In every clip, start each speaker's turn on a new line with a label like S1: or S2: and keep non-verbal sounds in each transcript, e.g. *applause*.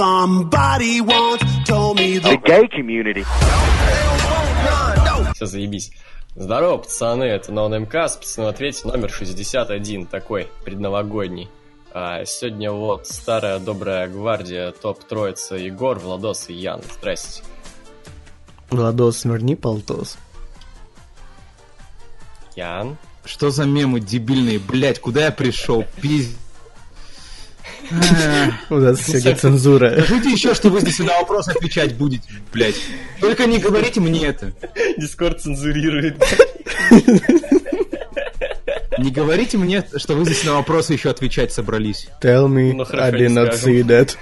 S1: Somebody once told me the...
S2: The gay community.
S3: Все, заебись. Здорово, пацаны, это NonMCast, пацаны, ответьте, номер 61, такой, предновогодний. А, сегодня вот старая добрая гвардия, топ-троица Егор, Владос и Ян. Здрасте.
S4: Владос, смирни полтос.
S3: Ян.
S5: Что за мемы дебильные, блять, куда я пришел, пиздец.
S4: У нас сегодня цензура.
S5: Скажите еще, что вы здесь на вопрос отвечать будете, блять. Только не говорите мне это.
S3: Дискорд цензурирует.
S5: Не говорите мне, что вы здесь на вопросы еще отвечать собрались.
S4: Tell me,
S3: Ну, хорошо,
S4: I
S3: не
S4: did not
S3: скажем.
S4: see that.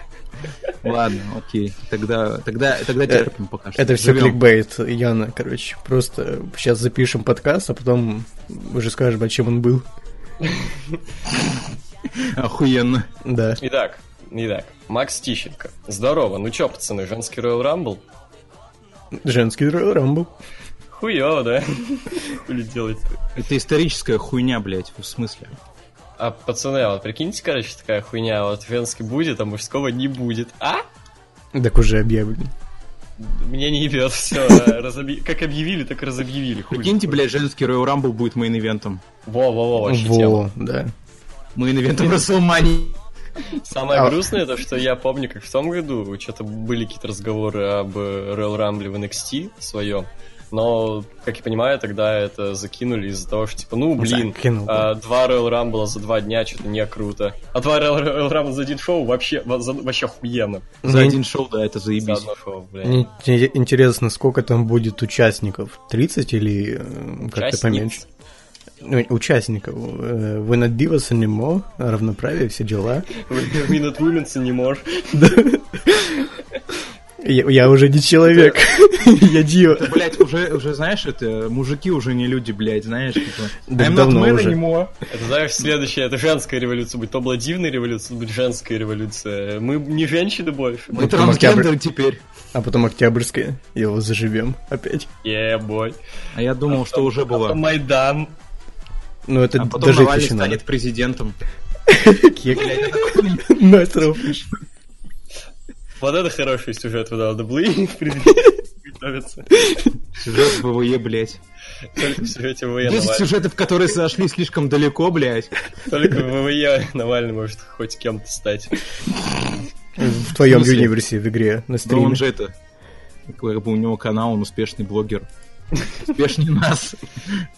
S5: Ладно, окей. Тогда, тогда, тогда терпим пока что.
S4: Э, Это все
S5: Живем.
S4: кликбейт, Яна, короче. Просто сейчас запишем подкаст, а потом уже скажем, о чем он был.
S5: Охуенно.
S4: Да.
S3: Итак, итак, Макс Тищенко. Здорово, ну чё, пацаны, женский Royal Rumble?
S4: Женский рамбл.
S3: Хуёво, да? Хули делать
S5: Это историческая хуйня, блять, в смысле.
S3: А, пацаны, а вот прикиньте, короче, такая хуйня, вот Венский будет, а мужского не будет. А?
S4: Так уже объявлен.
S3: Мне не ебет, все. Как объявили, так и разобъявили. хули.
S5: Прикиньте, блядь, женский Royal Rumble будет мейн-ивентом.
S3: Во-во-во, вообще тема.
S4: Во, да.
S5: Мейн-ивентом WrestleMania.
S3: Самое
S4: А.
S3: грустное, то, что я помню, как в том году что-то были какие-то разговоры об э, Royal Rumble в NXT своем. Но, как я понимаю, тогда это закинули из-за того, что типа, ну блин,
S4: Закинул, да.
S3: а, два Royal Rumble за два дня что-то не круто. А два Royal Royal Rumble за один шоу вообще, во- за- вообще охуенно.
S5: За
S4: Мне
S5: один шоу, да, это
S3: За
S5: заебись.
S3: одно шоу, блядь.
S4: ин- ин- Интересно, сколько там будет участников? 30 или э, как-то
S3: Частниц. *laughs*
S4: поменьше? Ну, участников. Э, Вы над Дивас аниме, равноправие, все дела.
S3: Минут Вуменса не можешь.
S4: Я, я уже не человек. *laughs* Я Дио.
S5: Блять, уже, уже знаешь, это мужики уже не люди, блять, знаешь, типа.
S4: Да
S5: I'm not
S4: давно
S5: man
S4: уже.
S5: anymore.
S3: Это, знаешь, следующая, это женская революция будет. То была дивная революция, то будет женская революция. Мы не женщины больше.
S5: Мы
S4: Потом
S5: трансгендер теперь.
S4: А потом октябрьская. Его заживем опять.
S3: Е, бой.
S5: А я думал, что уже было.
S3: Майдан.
S4: Ну это
S5: А потом
S4: даже
S5: Навальный
S4: еще надо. *laughs*
S5: станет президентом. *laughs*
S4: Кек. Настров.
S3: Вот это хороший сюжет вы надо было и придумать. Готовиться.
S5: Сюжет ВВЕ, блять.
S3: Только в сюжете ВВЕ
S5: 10
S3: Навальный.
S5: сюжетов, которые зашли слишком далеко, блять.
S3: Только в ВВЕ Навальный может хоть кем-то стать.
S4: В твоем
S5: смысле?
S4: юниверсе в игре на
S5: Да
S4: стриме.
S5: он же это... Как бы у него канал, он успешный блогер. Успешнее нас.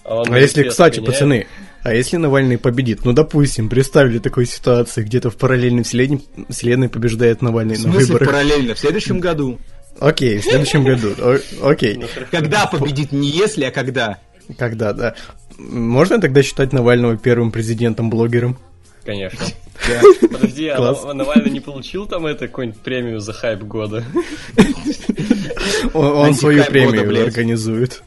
S3: он
S4: А если,
S3: манифест
S4: кстати,
S3: меняет.
S4: пацаны, а если Навальный победит? Ну, допустим, представили такую ситуацию, где-то в параллельной вселенной, вселенной побеждает Навальный
S5: В
S4: на
S5: смысле
S4: выборах.
S5: параллельно? В следующем году.
S4: Окей, в следующем году. О- Окей,
S5: Когда победит? Не если, а когда.
S4: когда, да. Можно тогда считать Навального первым президентом-блогером?
S3: Конечно.
S4: *laughs*
S5: Да.
S3: Подожди, а
S4: Класс.
S3: Нав- Навальный не получил там это какую-нибудь премию за хайп года?
S4: Он, он свою
S5: Антикайп года,
S4: премию
S5: блядь.
S4: организует.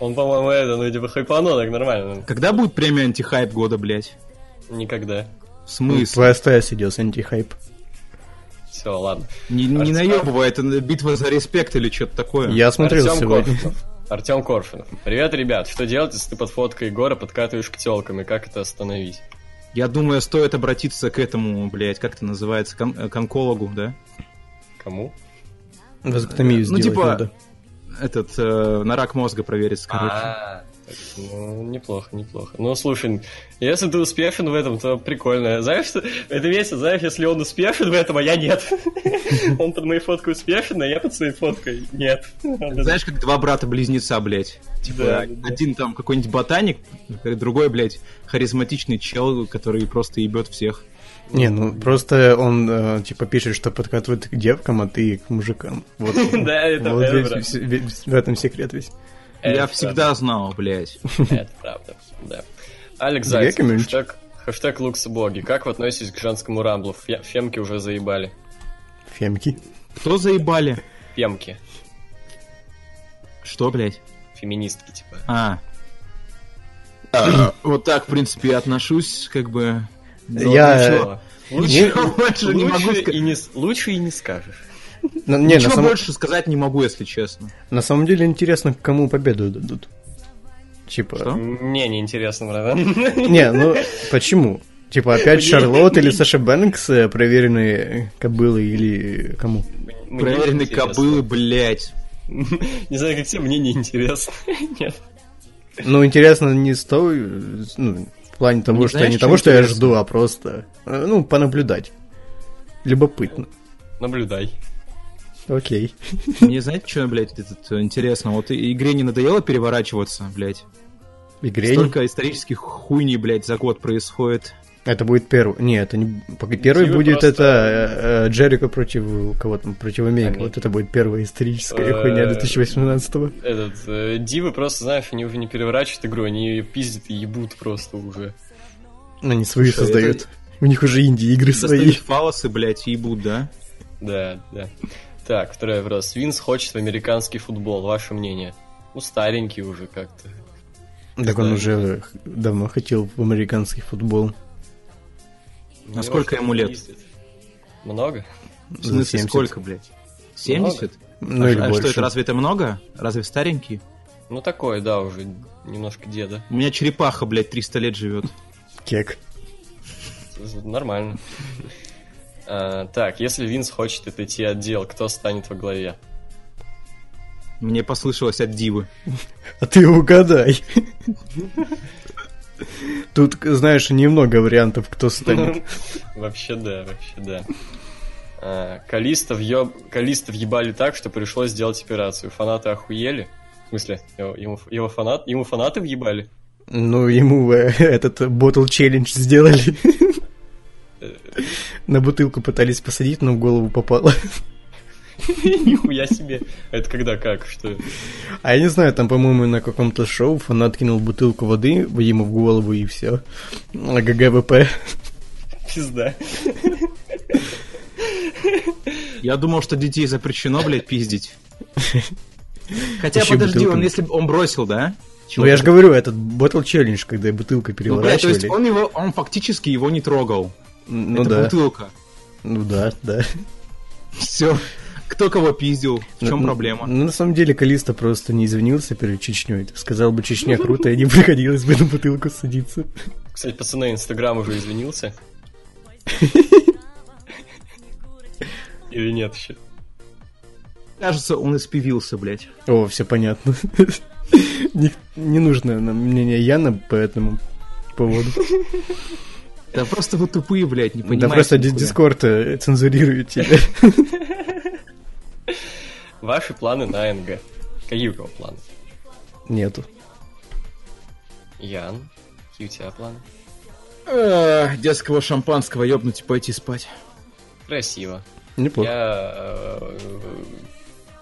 S3: Он, по-моему, это, ну, типа, хайпанул, так нормально. ну,
S5: Когда будет премия антихайп года, блять?
S3: Никогда.
S5: В смысле?
S4: Твоя стая идет, антихайп.
S3: Все, ладно.
S5: Не, не
S3: Артем-
S5: наебывай, это битва за респект или что-то такое.
S4: Я смотрел
S3: Артём
S4: сегодня.
S3: Коршунов. Артем Коршунов. Привет, ребят. Что делать, если ты под фоткой Егора подкатываешь к телкам, и как это остановить?
S5: Я думаю, стоит обратиться к этому, блять, как это называется, кон- э, к онкологу, да?
S3: Кому?
S4: Вазоктомию
S5: Ну,
S4: сделать
S5: типа,
S4: надо.
S5: Этот, э, на рак мозга провериться, короче.
S3: Ну, неплохо, неплохо. Ну, слушай, если ты успешен в этом, то прикольно. Знаешь, что это весело, знаешь, если он успешен в этом, а я нет. *laughs* Он под моей фоткой успешен, а я под своей фоткой нет.
S5: Знаешь, как два брата-близнеца, блять. Типа,
S3: Да, да.
S5: один там какой-нибудь ботаник, другой, блять, харизматичный чел, который просто ебет всех.
S4: Не, ну просто он э, типа пишет, что подкатывает к девкам, а ты к мужикам.
S5: *laughs*
S4: Вот,
S3: Да, это
S4: вот
S3: это
S4: здесь
S3: правда.
S4: вс- весь- в этом секрет весь.
S3: Это
S5: Я
S3: правда.
S5: всегда знал, блять.
S3: Это правда, да. Алекс
S4: Две
S3: Зайцев,
S4: комьюнити.
S3: хэштег, хэштег луксбоги. Как вы относитесь к женскому рамблу? Фе- Фемки уже заебали.
S4: Фемки.
S5: Кто заебали?
S3: Фемки.
S5: Что, блять?
S3: Феминистки, типа.
S5: А.
S4: А.
S5: *clears throat* Вот так, в принципе, я отношусь, как бы. Ну,
S4: Я-
S5: ничего. Ничего *laughs* больше не могу
S3: Лучше
S5: сказать.
S3: и не с- лучше и не скажешь.
S4: На- Ну, не, на,
S5: Ничего
S4: сам-
S5: больше сказать не могу, если честно.
S4: на самом деле интересно, кому победу дадут. Типа.
S3: *laughs*
S4: *laughs*
S5: Что?
S3: Мне неинтересно, братан.
S4: Не, ну почему? Типа опять Шарлот или Саша Бэнкс, э, проверенные кобылы или кому?
S3: Мне
S5: Проверенные
S3: неинтересно.
S5: кобылы, блять.
S3: *laughs* Не знаю, как тебе, мне неинтересно. *laughs* Нет.
S4: Ну, интересно не с той, э, с- ну, в плане того, что
S5: знаешь,
S4: не
S5: что
S4: того, что я
S5: интересно?
S4: жду, а просто, э, ну, понаблюдать. Любопытно.
S3: Наблюдай.
S4: Окей.
S5: Мне знаете, что, блядь, этот, э, интересно? Вот и- игре не надоело переворачиваться, блядь?
S4: Игре
S5: Столько исторических хуйней, блядь, за год происходит.
S4: это будет первый. Не, это не. Пока первый
S3: Тебе
S4: будет
S3: просто-
S4: это э, э, Джерико против кого там против Омега.
S3: Омега.
S4: Вот это будет первая историческая
S3: Э,
S4: хуйня 2018
S3: Этот, э, дивы просто, знаешь, они уже не переворачивают игру, они пиздят и ебут просто уже.
S4: Ну, Они свои
S5: Слушай,
S4: создают. У них уже инди-игры свои.
S5: Достают фалосы, блядь, и ебут, да?
S3: Да, да. Так, второй вопрос. Винс хочет в американский футбол. Ваше мнение? Ну, старенький уже как-то.
S4: Так он
S3: Да.
S4: уже х- давно хотел в американский футбол.
S5: А сколько ему лет?
S3: Ездит. Много?
S5: В
S4: За
S5: смысле,
S4: 70.
S5: сколько, блядь? 70?
S4: Ну
S5: а
S4: или
S5: а
S4: больше.
S5: что это, разве это много? Разве старенький?
S3: Ну, такой, да, уже немножко деда.
S5: У меня черепаха, блядь, 300 лет живет.
S4: Кек.
S3: Нормально. А, так, если Винс хочет отойти от дел, кто станет во главе?
S5: Мне послышалось от дивы.
S4: А ты
S5: *laughs*
S4: угадай. Тут, к- знаешь, немного вариантов, кто станет.
S3: Вообще да, вообще да. А, Калистов, еб... Калистов ебали так, что пришлось сделать операцию. Фанаты охуели. В смысле, его, ему- его фанат... ему фанаты въебали? *laughs*
S4: Ну, ему э, этот ботл челлендж сделали. На бутылку пытались посадить, но в голову попало.
S3: Нихуя себе. Это когда как? Что?
S4: А я не знаю, там, по-моему, на каком-то шоу фанат кинул бутылку воды ему в голову и все. ГГВП.
S3: Пизда.
S5: Я думал, что детей запрещено, блядь, пиздить. Хотя,
S4: Еще
S5: подожди,
S4: бутылками.
S5: он если б он бросил, да?
S4: Ну, я же говорю, этот ботл челлендж, когда бутылка
S5: Ну, блядь, то есть
S4: переворачивали.
S5: он его, он фактически его не трогал.
S4: Ну
S5: это
S4: да,
S5: бутылка.
S4: ну да, да.
S5: Все. Кто кого пиздил? В чем
S4: Ну,
S5: проблема?
S4: Ну, на самом деле, Калиста просто не извинился перед Чечней. Сказал бы, Чечня круто, и не приходилось бы на бутылку садиться.
S3: Кстати, пацаны, Инстаграм уже извинился. Или нет еще?
S5: Кажется, он испевился, блядь.
S4: О, все понятно. *laughs* Не, не нужно нам мнение Яна по этому поводу.
S5: Да просто вы тупые, блядь, не понимаете.
S4: Да просто ди-
S5: нихуя.
S4: Дискорд э, цензурирует тебя.
S3: *laughs* Ваши планы на НГ. Какие у кого планы?
S4: Нету.
S3: Ян, какие у тебя планы?
S5: Э, Детского шампанского ёбнуть и пойти спать.
S3: Красиво.
S4: Неплохо.
S3: Я э,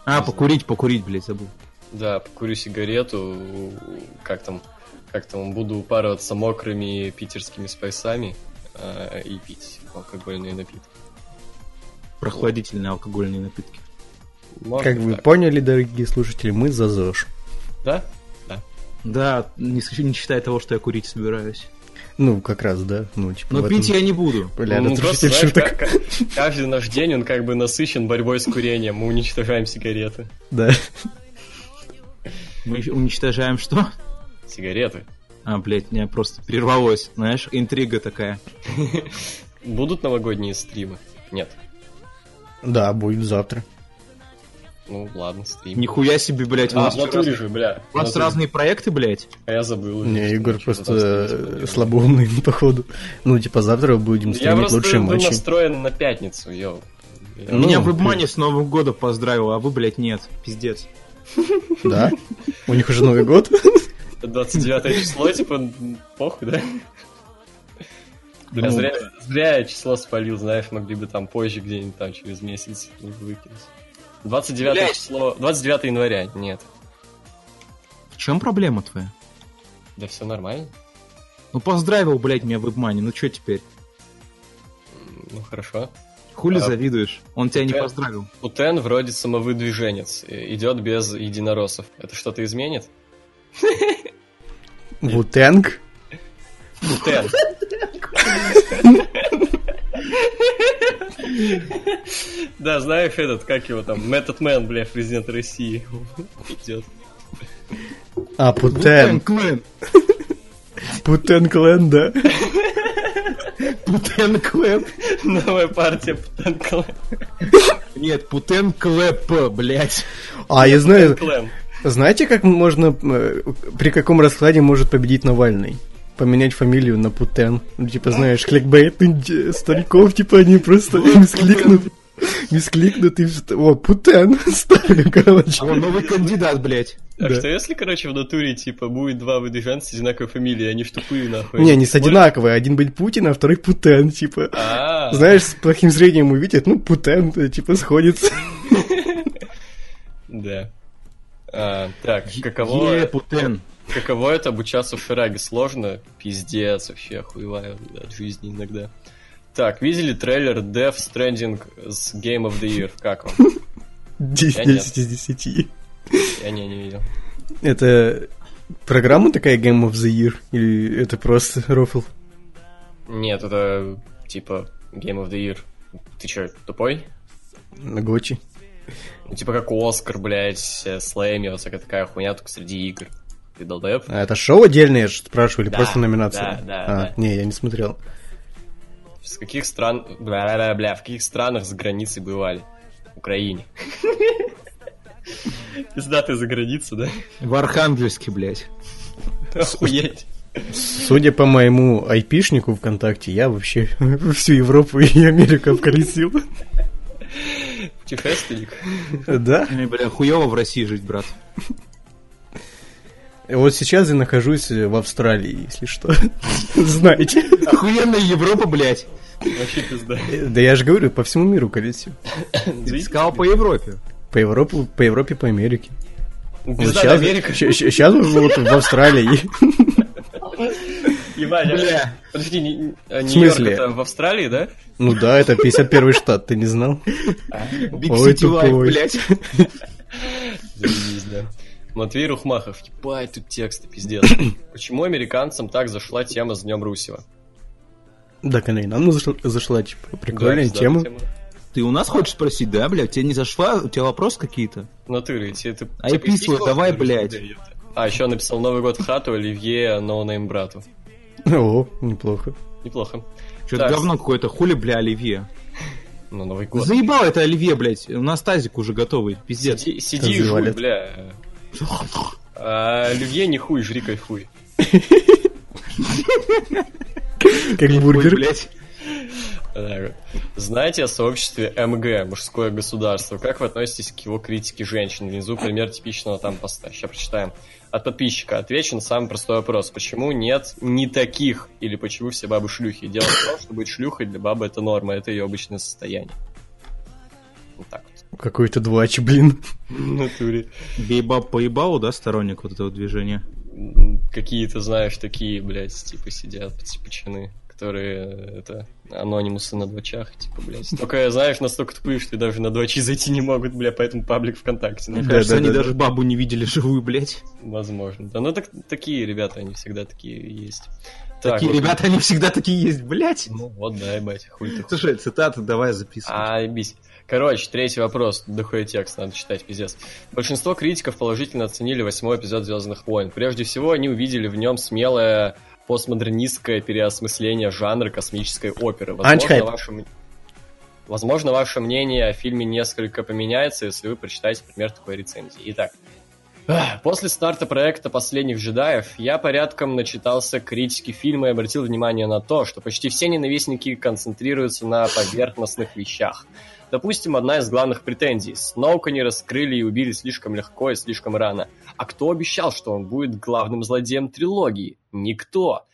S5: А, покурить, покурить, блядь, забыл.
S3: Да, покурю сигарету, как там, как там, буду упарываться мокрыми питерскими спайсами э, и пить алкогольные напитки.
S5: Прохладительные алкогольные напитки.
S3: Можно
S4: Как вы
S3: так.
S4: поняли, дорогие слушатели, мы за ЗОЖ.
S3: Да?
S5: Да, не, с- не считая того, что я курить собираюсь.
S4: Ну, как раз, да. Ну, типа
S5: Но
S4: в этом-
S5: пить я не буду.
S4: Бля,
S3: Ну,
S4: это
S3: просто,
S4: слушатель
S3: знаешь,
S4: шуток.
S3: ка- ка- каждый наш день, он как бы насыщен борьбой с курением. Мы уничтожаем сигареты.
S4: Да.
S5: Мы ещё уничтожаем что?
S3: Сигареты.
S5: А, блядь, меня просто прервалось, знаешь, интрига такая.
S3: Будут новогодние стримы? Нет.
S4: Да, будет завтра.
S3: Ну, ладно, стрим.
S5: Нихуя себе, блядь, у
S3: А,
S5: нас,
S3: в
S5: всё
S3: натуре
S5: раз-
S3: же, бля.
S5: у вас
S3: в натуре.
S5: разные проекты, блядь?
S3: А я забыл. уже,
S4: Не,
S3: что
S4: Егор
S3: там
S4: просто э,
S3: стримить
S4: слабоумный, *laughs* походу. Ну, типа, завтра
S3: планировано.
S4: будем
S3: Я
S4: стримить
S3: просто
S4: лучшие
S3: был
S4: матчи.
S3: настроен на пятницу, йоу. Я-
S4: Ну,
S5: Меня
S4: ты-
S5: вебмани с Новым годом поздравил, а вы, блядь, нет. Пиздец.
S4: *laughs* Да? У них уже
S3: *laughs*
S4: Новый год?
S3: 29 число, типа, похуй, да?
S5: Ну,
S3: Я зря, зря я число спалил, знаешь, могли бы там позже где-нибудь там через месяц выкинуть. 29
S5: Блядь.
S3: число, 29 января, нет.
S5: В чем проблема твоя?
S3: Да все нормально.
S5: Ну поздравил, блядь, меня вебмани, ну чё теперь?
S3: М, Ну хорошо.
S5: Хули
S3: А, э,
S5: завидуешь? Он тебя не
S3: да.
S5: поздравил.
S3: Путен вроде самовыдвиженец, и- идет без единороссов. Это что-то изменит?
S4: Вутенг?
S3: Путен. Да, знаешь этот, как его там, Метод Мэн, бля, президент России. Идет.
S4: А, Путен.
S5: Клэн.
S4: Путен Клен, да.
S5: Путен Клэп.
S3: Новая партия Путен Клэн.
S5: Нет, Путен Клэп, блядь.
S4: А, я знаю,
S3: Клэн.
S4: знаете, как можно, э, при каком раскладе может победить Навальный? Поменять фамилию на Путен. Ну, типа, знаешь, кликбейт э, стариков, типа, они просто мискликнут. Мискликнут и что- О, Путен, *laughs* ставлю, короче.
S5: А он новый кандидат, блядь.
S3: А
S4: Да.
S3: что если, короче, в натуре, типа, будет два выдвиженца с одинаковой фамилией, они ж тупые, нахуй.
S4: Не, не с одинаковой. Один быть Путин, а второй Путен, типа.
S3: А,
S4: Знаешь, с плохим зрением увидят, ну, Путен, э, типа, сходится. *laughs*
S3: да. А, так,
S5: Е,
S3: каково,
S5: Путен.
S3: каково это обучаться в Шираге? Сложно? Пиздец, вообще охуеваю от жизни иногда. Так, видели трейлер Death Stranding с Game of the Year? Как вам?
S4: 10 из 10.
S3: Я не, не видел.
S4: Это программа такая Game of the Year? Или это просто рофл?
S3: Нет, это типа Game of the Year. Ты чё, тупой?
S4: На Гочи.
S3: Ну, типа как Оскар, блядь, э, Слэмми, вот всякая такая хуйня только среди игр. Ты долбоёб?
S4: А это шоу отдельное, я же спрашиваю, или
S3: Да,
S4: просто номинация?
S3: да, да,
S4: А,
S3: да.
S4: Не, я не смотрел.
S3: С каких стран... Бля, бля, в каких странах за границей бывали? В Украине. *laughs* Пизда ты за границу, да?
S5: В Архангельске, блядь.
S3: Охуеть.
S4: Судя по моему айпишнику ВКонтакте, я вообще *laughs* всю Европу и Америку обколесил.
S3: Путешественник.
S4: Да?
S5: Эй, Бля, хуёво в России жить, брат.
S4: Вот сейчас я нахожусь в Австралии, если что. *laughs* Знаете.
S5: Охуенная Европа, блядь.
S3: Вообще пизда.
S4: Да я же говорю, по всему миру колесил.
S5: Ты сказал по Европе.
S4: По Европе, по Европе, по Америке.
S3: Пизда
S4: сейчас,
S3: Америка.
S4: Сейчас вот в Австралии.
S3: *laughs* Ебать, а-
S5: Бля.
S3: Подожди, Ни- а Нью-Йорк
S4: смысле?
S3: это в Австралии, да?
S4: Ну да, это 51 штат, ты не знал?
S5: Биг
S4: Ой,
S5: Сити Лайф,
S4: тупой.
S5: блядь.
S3: Заебись, да. Матвей Рухмахов, ебать, тут тексты, пиздец. Почему американцам так зашла тема с Днем Русева?
S4: Да, конечно, и нам зашла, зашла, типа, прикольная
S3: Да, пизда
S4: тема.
S5: Ты у нас хочешь спросить, да, блядь? Тебе не зашла? У тебя вопросы какие-то?
S3: В натуре, тебе это...
S5: А я писал,
S3: пиздец,
S5: давай,
S3: который
S5: блядь.
S3: тебе дает. А, еще написал Новый год в хату, Оливье, ноунейм брату.
S4: О, неплохо.
S3: Неплохо.
S5: Что-то
S3: Так.
S5: говно какое-то, хули, бля, Оливье.
S3: Ну, Новый год.
S5: Заебал это Оливье, блядь. У нас тазик уже готовый, пиздец.
S3: Сиди, сиди и жуй,
S4: Развалит.
S3: бля. А, Оливье не хуй, жри кайфуй.
S4: Как
S5: Ой,
S4: бургер.
S5: блядь.
S3: Так вот. Знаете о сообществе МГ, мужское государство? Как вы относитесь к его критике женщин? Внизу пример типичного там поста. Сейчас прочитаем. От подписчика отвечу на самый простой вопрос. Почему нет не таких? Или почему все бабы шлюхи? Дело в том, что быть шлюхой для бабы это норма, это ее обычное состояние. Вот так вот.
S4: Какой-то двач, блин.
S3: В натуре.
S5: Бейбаб поебалу, да, сторонник вот этого движения?
S3: М, Какие-то, знаешь, такие, блядь, типа сидят, типа чины, которые это анонимусы на двочах, типа, блядь. Только, знаешь, настолько тупые, что даже на двочи зайти не могут, бля, поэтому паблик ВКонтакте.
S5: Мне
S3: ну,
S4: Да,
S5: кажется,
S4: да,
S5: они
S4: да,
S5: даже бабу не видели живую, блядь.
S3: возможно. Да, ну так такие ребята, они всегда такие есть. Так,
S5: Такие
S3: вот.
S5: ребята, они всегда такие есть, блядь.
S3: Ну вот, да, ебать, хуй ты.
S5: Слушай, цитаты давай записывай.
S3: А, ебись. Короче, третий вопрос. Дохуя текст, надо читать, пиздец. Большинство критиков положительно оценили восьмой эпизод «Звездных войн». Прежде всего, они увидели в нем смелое постмодернистское переосмысление жанра космической оперы.
S4: Антихайп.
S3: Возможно, ваше, м- возможно, ваше мнение о фильме несколько поменяется, если вы прочитаете пример такой рецензии. Итак, *sighs* Ах, После старта проекта «Последних джедаев» я порядком начитался критики фильма и обратил внимание на то, что почти все ненавистники концентрируются на поверхностных вещах. Допустим, одна из главных претензий. Сноука не раскрыли и убили слишком легко и слишком рано. А кто обещал, что он будет главным злодеем трилогии? Никто.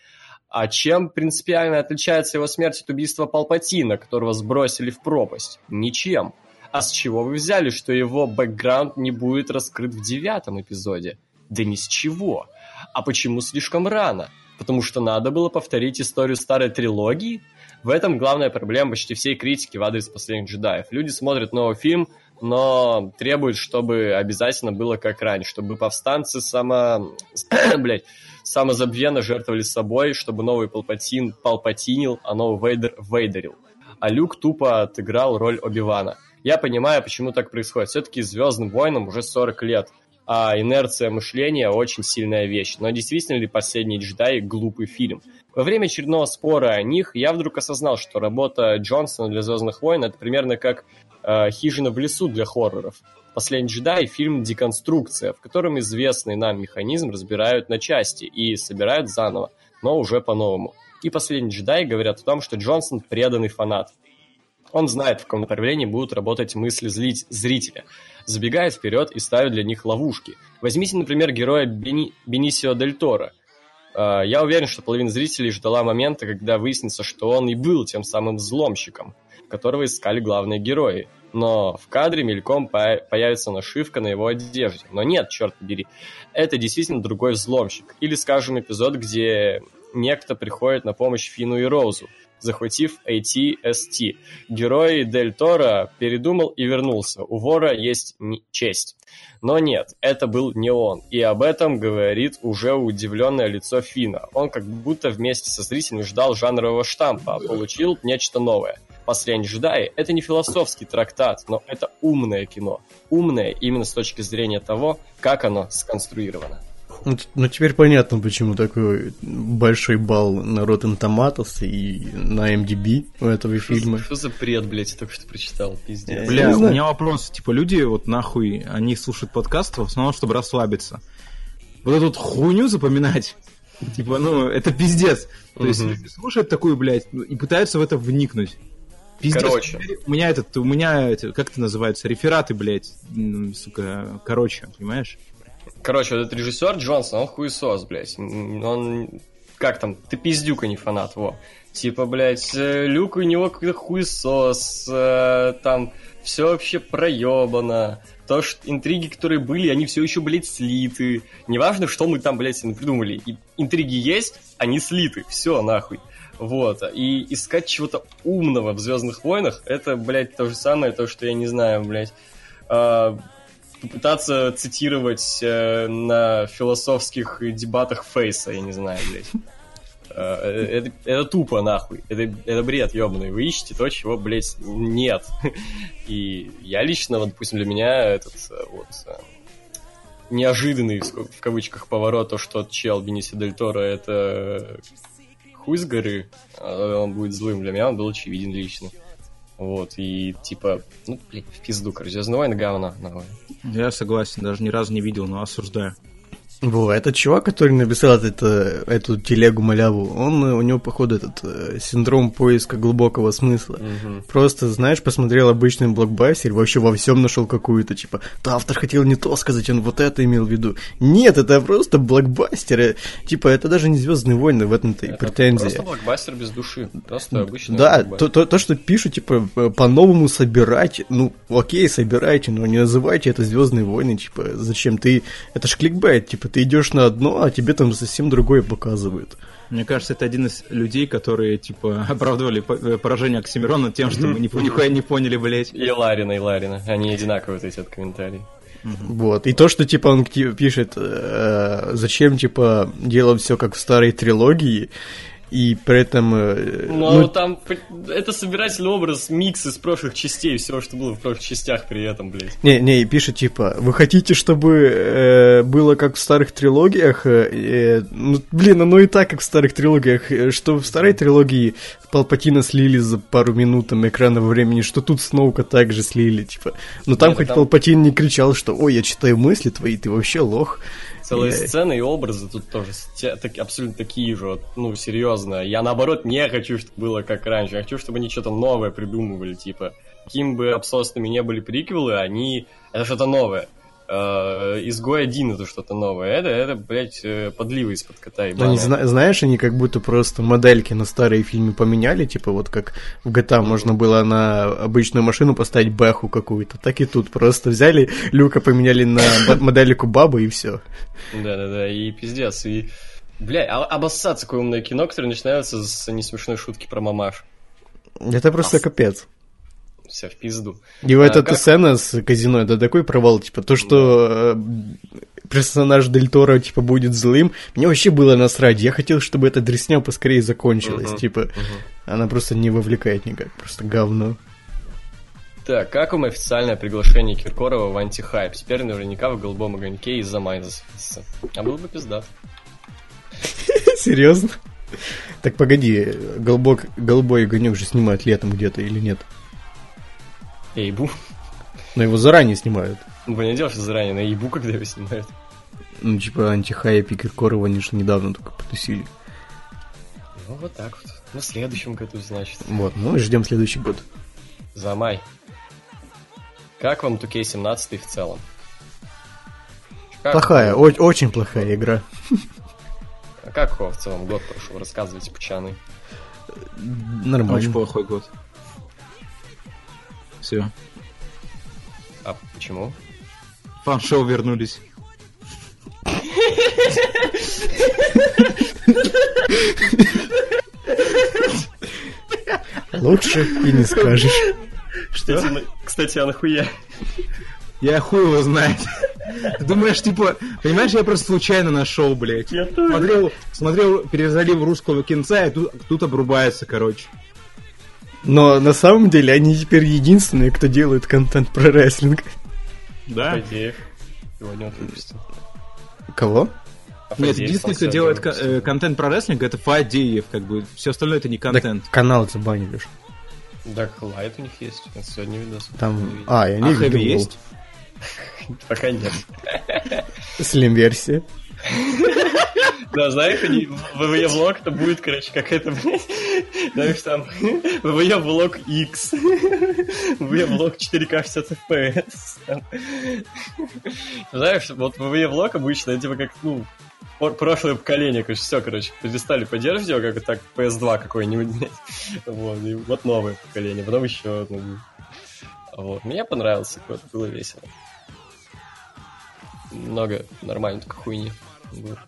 S3: А чем принципиально отличается его смерть от убийства Палпатина, которого сбросили в пропасть? Ничем. А с чего вы взяли, что его бэкграунд не будет раскрыт в девятом эпизоде? Да ни с чего. А почему слишком рано? Потому что надо было повторить историю старой трилогии? В этом главная проблема почти всей критики в адрес «Последних джедаев». Люди смотрят новый фильм, но требуют, чтобы обязательно было как раньше, чтобы повстанцы само... *clears throat* Блять, самозабвенно жертвовали собой, чтобы новый Палпатин палпатинил, а новый Вейдер вейдерил. А Люк тупо отыграл роль Оби-Вана. Я понимаю, почему так происходит. Все-таки Звездным войнам уже 40 лет, а инерция мышления очень сильная вещь. Но действительно ли последний джедай глупый фильм? Во время очередного спора о них я вдруг осознал, что работа Джонсона для «Звездных войн» — это примерно как э, «Хижина в лесу» для хорроров. «Последний джедай» — фильм «Деконструкция», в котором известный нам механизм разбирают на части и собирают заново, но уже по-новому. И «Последний джедай» говорят о том, что Джонсон преданный фанат. Он знает, в каком направлении будут работать мысли злить зрителя, забегает вперед и ставит для них ловушки. Возьмите, например, героя Бени... Бенисио Дель Торо. Э, Я уверен, что половина зрителей ждала момента, когда выяснится, что он и был тем самым взломщиком, которого искали главные герои. Но в кадре мельком по- появится нашивка на его одежде. Но нет, черт побери, это действительно другой взломщик. Или, скажем, эпизод, где некто приходит на помощь Фину и Роузу, захватив ATST. Герой Дель Торо передумал и вернулся. У вора есть не- честь. Но нет, это был не он. И об этом говорит уже удивленное лицо Фина. Он как будто вместе со зрителями ждал жанрового штампа, а получил нечто новое. «Последний джедай» — это не философский трактат, но это умное кино. Умное именно с точки зрения того, как оно сконструировано.
S4: Ну, т- ну, теперь понятно, почему такой большой балл на Rotten Tomatoes и на MDB у этого фильма.
S3: Что за бред, блядь, я только что прочитал, пиздец.
S4: Я
S5: Бля,
S4: не
S5: у
S4: знаю.
S5: меня вопрос. Типа, люди вот нахуй, они слушают подкасты в основном, чтобы расслабиться. Вот эту вот хуйню запоминать, типа, ну, это пиздец. То есть
S3: Мгм.
S5: люди слушают такую, блядь, ну, и пытаются в это вникнуть. Пиздец.
S3: Короче.
S5: У меня этот, у меня, это, как это называется, рефераты, блядь, м, сука, короче, понимаешь?
S3: Короче, вот этот режиссер Джонсон, он хуесос, блядь. М, Он, как там, ты пиздюка не фанат, во. Типа, блядь, э, Люк у него какой-то хуесос, э, там все вообще проебано. То, что интриги, которые были, они все еще, блядь, слиты. Неважно, что мы там, блядь, себе придумали. И- интриги есть, они слиты. Все, нахуй. Вот. И искать чего-то умного в Звездных войнах, это, блядь, то же самое, то, что я не знаю, блядь. а, попытаться цитировать э, на философских дебатах Фейса, я не знаю, блядь. Э, Это, это тупо, нахуй. Это, это бред, ебаный. Вы ищете то, чего, блядь, нет. И я лично, вот, допустим, для меня этот э, вот э, неожиданный, в ск- в кавычках, поворот, то, что чел Бениси Дель Торо это хуй с горы, а он будет злым. Для меня он был очевиден лично. Вот, и типа, ну, блядь, в пизду, короче, «Звездные войны» говно, нахуй.
S5: Я согласен, даже ни разу не видел, но осуждаю.
S4: Во, этот чувак, который написал это, эту телегу маляву, он, э, у него, походу, этот э, синдром поиска глубокого смысла. Просто, знаешь, посмотрел обычный блокбастер, вообще во всем нашел какую-то, типа, да, автор хотел не то сказать, он вот это имел в виду. Нет, это просто блокбастер. э, Типа, это даже не Звездные войны, в этом-то и
S3: Это Просто
S4: претензия.
S3: блокбастер без души. Просто обычный
S4: Да, то,
S3: блокбастер.
S4: то, то, что пишут, типа, э, по-новому собирать, ну, окей, собирайте, но не называйте это Звездные войны, типа, зачем ты, это ж кликбайт, типа, ты идешь на одно, а тебе там совсем другое показывают.
S5: Мне кажется, это один из людей, которые, типа, *laughs* оправдывали по- э, поражение Оксимирона тем, что мы ни- нихуя не поняли, блядь.
S3: И Ларина, и Ларина. Они одинаковые, вот эти от комментарии.
S4: Вот. И то, что типа он ти- пишет, э, зачем типа делал все как в старой трилогии, и при этом. э,
S3: Ну,
S4: ну,
S3: там п- это собирательный образ, микс из прошлых частей, всего, что было в прошлых частях при этом, блядь.
S4: не, не, и пишет, типа, вы хотите, чтобы э, было как в старых трилогиях? э, э, ну, блин, оно и так, как в старых трилогиях. э, Что в старой трилогии Палпатина слили за пару минут там, экранного времени, что тут Сноука также слили, типа. Но там
S3: Нет,
S4: хоть
S3: там-
S4: Палпатин не кричал, что «Ой, я читаю мысли твои, ты вообще лох». Э,
S3: Целые
S4: Я-
S3: сцены и образы тут тоже сте- так- абсолютно такие же, вот, ну, серьезно. Я, наоборот, не хочу, чтобы было как раньше. Я хочу, чтобы они что-то новое придумывали, типа. Каким бы обсосными не были приквелы, они... Это что-то новое. Э, Изгой один это что-то новое. Это, это блядь, э, подливы из-под кота и
S4: Да не зна- знаешь, они как будто просто модельки на старые фильмы поменяли, типа вот как в GTA можно было на обычную машину поставить бэху какую-то, так и тут просто взяли Люка поменяли на б- модельку бабы и все.
S3: Да-да-да, и пиздец, и... Бля, а- обоссаться такое умное кино, которое начинается с несмешной шутки про мамаш.
S4: Это просто капец.
S3: Вся в пизду.
S4: И вот
S3: А
S4: эта
S3: как-
S4: сцена с казино, это такой провал, типа то, что э, персонаж Дель Торо, типа, будет злым, мне вообще было насрать, я хотел, чтобы эта дресня поскорее закончилась,
S3: Мгм.
S4: типа, она просто не вовлекает никак, просто говно.
S3: Так, как вам официальное приглашение Киркорова в антихайп? Теперь наверняка в голубом огоньке из-за Майза. А было бы пиздат.
S4: Серьезно? Так погоди, голубок, голубой огонек же снимают летом где-то или нет?
S3: *laughs* Эйбу.
S4: Но его заранее снимают.
S3: Ну, понятное дело, что заранее на ебу, когда его снимают.
S4: Ну, типа антихайп и Киркорова, они же недавно только потусили.
S3: Ну, вот так вот. Ну, в следующем году, значит.
S4: Вот, ну и ждем следующий год.
S3: За май. Как вам 2К17 в целом? Как,
S4: Плохая, о- очень плохая игра.
S3: а Как его в целом год прошел? Рассказывайте, пучаны.
S5: Очень
S4: Нормально.
S5: плохой год. Все.
S3: А почему?
S5: Фан-шоу вернулись.
S4: Лучше и не скажешь.
S3: Кстати, на- Кстати, а нахуя?
S5: Я хуй его знает. *laughs* Ты думаешь, типа, понимаешь, я просто случайно нашел, блядь. Я Смотрел, смотрел перезалив русского кинца, и тут, тут обрубается, короче.
S4: Но на самом деле они теперь единственные, кто делает контент про рестлинг.
S5: Да?
S3: Фадеев. Сегодня он выпустил.
S4: Кого?
S3: А
S5: Нет,
S3: Фадеев сам
S5: единственный, кто
S3: себя
S5: делает ко-
S3: выпустил.
S5: э, контент про рестлинг, это Фадеев, как бы. Все остальное это не контент.
S4: Да канал забанили ж.
S3: Dark Light у них есть. Это сегодня видос.
S4: Там... А, я не
S5: а
S4: видел.
S5: Хэви есть?
S3: Пока нет.
S4: Слим-версия.
S3: Да, знаешь, они ВВЕ влог, то будет, короче, как это, блядь, знаешь, там, ВВЕ влог X, ВВЕ влог 4К 60 FPS. там. Знаешь, вот ВВЕ влог обычно, это типа как, ну, пор- прошлое поколение, короче, все, короче, перестали поддерживать его, как так PS2 какой-нибудь, блядь. вот, и вот новое поколение, потом еще одно. Вот, мне понравился, год, было весело. Много нормально такой хуйни. было.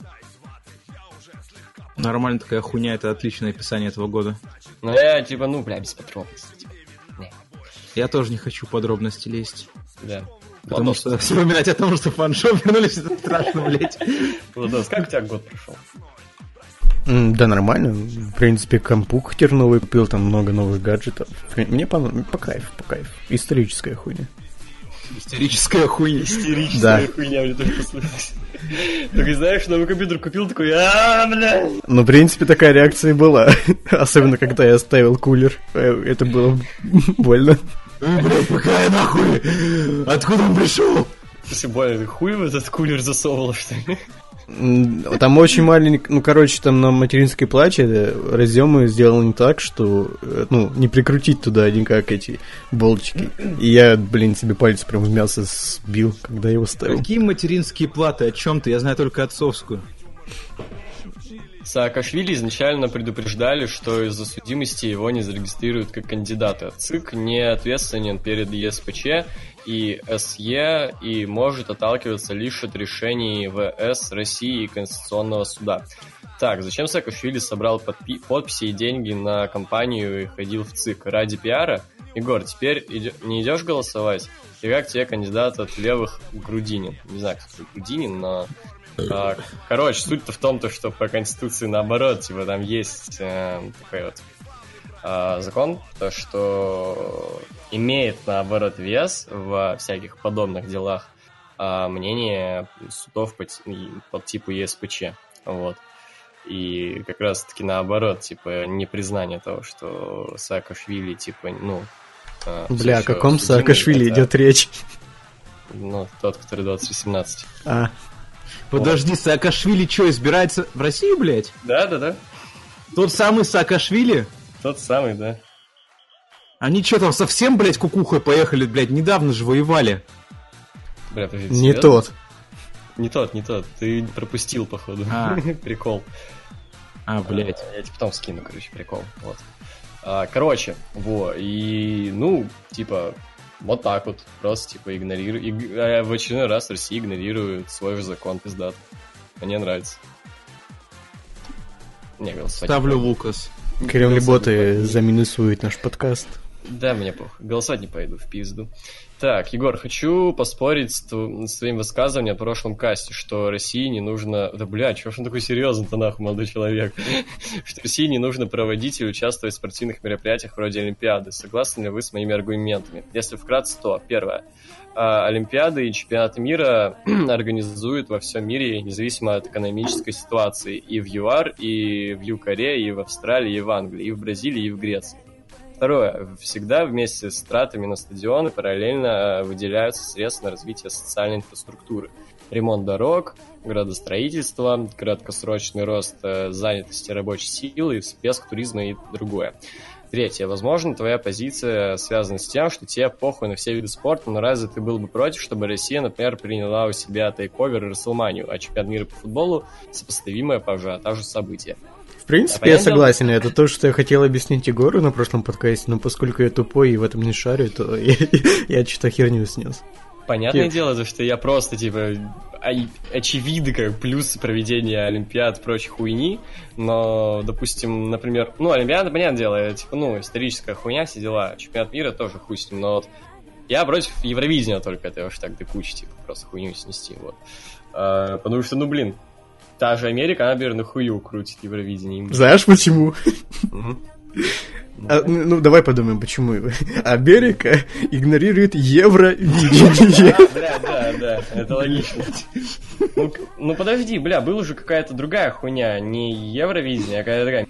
S5: Нормально такая хуйня, это отличное описание этого года.
S3: Ну, я типа, ну, бля, без подробностей. типа. Не,
S5: Я тоже не хочу в подробности лезть.
S3: Да.
S5: Потому
S3: Владос,
S5: что *laughs* вспоминать о том, что фан-шоу вернулись, это страшно, блядь.
S3: Владос, как у тебя год прошел?
S4: М, Да нормально. В принципе, компьютер новый купил, там много новых гаджетов. Фри- Мне по, по кайфу, по кайфу. Историческая хуйня.
S5: Истерическая хуйня.
S3: Истерическая
S4: Да.
S3: хуйня мне только послышалась. Только знаешь, новый компьютер купил, такой, а, бля.
S4: Ну, в принципе, такая реакция и была. *laughs* Особенно, когда я оставил кулер. Э, Это было больно.
S5: Ой, бля, какая нахуй? Откуда он пришел?
S3: Все больно, ты хуй в этот кулер засовывал, что ли?
S4: М, Там очень маленький... Ну, короче, там на материнской плаче разъемы сделаны так, что, э, ну, не прикрутить туда никак эти болтики. И я, блин, себе палец прям в мясо сбил, когда его ставил.
S5: Какие материнские платы? О чем ты? Я знаю только отцовскую.
S3: Саакашвили изначально предупреждали, что из-за судимости его не зарегистрируют как кандидата. ЦИК не ответственен перед ЕСПЧ и СЕ и может отталкиваться лишь от решений ВС России и Конституционного суда. Так, зачем Саакашвили собрал подпи- подписи и деньги на компанию и ходил в ЦИК? Ради пиара? Егор, теперь иде- не идешь голосовать? И как тебе кандидат от левых Грудинин? Не знаю, кто такой Грудинин, но... а, короче, суть-то в том, то, что по Конституции наоборот, типа там есть э, такой вот а, закон, то, что имеет наоборот вес во всяких подобных делах а, мнение судов по, ти- и- по типу ЕСПЧ. Вот. И как раз-таки наоборот, типа, непризнание того, что Саакашвили, типа, ну... а, всё
S4: Бля, о
S3: ещё
S4: каком
S3: судимый,
S4: Саакашвили
S3: хотя,
S4: идет речь?
S3: Ну, тот, который 2018.
S4: А,
S5: Подожди, Саакашвили что, избирается в Россию, блядь?
S3: Да-да-да,
S5: Тот самый Саакашвили?
S3: тот самый, да.
S5: Они что там совсем, блядь, кукухой поехали, блядь, недавно же воевали.
S3: Бля, подожди,
S4: не
S3: серьёзно?
S4: тот.
S3: Не тот, не тот. Ты пропустил, походу.
S5: А.
S3: *laughs* Прикол.
S5: А, блядь.
S3: А, Я тебе потом скину, короче, прикол. Вот. А, короче, во, и, ну, типа, вот так вот. Просто, типа, игнорирую. иг- а, В очередной раз Россия игнорирует свой же закон пиздат. Мне нравится. Не, голосовать.
S5: Ставлю Лукас.
S4: Кирилл Леботы заминусует наш подкаст.
S3: Да, мне похуй. Голосовать не пойду, в пизду. Так, Егор, хочу поспорить с, тв- с твоим высказыванием в прошлом касте, что России не нужно... Да, бля, чего ж он такой серьезный-то, нахуй, молодой человек? *laughs* Что России не нужно проводить и участвовать в спортивных мероприятиях вроде Олимпиады. Согласны ли вы с моими аргументами? Если вкратце, то, первое, а, Олимпиады и чемпионаты мира *clears throat* организуют во всем мире, независимо от экономической ситуации, и в ЮАР, и в ЮКаре, и в Австралии, и в Англии, и в Бразилии, и в Греции. Второе. Всегда вместе с тратами на стадионы параллельно э, выделяются средства на развитие социальной инфраструктуры. Ремонт дорог, градостроительство, краткосрочный рост э, занятости рабочей силы, всплеск туризма и другое. Третье. Возможно, твоя позиция связана с тем, что тебе похуй на все виды спорта, но разве ты был бы против, чтобы Россия, например, приняла у себя тейковер и Расселманию, а чемпионат мира по футболу – сопоставимое по ажиотажу событие?
S4: В
S3: А
S4: принципе, я согласен. Это то, что я хотел объяснить Егору на прошлом подкасте, но поскольку я тупой и в этом не шарю, то я, *laughs* я что-то херню снес.
S3: Понятное
S4: Тип-
S3: дело, за что я просто, типа, ай- очевидно, как плюсы проведения Олимпиад и прочей хуйни, но, допустим, например, ну, Олимпиада, понятное дело, это, типа, ну, историческая хуйня, все дела, чемпионат мира тоже хуй с ним, но вот я против Евровидения только, это уж так до кучи, типа, просто хуйню снести, вот. А, потому что, ну, блин, та же Америка, она, наверное, хую крутит Евровидение. Им-
S4: Знаешь почему?
S3: Мгм.
S4: А, ну, ну, давай подумаем, почему. Америка
S3: *laughs*
S4: игнорирует евровидение.
S3: А, бля, да, да, это логично. Ну, к- ну подожди, бля, была же какая-то другая хуйня, не Евровидение, а какая-то такая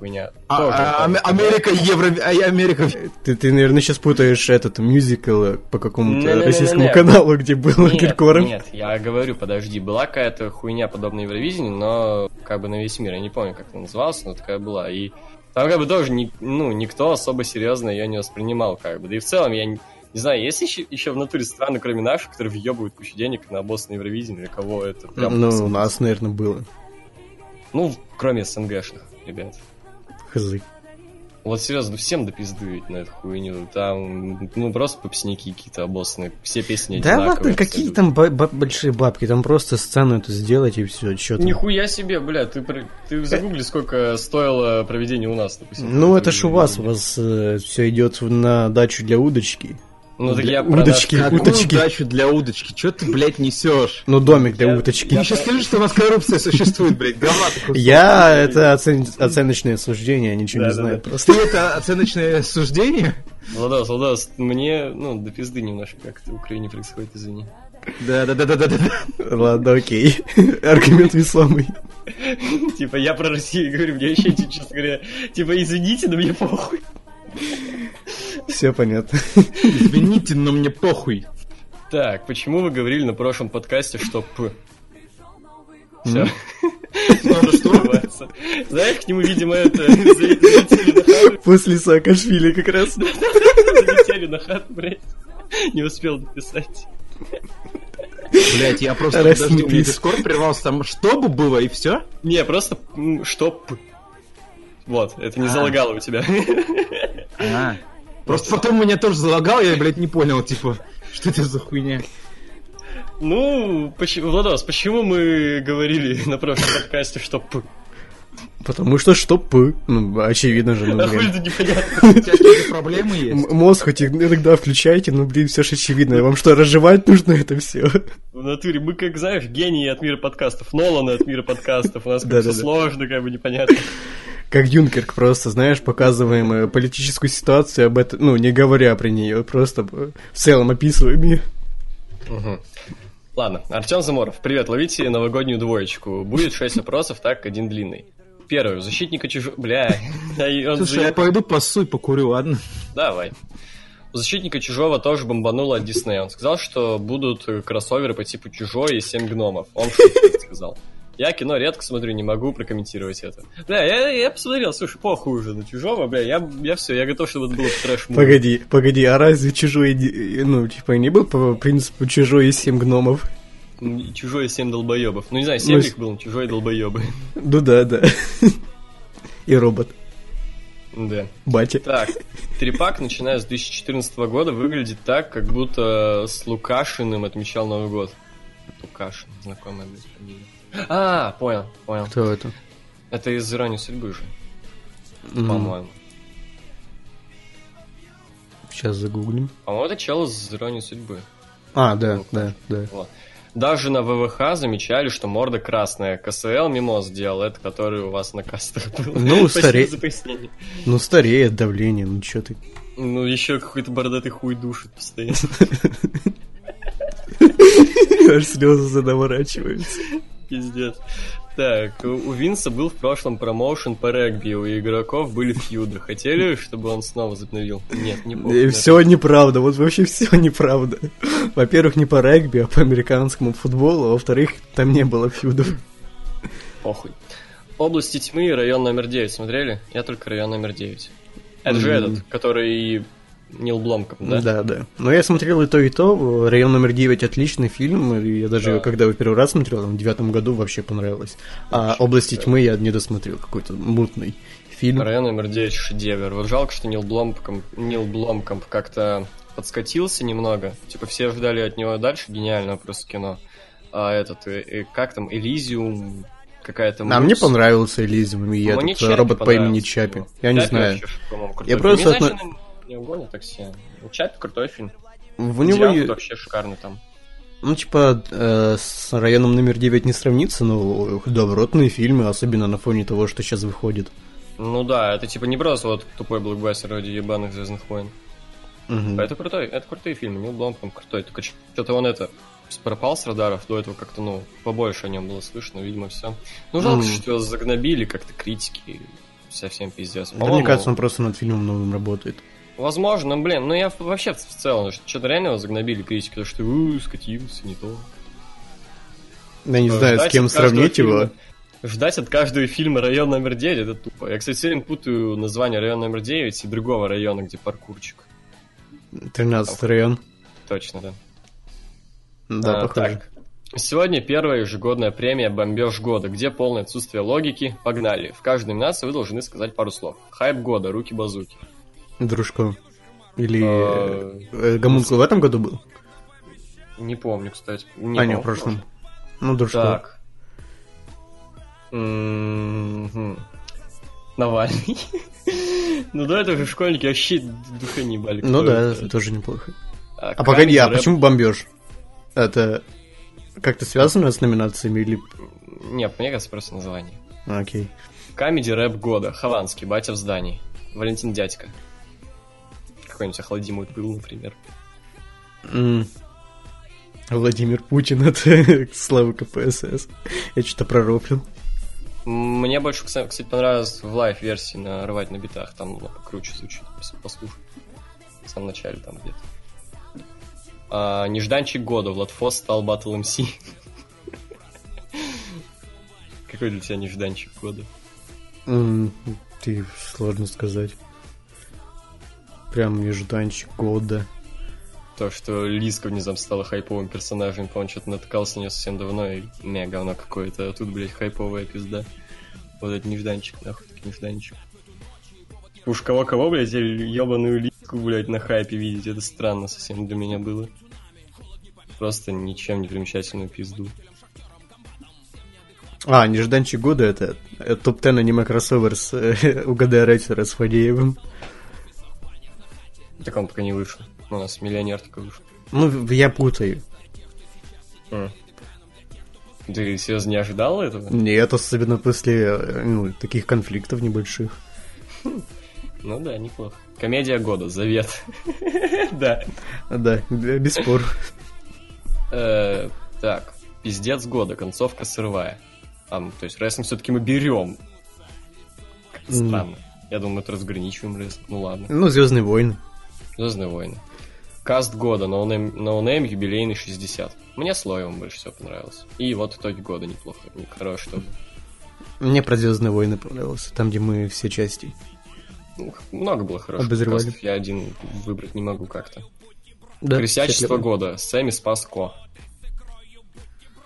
S3: хуйня.
S5: А-
S3: Тоже
S5: а-
S3: там.
S5: Ам- Америка, Евро... а- Америка...
S4: Ты, ты, наверное, сейчас путаешь этот мюзикл по какому-то
S3: Не-не-не-не-не.
S4: российскому каналу, где был
S3: Нет,
S4: Киркоров.
S3: Нет, я говорю, подожди, была какая-то хуйня подобная Евровидению, но как бы на весь мир, я не помню, как она называлась, но такая была. И там как бы тоже ни- ну, никто особо серьезно ее не воспринимал, как бы. Да и в целом я не, не знаю, есть еще, еще в натуре страны, кроме наших, которые въебывают кучу денег на босс на Евровидении, для кого это прям...
S4: Ну, у нас, наверное, было.
S3: ну кроме СНГшных, ребят.
S4: Хз.
S3: Вот серьезно, ну всем до пизды ведь на эту хуйню. Там, ну просто попсняки какие-то обоссанные. Все песни
S4: Да
S3: одинаковые.
S4: ладно, какие
S3: абсолютно.
S4: там ба- ба- большие бабки, там просто сцену эту сделать и все, что там.
S3: Нихуя себе, бля, ты, про- ты загугли, сколько стоило проведение у нас, допустим.
S4: Ну
S3: какое-то
S4: это ж у вас, у
S3: проведение.
S4: вас э, все идет на дачу для удочки.
S3: Ну так
S4: для
S3: я про наш-
S4: удочки.
S5: Какую
S4: Уточки.
S5: удачу для удочки? Чё ты, блядь, несешь?
S4: Ну домик для
S3: Я-
S4: уточки.
S5: Ты еще скажи, что у вас коррупция существует, блядь, говна *laughs* такой.
S4: Я это оцен- оценочное суждение, я ничего не
S3: Да-да-да.
S4: знаю.
S5: Ты это оценочное суждение?
S3: Владос, Владос, мне, ну, до пизды немножко, как это в Украине происходит, извини. *laughs*
S5: Да-да-да-да-да.
S4: Ладно, окей. *laughs* Аргумент весомый.
S3: Типа, я про Россию говорю, мне вообще, честно говоря, типа, извините, но мне похуй.
S4: Все понятно.
S5: Извините, но мне похуй.
S3: Так, почему вы говорили на прошлом подкасте, что П? Все. Знаешь, к нему, видимо, это залетели на хату,
S4: После Саакашвили как раз.
S3: залетели на хату, блядь. Не успел написать.
S5: Блять, я просто
S4: Rest in
S5: подожди, у меня
S4: peace.
S5: дискорд прервался там, что бы было и все.
S3: Не, просто м, что П. Вот, это не
S5: А.
S3: залагало у тебя.
S5: Просто потом меня тоже залагал, я, блядь, не понял, типа, что это за хуйня.
S3: Ну, поч- Владос, почему мы говорили на прошлом подкасте, что П?
S4: Потому что что п? Ну, очевидно же, ну, блин.
S3: Охуенно непонятно.
S5: У тебя какие-то проблемы есть?
S4: М- Мозг хоть иногда включайте, ну, блин, все же очевидно. Вам что, разжевать нужно это все?
S3: В натуре, мы как, знаешь, гении от мира подкастов, Нолана от мира подкастов, у нас как
S4: Да-да-да.
S3: все сложно, как бы непонятно.
S4: Как Юнкерк просто, знаешь, показываем э, политическую ситуацию об этом, ну, не говоря про нее, просто э, в целом описываем ее.
S3: Мгм. Ладно, Артем Заморов, привет, ловите новогоднюю двоечку. Будет шесть вопросов, так, один длинный. Первый, защитника чужого... Бля, *laughs* да и он
S5: Слушай, я
S3: заеб-
S5: пойду посуй, покурю, ладно?
S3: Давай. У защитника чужого тоже бомбануло от Диснея. Он сказал, что будут э, кроссоверы по типу чужой и семь гномов. Он шутит, сказал. Я кино редко смотрю, не могу прокомментировать это. Бля, я, я посмотрел, слушай, похуй уже на чужого, бля, я, я все, я готов, чтобы это было трэш
S4: Погоди, погоди, а разве чужой, ди- э, ну, типа, не был по принципу чужой и семь гномов?
S3: Чужой и семь долбоебов. Ну не знаю,
S4: Ну,
S3: семь
S4: с-
S3: их было, но чужой долбоебы.
S4: Ну да, да. *laughs* И робот,
S3: *laughs* Да.
S4: батя.
S3: Так, Трипак, начиная с 2014 года, выглядит так, как будто с Лукашиным отмечал Новый год. Лукашин, знакомая, блядь, фамилия. А, понял, понял.
S4: Кто это?
S3: Это из «Иронии судьбы» же,
S4: Мгм.
S3: по-моему.
S4: Сейчас загуглим.
S3: По-моему, это чел из «Иронии судьбы».
S4: А, да, да, да.
S3: Даже на ВВХ замечали, что морда красная. КСЛ мимоз делал, это который у вас на кастах был.
S4: Ну,
S3: Спасибо
S4: старе-
S3: за пояснение.
S4: Ну, стареет давление, ну чё ты. *laughs*
S3: Ну, еще какой-то бородатый хуй душит постоянно.
S4: Аж слезы занаворачиваются.
S3: Пиздец. Так, у у Винса был в прошлом промоушен по регби, у игроков были фьюды. Хотели, чтобы он снова запновил? Нет, не помню.
S4: Все неправда, вот вообще все неправда. Во-первых, не по регби, а по американскому футболу, а во-вторых, там не было фьюдов.
S3: Похуй. Области тьмы и район номер 9 смотрели? Я только район номер 9. Это же
S4: М.
S3: этот, который Нил Бломком, да?
S4: Да, да. Но я смотрел и то, и то. «Район номер 9» отличный фильм. и Я даже,
S3: Да.
S4: когда его первый раз смотрел, там, в девятом году вообще понравилось. А «Области тьмы» я не досмотрел. Какой-то мутный фильм.
S3: Район номер 9 шедевр. Вот жалко, что Нил Бломком, Нил Бломкомп как-то подскатился немного. Типа все ждали от него дальше гениального просто кино. А этот, э, э, как там, Элизиум, какая-то...
S4: А
S3: муть.
S4: мне понравился Элизиум и
S3: Мне
S4: этот э,
S3: Чаппи
S4: робот по имени
S3: понравился.
S4: Чапи. Я не
S3: Чаппи
S4: знаю.
S3: вообще, по-моему, крутой
S4: Я
S3: фильм.
S4: просто
S3: Не знаю,
S4: отно-
S3: что он не угонит такси. Чаппи крутой фильм.
S4: В- Ну, У него,
S3: Диафт
S4: е-
S3: вообще шикарный там.
S4: ну, типа, э, с районом номер 9 не сравнится, но э, добротные фильмы, особенно на фоне того, что сейчас выходит.
S3: Ну да, это типа не просто вот тупой блокбастер вроде ебаных Звездных войн.
S4: Мгм.
S3: Это крутой, это крутые фильмы, Нил Бломком крутой. Только что-то он это пропал с радаров, до этого как-то, ну, побольше о нем было слышно, видимо, все. Ну, жалко,
S4: Мгм.
S3: что его загнобили как-то критики, совсем пиздец.
S4: Да, мне
S3: По-моему,
S4: кажется, он просто над фильмом новым работает.
S3: Возможно, блин, ну я в- вообще в в целом, что-то реально его загнобили критики, потому что «У, скатился, не то.
S4: Я не
S3: Э,
S4: знаю, с
S3: ждать
S4: кем
S3: от каждого
S4: сравнить его.
S3: фильма- Ждать от каждого фильма район номер 9, это тупо. Я, кстати, все время путаю название район номер 9 и другого района, где паркурчик.
S4: 13 район.
S3: Точно, да.
S4: Да,
S3: А,
S4: похоже.
S3: так. Сегодня первая ежегодная премия «Бомбеж года», где полное отсутствие логики. Погнали. В каждой номинации вы должны сказать пару слов. Хайп года, руки-базуки.
S4: Дружко. Или
S3: Э,
S4: э, Гомункул в этом году был?
S3: Не помню, кстати.
S4: а, не,
S3: помню,
S4: в прошлом.
S3: может.
S4: Ну, Дружко.
S3: Так. М-м-м. Навальный. *laughs* Ну до этого же школьники вообще души не бали.
S4: Ну
S3: Кто
S4: да,
S3: это?
S4: тоже неплохо. А
S3: Э, камень,
S4: погоди, а
S3: рэп.
S4: почему бомбеж? Это как-то связано с номинациями или...
S3: Нет, мне кажется, просто название.
S4: А, Окей.
S3: Камеди рэп года. Хованский, батя в здании. Валентин Дядька. Какой-нибудь охладимый пыл, например.
S4: М. Владимир Путин, это *laughs* слава КПСС. Я что-то пророфлил.
S3: М, Мне больше, кса- кстати, понравилось в лайв-версии на «Рвать на битах». Там ну, покруче звучит, пос- послушай. В самом начале там где-то. А, Нежданчик года. Владфос стал батл МС. *laughs* Какой для тебя нежданчик года?
S4: М, Ты сложно сказать. Прям нежданчик года.
S3: То, что Лиска внезапно стала хайповым персонажем, по-моему, что-то натыкался на нее совсем давно, и не, говно какое-то, а тут, блядь, хайповая пизда. Вот это нежданчик, нахуй, таки нежданчик. Уж кого-кого, блядь, я ебаную Лиску, блядь, на хайпе видеть, это странно совсем для меня было. Просто ничем не примечательную пизду.
S4: А, нежданчик года это, э, топ-10 аниме-кроссовер с э, *laughs* угадай райтера с Фадеевым.
S3: Так он пока не вышел. У нас миллионер такой вышел.
S4: Ну, в- я путаю.
S3: Ты серьезно не ожидал этого?
S4: Нет, особенно после э, ну, таких конфликтов небольших.
S3: Ну да, неплохо. Комедия года, завет. *laughs* Да.
S4: А, Да, б- без спор.
S3: Э, так, пиздец года, концовка сырая. А, ну, то есть рестлинг все-таки мы берем. Как-то
S4: Мгм.
S3: Странно. Я думаю, это разграничиваем рестлинг. Ну ладно.
S4: Ну, Звездные войны.
S3: Звездные войны. Каст года, эм, ноунейм, ноунейм юбилейный 60. Мне слоем больше всего понравился. И вот итоги года неплохо. не- Хороший тоже.
S4: Мне про Звездные войны понравилось, там, где мы все части.
S3: Ну, х- много было хороших
S4: Обозревали.
S3: подкастов, Я один выбрать не могу как-то.
S4: Да,
S3: Крысячество
S4: всё
S3: года. Сэмми спас Ко.
S4: верно.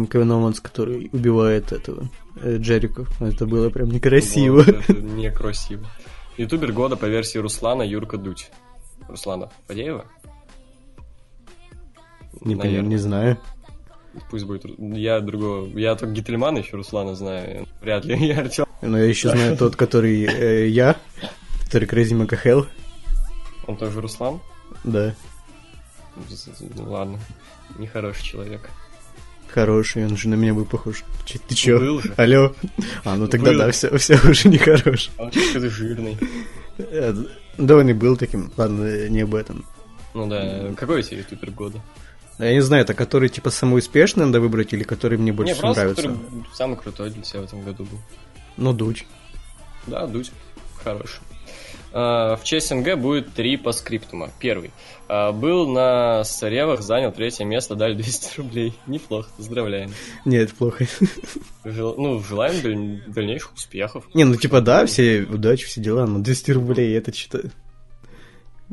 S4: М, Ковеноманс, который убивает этого э, Джерика. Это было прям некрасиво.
S3: Вот, это некрасиво. Ютубер года по версии Руслана Юрка Дудь. Руслана Фадеева?
S4: Не, понимаю,
S3: Наверное.
S4: не знаю.
S3: Пусть будет. Ру- Я другого. Я только Гительмана еще Руслана знаю. Вряд ли. *laughs* Я Артем.
S4: Но я еще знаю тот, который э, я, который Crazy Maca Hell.
S3: Он тоже Руслан?
S4: Да.
S3: Ну, Ладно. Нехороший человек.
S4: Хороший, он же на меня был похож. Че, ты чё?
S3: Был же.
S4: Алло? А, ну тогда
S3: Был.
S4: да, все, все уже нехорош.
S3: А Он какой-то жирный.
S4: Э, Да он и был таким, ладно, э, не об этом. А
S3: Ну да, какой у тебя ютубер года?
S4: Я не знаю, это который типа самый успешный надо выбрать или который мне
S3: Не,
S4: больше всего
S3: просто
S4: нравится?
S3: который самый крутой для тебя в этом году был.
S4: Ну, Дудь.
S3: Да, Дудь. Хороший. А, В честь СНГ будет три по скриптума. Первый. А, Был на Саревах, занял третье место, дали *laughs* 200 рублей. Неплохо, поздравляем.
S4: Нет, плохо.
S3: Жел- Ну, желаем даль- дальнейших успехов.
S4: Не, ну типа да, все удачи, все дела, но 200 рублей, это что-то...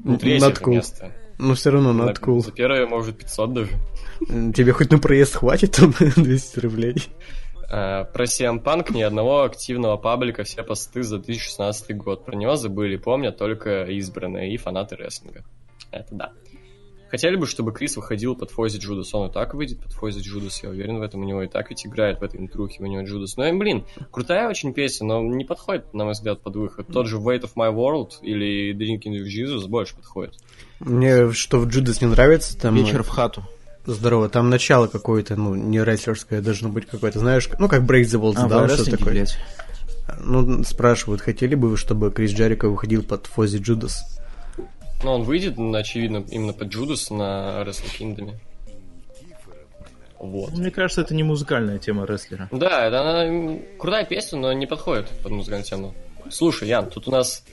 S3: Ну, третье же
S4: cool.
S3: место.
S4: Но все равно
S3: На-
S4: not cool.
S3: За первое, может, 500 даже.
S4: Тебе хоть на проезд хватит там *laughs* 200 рублей?
S3: А, Про CM Punk ни одного активного паблика все посты за 2016 год. Про него забыли, помнят только избранные и фанаты рестлинга. Это да. Хотели бы, чтобы Крис выходил под Фози Джудас. Он и так выйдет под Фози Джудас, я уверен в этом. У него и так ведь играет в этой интрухе, у него Джудас. Ну, и, блин, крутая очень песня, но не подходит, на мой взгляд, под выход. Тот же Weight of My World или Drinking with Jesus больше подходит.
S4: Мне что в Джудас не нравится, там...
S5: Вечер в хату.
S4: Здорово, там начало какое-то, ну, не рестлерское, должно быть какое-то, знаешь, ну, как Break the
S3: А,
S4: Walls, да, что такое. Ну, спрашивают, хотели бы вы, чтобы Крис Джерико выходил под Фози Джудас?
S3: Но он выйдет, ну, очевидно, именно под Джудас на Wrestle Kingdom. Вот.
S5: Мне кажется, это не музыкальная тема рестлера.
S3: Да, это она м, крутая песня, но не подходит под музыкальную тему. Слушай, Ян, тут у нас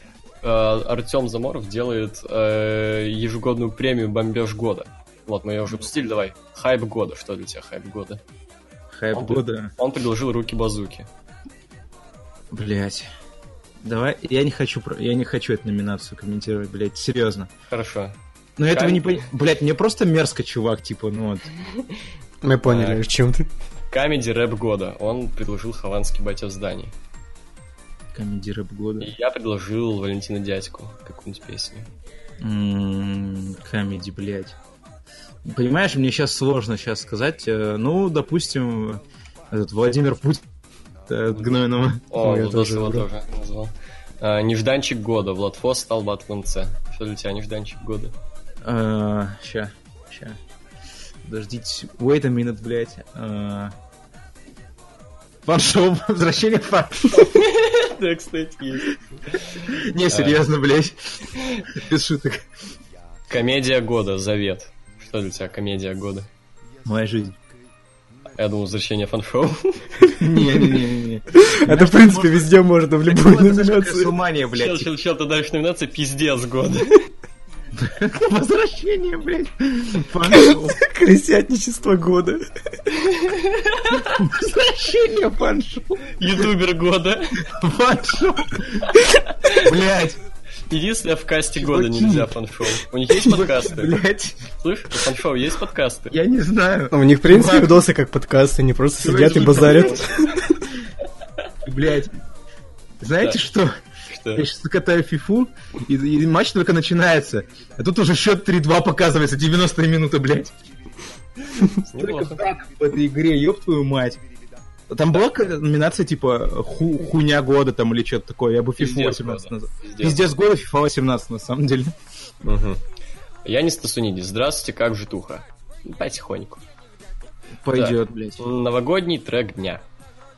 S3: Артем Заморов делает э, ежегодную премию Бомбеж года. Вот, мы ее уже обсудили, давай. Хайп года, что для тебя хайп года?
S5: Хайп
S3: Он-
S5: года.
S3: Он предложил руки базуки.
S5: Блять. Давай, я не хочу, про- я не хочу эту номинацию комментировать, блять, серьезно.
S3: Хорошо.
S5: Но этого
S3: Кам-
S5: не пони... Блять, мне просто мерзко, чувак, типа, ну вот.
S4: Мы поняли,
S3: Так.
S4: в Ну, чем ты.
S3: Камеди рэп года. Он предложил Хованский батя в здании.
S5: Комедий рэп года.
S3: И я предложил Валентина Дядьку какую-нибудь песню.
S5: Камеди, М-м-м, блядь. Понимаешь, мне сейчас сложно сейчас сказать. э, Ну, допустим, этот Владимир Путин э, от Гнойного.
S3: О,
S4: Ой, я
S3: Владос
S4: тоже
S3: его
S4: люблю.
S3: тоже назвал. А, Нежданчик года. Влад Фос стал батлом Ц. Что для тебя нежданчик года?
S5: Э, Ща, ща. Подождите. Wait a minute, блядь. Э, Фаншоу, *laughs* возвращение фан.
S3: Да, кстати, есть.
S5: Не, серьезно, *laughs* блядь. Без шуток.
S3: Комедия года, завет. Что для тебя комедия года?
S5: Моя жизнь.
S3: Я думал, возвращение фан-шоу.
S5: *laughs* Не-не-не.
S4: Это, в принципе, везде можно, в любой номинации.
S5: Рестлмания, блядь.
S3: Чел, чел, чел, тогда дальше номинация пиздец года.
S5: Возвращение, блядь. Фан-шоу. *laughs*
S4: Крысятничество года.
S5: Возвращение фан-шоу.
S3: Ютубер года.
S5: Фан-шоу. Блядь.
S3: Единственное, в касте года
S5: Чуваки.
S3: нельзя фан-шоу. У них есть подкасты?
S5: Блядь.
S3: Слышь, у фан-шоу есть подкасты?
S5: Я не знаю.
S4: Ну, у них, в принципе,
S5: Чувак.
S4: видосы как подкасты, они просто
S5: Чувак,
S4: сидят и
S5: вы
S4: базарят.
S5: Блядь. Знаете
S3: Да.
S5: что?
S3: Что?
S5: Я сейчас катаю фифу, и, и матч только начинается. А тут уже счет 3-2 показывается, 90 минута, блядь. Только
S3: Неплохо.
S5: так в этой игре, ёб твою мать. Там была какая-то номинация типа ху, хуйня года там или что-то такое. Я бы фифу
S3: Пиздец
S5: 18
S3: года.
S5: назвал.
S3: Пиздец.
S5: Пиздец года, фифа 18 на самом деле.
S3: Мгм. Янис Тасунидис, здравствуйте, как житуха? Ну, Потихоньку.
S5: Пойдет, блядь.
S3: Новогодний трек дня.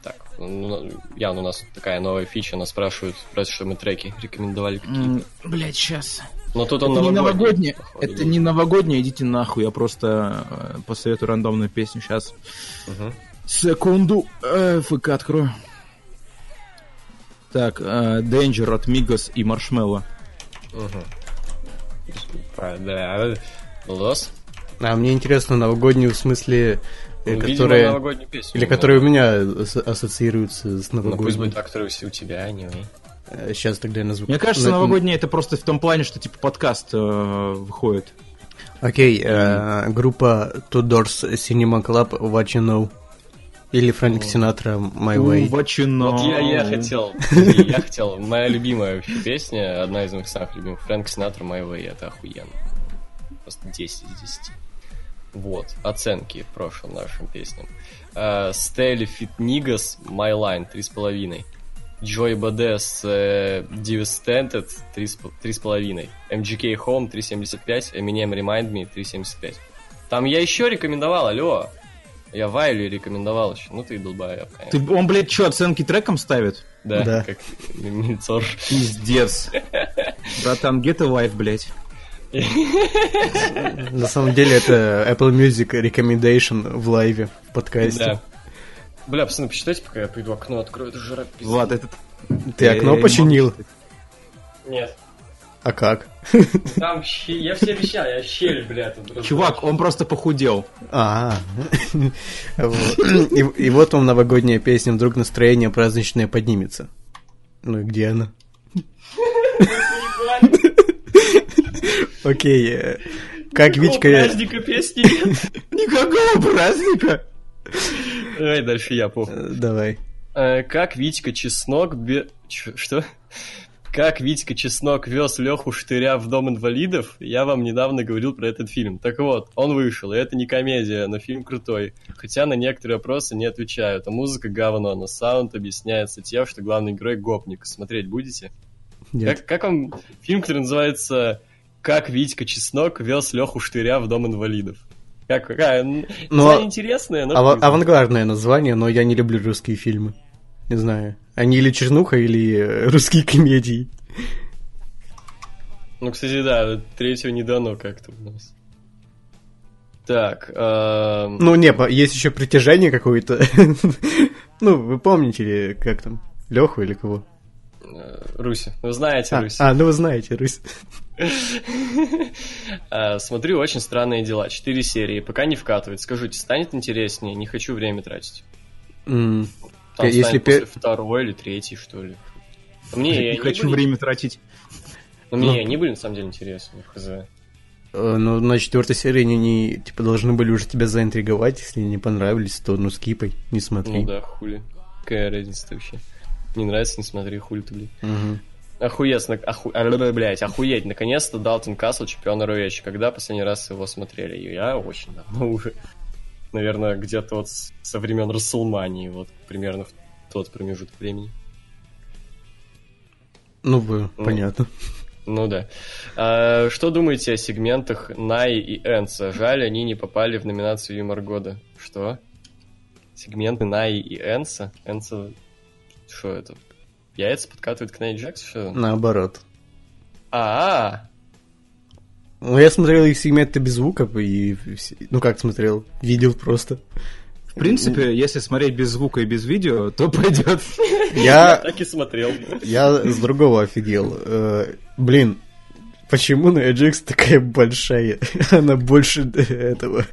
S3: Так, ну, Ян, у нас такая новая фича, нас спрашивают, спрашивают, что мы треки рекомендовали какие-то.
S5: М, Блядь, сейчас.
S3: Но тут он
S5: Это не новогодняя,
S3: походу,
S5: это
S3: был.
S5: не новогодняя, идите нахуй, я просто э, посоветую рандомную песню сейчас.
S3: Мгм.
S5: Секунду, э, ФК открою. Так, э, Danger от Мигас и Маршмелло.
S3: А, да. Лос.
S4: А мне интересно, новогодние, в смысле, э,
S3: Ну, видимо,
S4: которые...
S3: новогоднюю песню.
S4: Или
S3: Ну,
S4: которые у меня ас- ассоциируются с
S3: Ну, пусть
S4: новогодним.
S3: будет так, которые все у тебя, а не вы.
S4: Сейчас тогда я назву.
S5: Мне кажется,
S4: На-
S5: новогодняя это просто в том плане, что типа подкаст э, выходит.
S4: Окей, э, группа Tudors Cinema Club What You Know. Или Фрэнк Синатра My Way.
S5: Вачино.
S3: Вот я, я хотел, подожди, я хотел, моя любимая вообще песня, одна из моих самых любимых, Фрэнк Синатра My Way, это охуенно. Просто 10 из 10. Вот, оценки Э, прошлым нашим песням. Стелли Фитнигас My Line, 3,5. Joy BD с э, Divis Tented 3,5, MGK Home 3,75, Eminem Remind Me 3,75. Там я еще рекомендовал, алло. Я Вайли рекомендовал еще. Ну ты и долбоеб, конечно.
S5: Ты, он, блядь, что, оценки треком ставит?
S3: Да,
S4: Да.
S3: как милицор.
S5: Пиздец. Братан, get a life, блядь.
S4: На самом деле это Apple Music Recommendation в лайве, в подкасте.
S3: Да. Бля, пацаны, почитайте, пока я приду окно открою, это жара пиздец.
S5: Влад, это...
S4: Ты
S5: Я- я
S3: Э,
S4: окно
S5: не
S4: починил?
S5: могу читать.
S3: Нет,
S4: А как?
S3: там щи- я все обещал, я щель, бля, тут разрушил.
S5: Чувак, он просто похудел.
S4: А. *laughs* Вот. И и вот вам новогодняя песня «Вдруг настроение праздничное поднимется». Ну и где она? Окей. э, Как Витька... Э,
S3: праздника песни нет.
S5: Никакого праздника!
S3: Давай дальше я, похуй.
S4: Э, Давай.
S3: Э, Как Витька Чеснок... бе- Чё- Что? Как Витька Чеснок вез Леху Штыря в Дом инвалидов, я вам недавно говорил про этот фильм. Так вот, он вышел, и это не комедия, но фильм крутой. Хотя на некоторые вопросы не отвечают, а музыка говно, но саунд объясняется тем, что главный герой гопник. Смотреть будете?
S4: Нет.
S3: Как, как вам фильм, который называется «Как Витька Чеснок вез Леху Штыря в Дом инвалидов»? Как, какая?
S4: Ну,
S3: н-
S4: Но-
S3: название интересное, но...
S4: Ава-
S3: хуй знает.
S4: Авангардное название, но я не люблю русские фильмы. Не знаю. Они или чернуха, или э, русские комедии.
S3: Ну, кстати, да, третьего не дано как-то у нас. Так, эм,
S4: Ну, не, по- есть еще притяжение какое-то. *laughs* Ну, вы помните ли, как там? Леху или кого?
S3: э, Руси, вы знаете
S4: А,
S3: Руси.
S4: а, ну вы знаете, Русь. а.
S3: Э, Смотрю «Очень странные дела», четыре серии, пока не вкатывает. Скажите, станет интереснее? Не хочу время тратить.
S4: М,
S3: Там
S4: Э, Если
S3: станет
S4: пе-
S3: после второй или третьей, что ли.
S4: *laughs*
S3: Мне
S5: Не
S3: они
S5: хочу
S3: были-
S5: время тратить.
S3: ну,
S4: Ну.
S3: мне они были, на самом деле, интересны. хз.
S4: э, Ну, на четвертой серии они не, типа, должны были уже тебя заинтриговать. Если не понравились, то ну скипай, не
S3: Ну
S4: смотри.
S3: да, хули. Какая разница вообще? Не нравится, не смотри, хули ты, блин.
S4: Мгм.
S3: Охуеть, на- оху... а, бля, блядь, охуеть, наконец-то Далтон Касл чемпион РУЭЧ. Когда последний раз его смотрели? Я очень давно уже. Наверное, где-то вот с- со времен Расселмании, вот примерно в тот промежуток времени.
S4: Ну, вы-
S3: Ну.
S4: понятно.
S3: Ну да. А, что думаете о сегментах Най и Энса? Жаль, они не попали в номинацию Юмор года. Что? Сегменты Най и Энса? Энса... Что это? Яйца подкатывают к Най Джекс? Что?
S4: Наоборот.
S3: А,
S4: Ну, я смотрел их сегменты без звука, и... вс- Ну, как смотрел? Видел просто.
S5: В
S4: Ну,
S5: принципе, если смотреть без звука и без видео, то *laughs* пойдет.
S4: Я...
S3: так и смотрел.
S4: Я с другого офигел. Э, Блин, почему на Ajax такая большая? *laughs* Она больше этого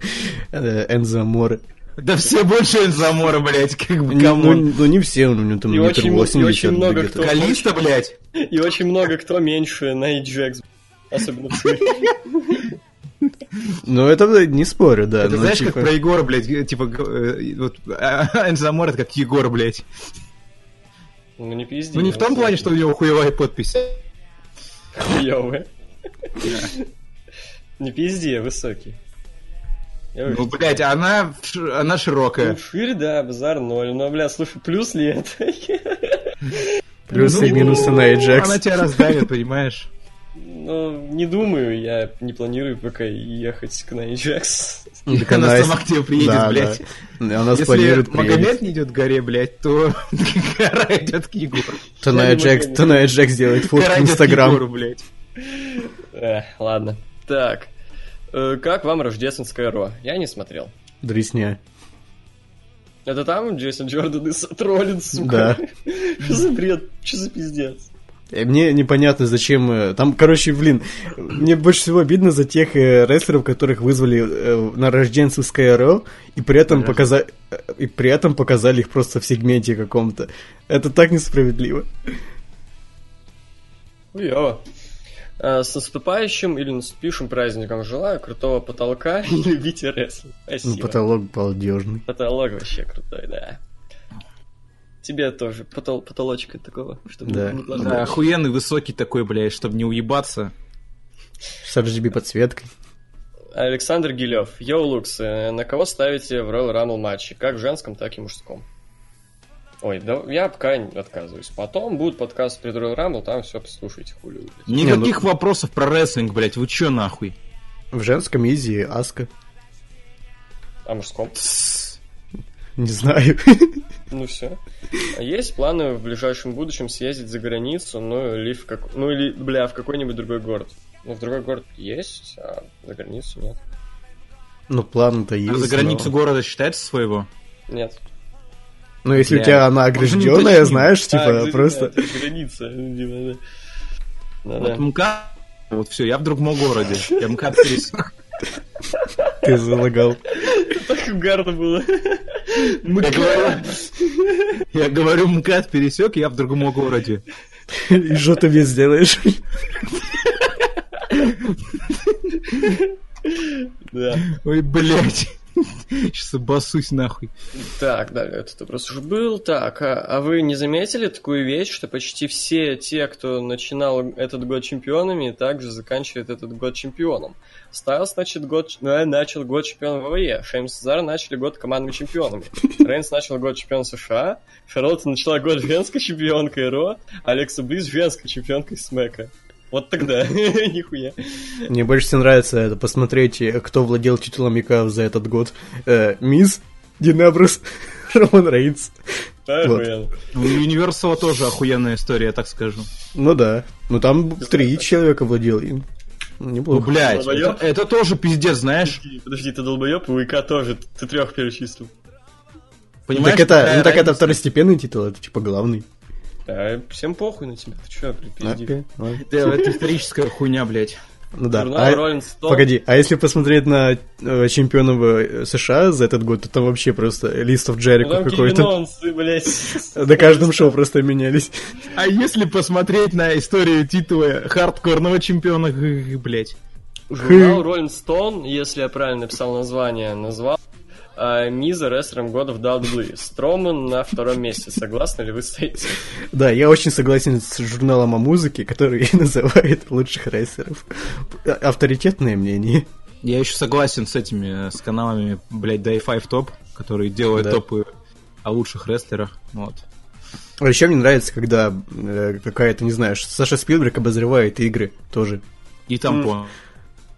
S4: э, Энзо Аморы.
S5: Да все больше Энзамора, блядь, как бы,
S4: Ну,
S5: камон.
S4: ну, не все, у него там
S3: И
S4: метр
S3: очень- и очень
S4: восемьдесят
S3: много
S4: где-то.
S3: кто.
S5: Калиста, блядь.
S3: И очень много кто меньше на Джекс. Особенно в Твиттере.
S4: Ну, это не спорю, да.
S5: Это
S4: но,
S5: знаешь,
S4: типа,
S5: как про Егора, блядь, э, типа, э, вот, *laughs* Энзамор это как Егор, блядь.
S3: Ну не пизди.
S5: Ну не в том плане, что у него хуевая подпись.
S3: Хуёвые. Не пизди, я высокий. Я
S5: Ну,
S3: уверен.
S5: блядь, она, ш- она
S3: Ну,
S5: широкая.
S3: шире, да, базар ноль. Но, бля, слушай, плюс ли это?
S4: Плюсы и
S5: Ну,
S4: минусы на
S5: Она
S4: Ajax.
S5: тебя раздавит, понимаешь?
S3: Ну, не думаю, я не планирую пока ехать к Найджекс.
S4: *laughs* Так
S5: типа Она
S4: и-
S5: сама к тебе приедет,
S4: Да,
S5: блядь.
S4: да. Она
S5: Если
S4: спланирует
S5: Магомед
S4: приедет.
S5: не идет к горе, блядь, то *laughs* гора идет к Егору.
S4: То на
S3: Я не
S4: Ajax,
S3: Магомед.
S4: то на Ajax делает фотку
S5: Гора
S4: в
S5: идет к Егору,
S4: Инстаграм.
S5: блядь.
S3: Э, ладно. Так. Э, Как вам рождественская Ро? Я не смотрел.
S4: Дресня.
S3: Это там Джейсон Джордан и Сет Роллинс,
S4: Да.
S3: сука? *laughs* Что за бред? Что за пиздец?
S4: Э, Мне непонятно, зачем... э, Там, короче, блин, мне больше всего обидно за тех э, рестлеров, которых вызвали э, на рождественское РО, и при этом показали... И при этом показали их просто в сегменте каком-то. Это так несправедливо.
S3: Хуёво. Э, С наступающим или наступившим праздником желаю крутого потолка *laughs* и любите рестлинг.
S4: Ну,
S3: Спасибо.
S4: потолок балдежный.
S3: Потолок вообще крутой, да. Тебе тоже потол потолочка такого, чтобы
S4: Да.
S3: не глаза.
S5: Ну Да, Э, охуенный высокий такой, блядь, чтобы не уебаться.
S4: С RGB подсветкой.
S3: Александр Гилев. Йоу, Лукс, э, на кого ставите в Royal Rumble матче? Как в женском, так и мужском. Ой, да я пока не отказываюсь. Потом будет подкаст при Royal Rumble, там все послушайте, хули. вы, блядь.
S5: Никаких вопросов про рестлинг, блядь, вы чё нахуй?
S4: В женском изи Аска.
S3: О мужском.
S4: Не знаю.
S3: Ну все. Есть планы в ближайшем будущем съездить за границу, ну или в как... ну или, бля, в какой-нибудь другой город. Ну, в другой город есть, а за границу нет.
S4: Ну, план-то есть.
S5: А за границу
S4: но-
S5: города считается своего?
S3: нет.
S4: Ну, если у
S5: Бля.
S4: тебя она
S5: Он же не
S4: огражденная,
S5: уточнил.
S4: знаешь,
S3: А,
S4: типа,
S3: кстати,
S4: просто...
S3: да, это Граница. Да, да. Да-да.
S5: Вот МКАД, вот все, я в другом *laughs* городе. Я МКАД перес-
S4: Ты залагал.
S3: Так гарно было.
S5: Я говорю- Я говорю, МКАД пересек, я в другом городе.
S4: И что ты мне сделаешь?
S3: Да.
S5: Ой, блядь. *laughs* Сейчас обоссусь нахуй.
S3: Так, да, это ты просто уже был. Так, а, а вы не заметили такую вещь, что почти все те, кто начинал этот год чемпионами, также заканчивают этот год чемпионом? Стайлс, значит, год, ч- э, начал год чемпиона ВВЕ, Шеймс и Зар начали год командными чемпионами, Рейнс начал год чемпиона США, Шарлотта начала год женской чемпионкой Ро, Алекса Близ женской чемпионкой Смека. Вот тогда, *laughs* нихуя.
S4: Мне больше всего нравится это посмотреть, э, кто владел титулом ИКФ за этот год. Э, Мисс, Динабрус, *laughs* Роман Рейнс.
S3: Охуенно.
S5: У Universal тоже охуенная история, я так скажу.
S4: Ну да. Ну там три человека владел им.
S5: Ну,
S4: Неплохо.
S5: блядь, это,
S3: Долбоёб.
S5: это тоже пиздец, знаешь?
S3: Подожди, ты долбоеб, и у ИК тоже, ты трех перечислил.
S5: Понимаешь,
S4: так это,
S5: какая
S4: ну, так это
S5: разница?
S4: второстепенный титул, это типа главный.
S3: Да, всем похуй на тебя. Ты чё, припизди.
S4: Опи, ладно.
S5: Да, это историческая хуйня, блядь.
S4: Ну да.
S3: Журнал
S4: А,
S3: Rolling Stone.
S4: погоди, а если посмотреть на э, чемпионов э, США за этот год, то там вообще просто листов
S3: Ну,
S4: Джерику
S3: там
S4: какой-то.
S3: Кевинонсы,
S4: *laughs*
S3: блядь.
S4: На каждом шоу просто менялись.
S5: А если посмотреть на историю титула хардкорного чемпиона, г- г- блядь.
S3: Журнал Rolling Stone, если я правильно написал название, назвал а, Миза рестлером года в WWE. Строман на втором месте. Согласны ли вы с этим?
S4: Да, я очень согласен с журналом о музыке, который *laughs* называет лучших рейсеров. Авторитетное мнение.
S5: Я еще согласен с этими, э, с каналами, блядь, Die Five Top, которые делают
S4: Да.
S5: топы о лучших рестлерах. Вот.
S4: А еще мне нравится, когда э, какая-то, не знаю, Саша Спилберг обозревает игры тоже.
S5: И там
S3: М.
S5: понял.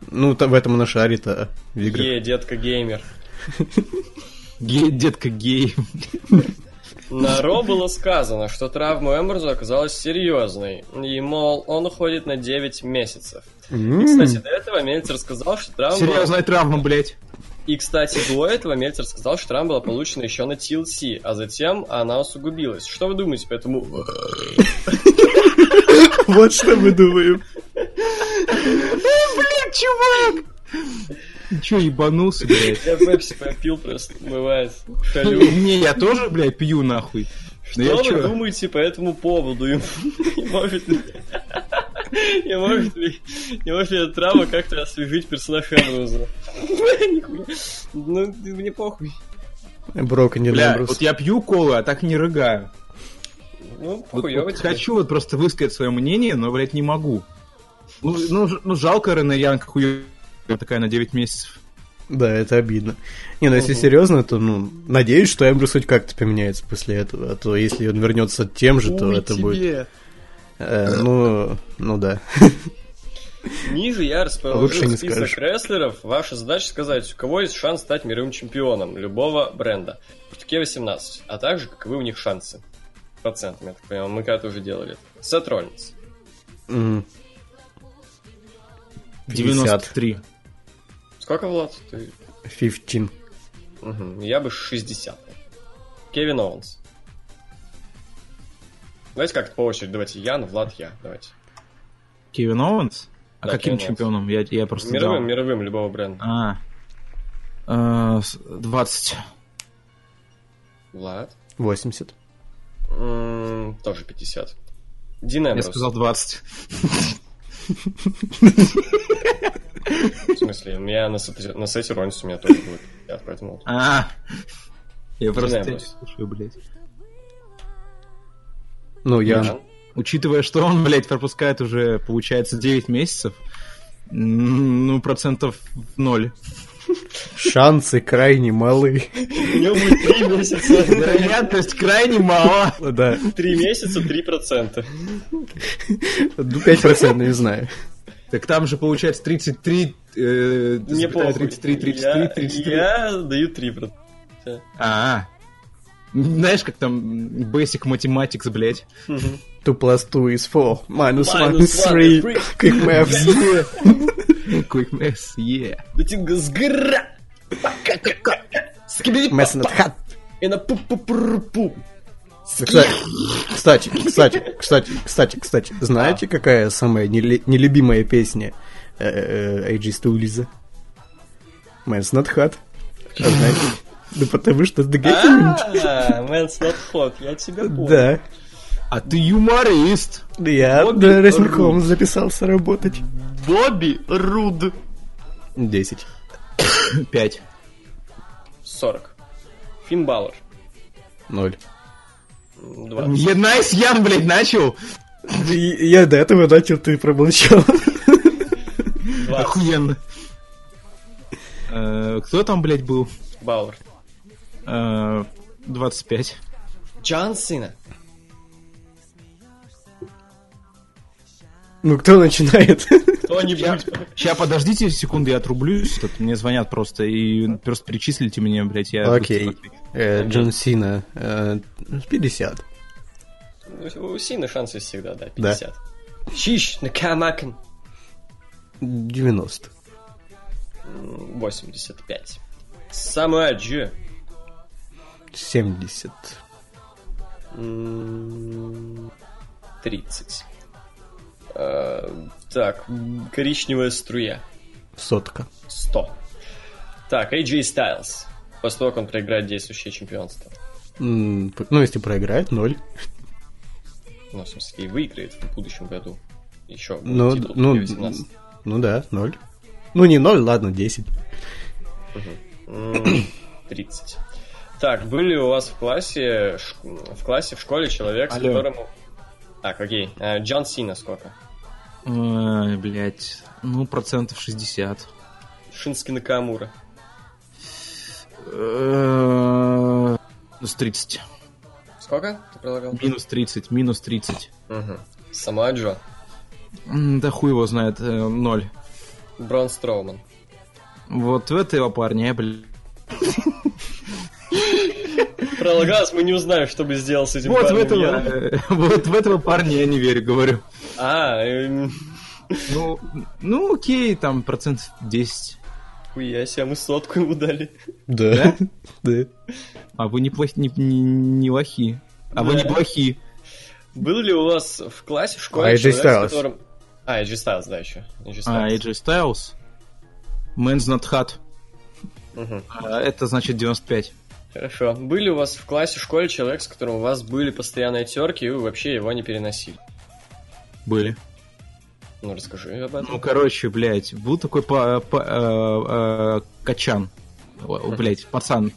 S4: Ну, та- в этом она шарит-то в играх.
S3: Е, детка геймер.
S5: Гей, детка *laughs* гей.
S3: На Ро было сказано, что травма Эмберзу оказалась серьезной, и, мол, он уходит на 9 месяцев.
S4: М,
S3: И, кстати, до этого Мельцер сказал, что травма...
S5: Серьезная травма, блядь.
S3: И, кстати, до этого Мельцер сказал, что травма была получена еще на TLC, а затем она усугубилась. Что вы думаете по этому...
S4: Вот что мы думаем.
S5: Блядь, чувак! Ты Че, ебанулся, *laughs* блядь?
S3: Я пепси попил просто, бывает. Шалю.
S5: Не, я тоже, блядь, пью нахуй.
S3: Что
S5: Да Ну, я
S3: вы
S5: чё?
S3: думаете по этому поводу? И может ли... И может ли... И может ли эта травма как-то освежить персонажа Эмброза? *laughs* Нихуя. Ну, ты мне похуй.
S4: Брок не
S5: Бля, вот я пью колу, а так не рыгаю.
S3: Ну,
S5: Вот-
S3: похуево
S5: вот
S3: тебе.
S5: хочу вот просто высказать свое мнение, но, блядь, не могу. Ну, ну, ж- ну, жалко Рене Янг, хуй такая на 9 месяцев.
S4: Да, это обидно. Не, ну если
S3: Мгм.
S4: серьезно, то, ну, надеюсь, что Эмбрус хоть как-то поменяется после этого. А то если он вернется тем же, то
S5: Хуй
S4: это будет...
S5: тебе.
S4: э, Ну, ну да.
S3: Ниже я расположил
S4: А Лучше не
S3: список
S4: скажешь.
S3: рестлеров. Ваша задача сказать, у кого есть шанс стать мировым чемпионом любого бренда. В Турке 18. А также, каковы у них шансы. Процентами, я так понимаю. Мы когда-то уже делали это. Сет Роллинс.
S4: М, 50.
S5: 93.
S3: Сколько, Влад? Ты-
S4: 15.
S3: Мгм. Я бы 60. Кевин Оуэнс. Давайте как-то по очереди. Давайте Ян, Влад, я. Давайте.
S5: Кевин Оуэнс? А
S3: Да,
S5: каким
S3: Кевин Оуэнс.
S5: чемпионом? Я, я просто не
S3: Мировым,
S5: знал.
S3: мировым любого бренда.
S5: А. Э, с- 20.
S3: Влад.
S4: 80.
S3: М, тоже 50. Дин
S5: Я
S3: Эмбрус.
S5: сказал 20.
S3: В смысле, у меня на, сет- на сете Ронис у меня тоже будет. Я поэтому
S5: А. Я просто
S3: Эмбрус.
S5: тебя не слушаю, блядь.
S4: Ну, я...
S3: Ян.
S5: Учитывая, что он, блядь, пропускает уже, получается, 9 месяцев, м, ну, процентов 0.
S4: Шансы крайне малы.
S3: У него будет 3 месяца.
S5: Вероятность крайне мала.
S4: Да,
S3: 3 месяца, 3%.
S4: ну, 5% не знаю.
S5: Так там же получается 33... э,
S3: Мне
S5: запятая
S3: похуй.
S5: 33, 33,
S3: Я-
S5: 33.
S3: Я даю 3%.
S5: А, знаешь, как там basic mathematics, блядь.
S4: Two plus two is four. Minus one
S3: Minus
S4: is
S3: one
S4: three.
S3: is three.
S4: Quick maths.
S5: Quick maths, yeah.
S3: Да тебе сгра! Скибиди
S4: Maths not hard.
S3: И на пу-пу-пу-пу.
S4: Кстати, кстати, кстати, кстати, кстати, кстати. Знаете, какая самая неле- нелюбимая песня э, Эйджи Стулиза? Man's not hot. А знаете? Да потому что ты гей.
S3: А, Мэнс not hot, я тебя понял.
S4: Да.
S5: А ты юморист.
S4: Я
S3: Бобби
S4: да,
S3: Рут.
S4: Резняком записался работать.
S3: Бобби Руд.
S4: Десять.
S5: Пять.
S3: 40. Финн Балор.
S4: Ноль.
S3: 20.
S5: Я найс ям, блядь, начал.
S4: Я до этого начал, ты промолчал.
S3: 20.
S5: Охуенно. Э, Кто там, блядь, был?
S3: Балор.
S5: Э, 25.
S3: Джон Сина.
S4: Ну, кто начинает?
S3: Кто-нибудь.
S5: Сейчас, подождите секунды, я отрублюсь. Тут мне звонят просто, и просто перечислите мне, блядь, я...
S4: Окей.
S5: быстро-
S4: Э, Джон Сина. э, 50.
S3: У Сина шансы всегда, да, 50. Чищ, на
S4: 90.
S3: 85. Самая Джи.
S4: 70.
S3: 30. Э, Так, м, коричневая струя.
S4: Сотка.
S3: 100. Так, AJ Styles. После того, как он проиграет действующее чемпионство.
S4: М, п- Ну, если проиграет, ноль.
S3: Ну, в смысле, и выиграет в будущем году. Еще
S4: Ну, д- ну, д- ну да, ноль. Ну, не ноль, ладно, 10.
S3: 30. Так, были у вас в классе, ш- в классе, в школе человек, с
S5: Алло.
S3: которым... Так, окей. Э, Джон Сина сколько?
S5: Э, Блядь, ну, процентов 60.
S3: Шински Накамура.
S5: Э, Минус 30.
S3: Сколько ты предлагал?
S5: Минус 30, минус 30.
S3: Угу. Сама Джо.
S5: М, Да хуй его знает, э, ноль.
S3: Брон Строуман.
S5: Вот в этого парня, я, блядь.
S3: Пролагалось, мы не узнаем, что бы сделал с этим
S5: Вот в
S3: парнем
S5: этого,
S3: я.
S5: э, *laughs* вот в этого парня я не верю, говорю.
S3: А, эм,
S5: Ну, ну окей, там процентов 10.
S3: хуя себе, мы сотку ему дали.
S4: Да. *laughs* Да.
S5: А вы не плохи, не, не, не лохи. А вы
S3: Да.
S5: не плохи.
S3: Был ли у вас в классе, в школе
S4: А, AJ
S3: человек, с
S4: Styles.
S3: которым... А, AJ Styles, да, еще. AJ
S5: А,
S3: Styles.
S5: AJ Styles. Man's not hot.
S3: Мгм.
S5: А, это значит 95.
S3: Хорошо. Были у вас в классе, в школе человек, с которым у вас были постоянные терки, и вы вообще его не переносили?
S5: Были.
S3: Ну, расскажи об этом.
S5: Ну, короче, блядь, был такой па- па- э, э, качан. О, Блядь, пацан.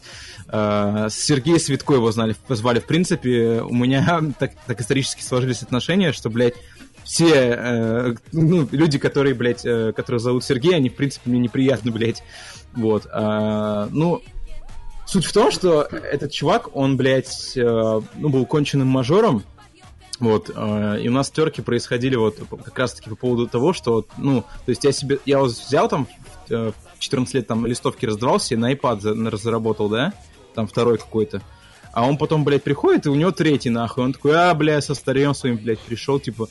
S5: Э, Сергей Светко его знали, звали. В принципе, у меня *laughs* так, так исторически сложились отношения, что, блядь, все э, ну, люди, которые, блядь, э, которые зовут Сергей, они, в принципе, мне неприятны, блядь. Вот. А, ну, суть в том, что этот чувак, он, блядь, э, ну, был конченным мажором, вот, э, и у нас терки происходили вот по- как раз-таки по поводу того, что, ну, то есть я себе, я вот взял там э, в 14 лет там листовки раздавался и на iPad за- разработал, да, там второй какой-то. А он потом, блядь, приходит, и у него третий, нахуй. Он такой, а, блядь, со старьем своим, блядь, пришел, типа,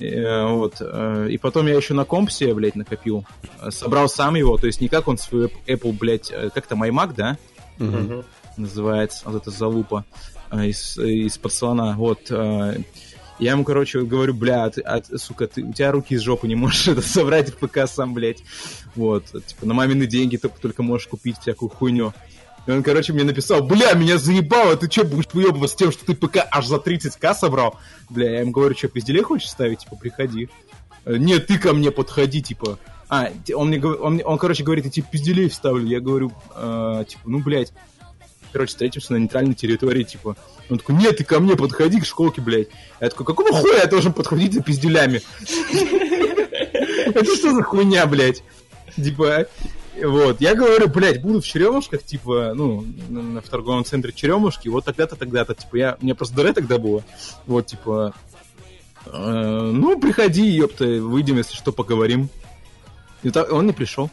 S5: Э, вот. э, И потом я еще на компсе, блядь, накопил. Э, Собрал сам его, то есть не как он свою App- Apple, блядь, э, как там, iMac, да,
S4: Мгм.
S3: Мгм.
S5: называется, вот эта залупа э, из, из-под слона, вот. э, Я ему, короче, говорю, бля, ты- а ты, сука, ты, у тебя руки из жопы не можешь *laughs* это собрать в ПК сам, блядь. Вот, типа, на мамины деньги только, только можешь купить всякую хуйню. И он, короче, мне написал, бля, меня заебало, ты че будешь выебываться тем, что ты ПК аж за 30к собрал? Бля, я ему говорю, что, пизделей хочешь ставить? Типа, приходи. «Э, Нет, ты ко мне подходи, типа. А, те- он мне говор- он, мне- он, короче, говорит, я тебе пизделей вставлю. Я говорю, «Э, типа, ну, блядь. Короче, встретимся на нейтральной территории, типа. Он такой, нет, ты ко мне подходи к школке, блядь. Я такой, какого хуя я должен подходить за пизделями? Это что за хуйня, блядь? Типа, Вот, я говорю, блядь, буду в Черемушках, типа, ну, на- в торговом центре Черемушки, вот тогда-то, тогда-то, типа, я, мне просто дыре тогда было, вот, типа, э, ну, приходи, ёпта, выйдем, если что, поговорим. И та- он не пришел.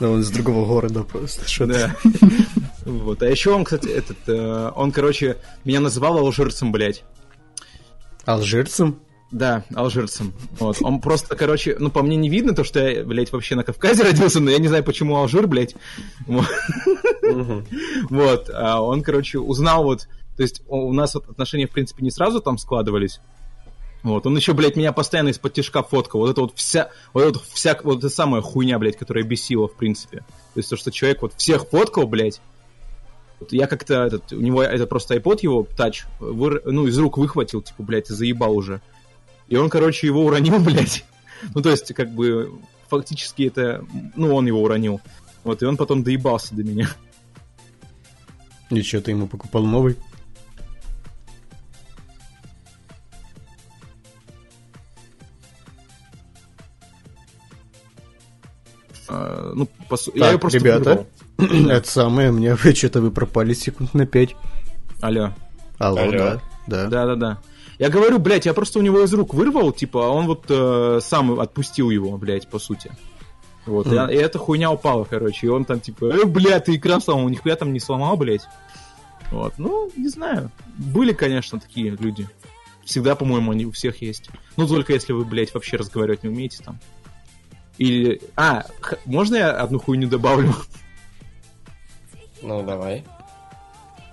S4: Да, он из другого города просто. Что ты?
S5: Да. *laughs* Вот. А еще он, кстати, этот, э, он, короче, меня называл алжирцем, блядь.
S4: Алжирцем?
S5: Да, алжирцем. Вот. Он просто, короче, ну, по мне не видно то, что я, блядь, вообще на Кавказе *laughs* родился, но я не знаю, почему Алжир, блядь. Вот.
S3: Мгм.
S5: Вот, а он, короче, узнал вот, то есть у у нас вот отношения, в принципе, не сразу там складывались. Вот, он еще, блядь, меня постоянно из-под тяжка фоткал. Вот это вот вся, вот это вот вся, вот эта самая хуйня, блядь, которая бесила, в принципе. То есть то, что человек вот всех фоткал, блядь. Вот я как-то этот, у него это просто iPod его, тач, выр- ну, из рук выхватил, типа, блядь, заебал уже. И он, короче, его уронил, *laughs* блядь. Ну, то есть, как бы, фактически это, ну, он его уронил. Вот, и он потом доебался до меня.
S4: И что, ты ему покупал новый? *clears throat*
S5: А, ну, по су-
S4: Так,
S5: я ее просто
S4: ребята,
S5: вырвал.
S4: это самое, мне вы что-то вы пропали секунд на пять.
S5: Алло.
S4: Алло,
S3: Алло.
S4: да, да.
S5: Да-да-да. Я говорю, блядь, я просто у него из рук вырвал, типа, а он вот э, сам отпустил его, блядь, по сути. Вот, и-
S4: Мгм.
S5: и, эта хуйня упала, короче, и он там, типа, э, блядь, ты экран сломал, нихуя там не сломал, блядь. Вот, ну, не знаю. Были, конечно, такие люди. Всегда, по-моему, они у всех есть. Ну, только если вы, блядь, вообще разговаривать не умеете там. Или... А, х- можно я одну хуйню добавлю?
S3: Ну, давай.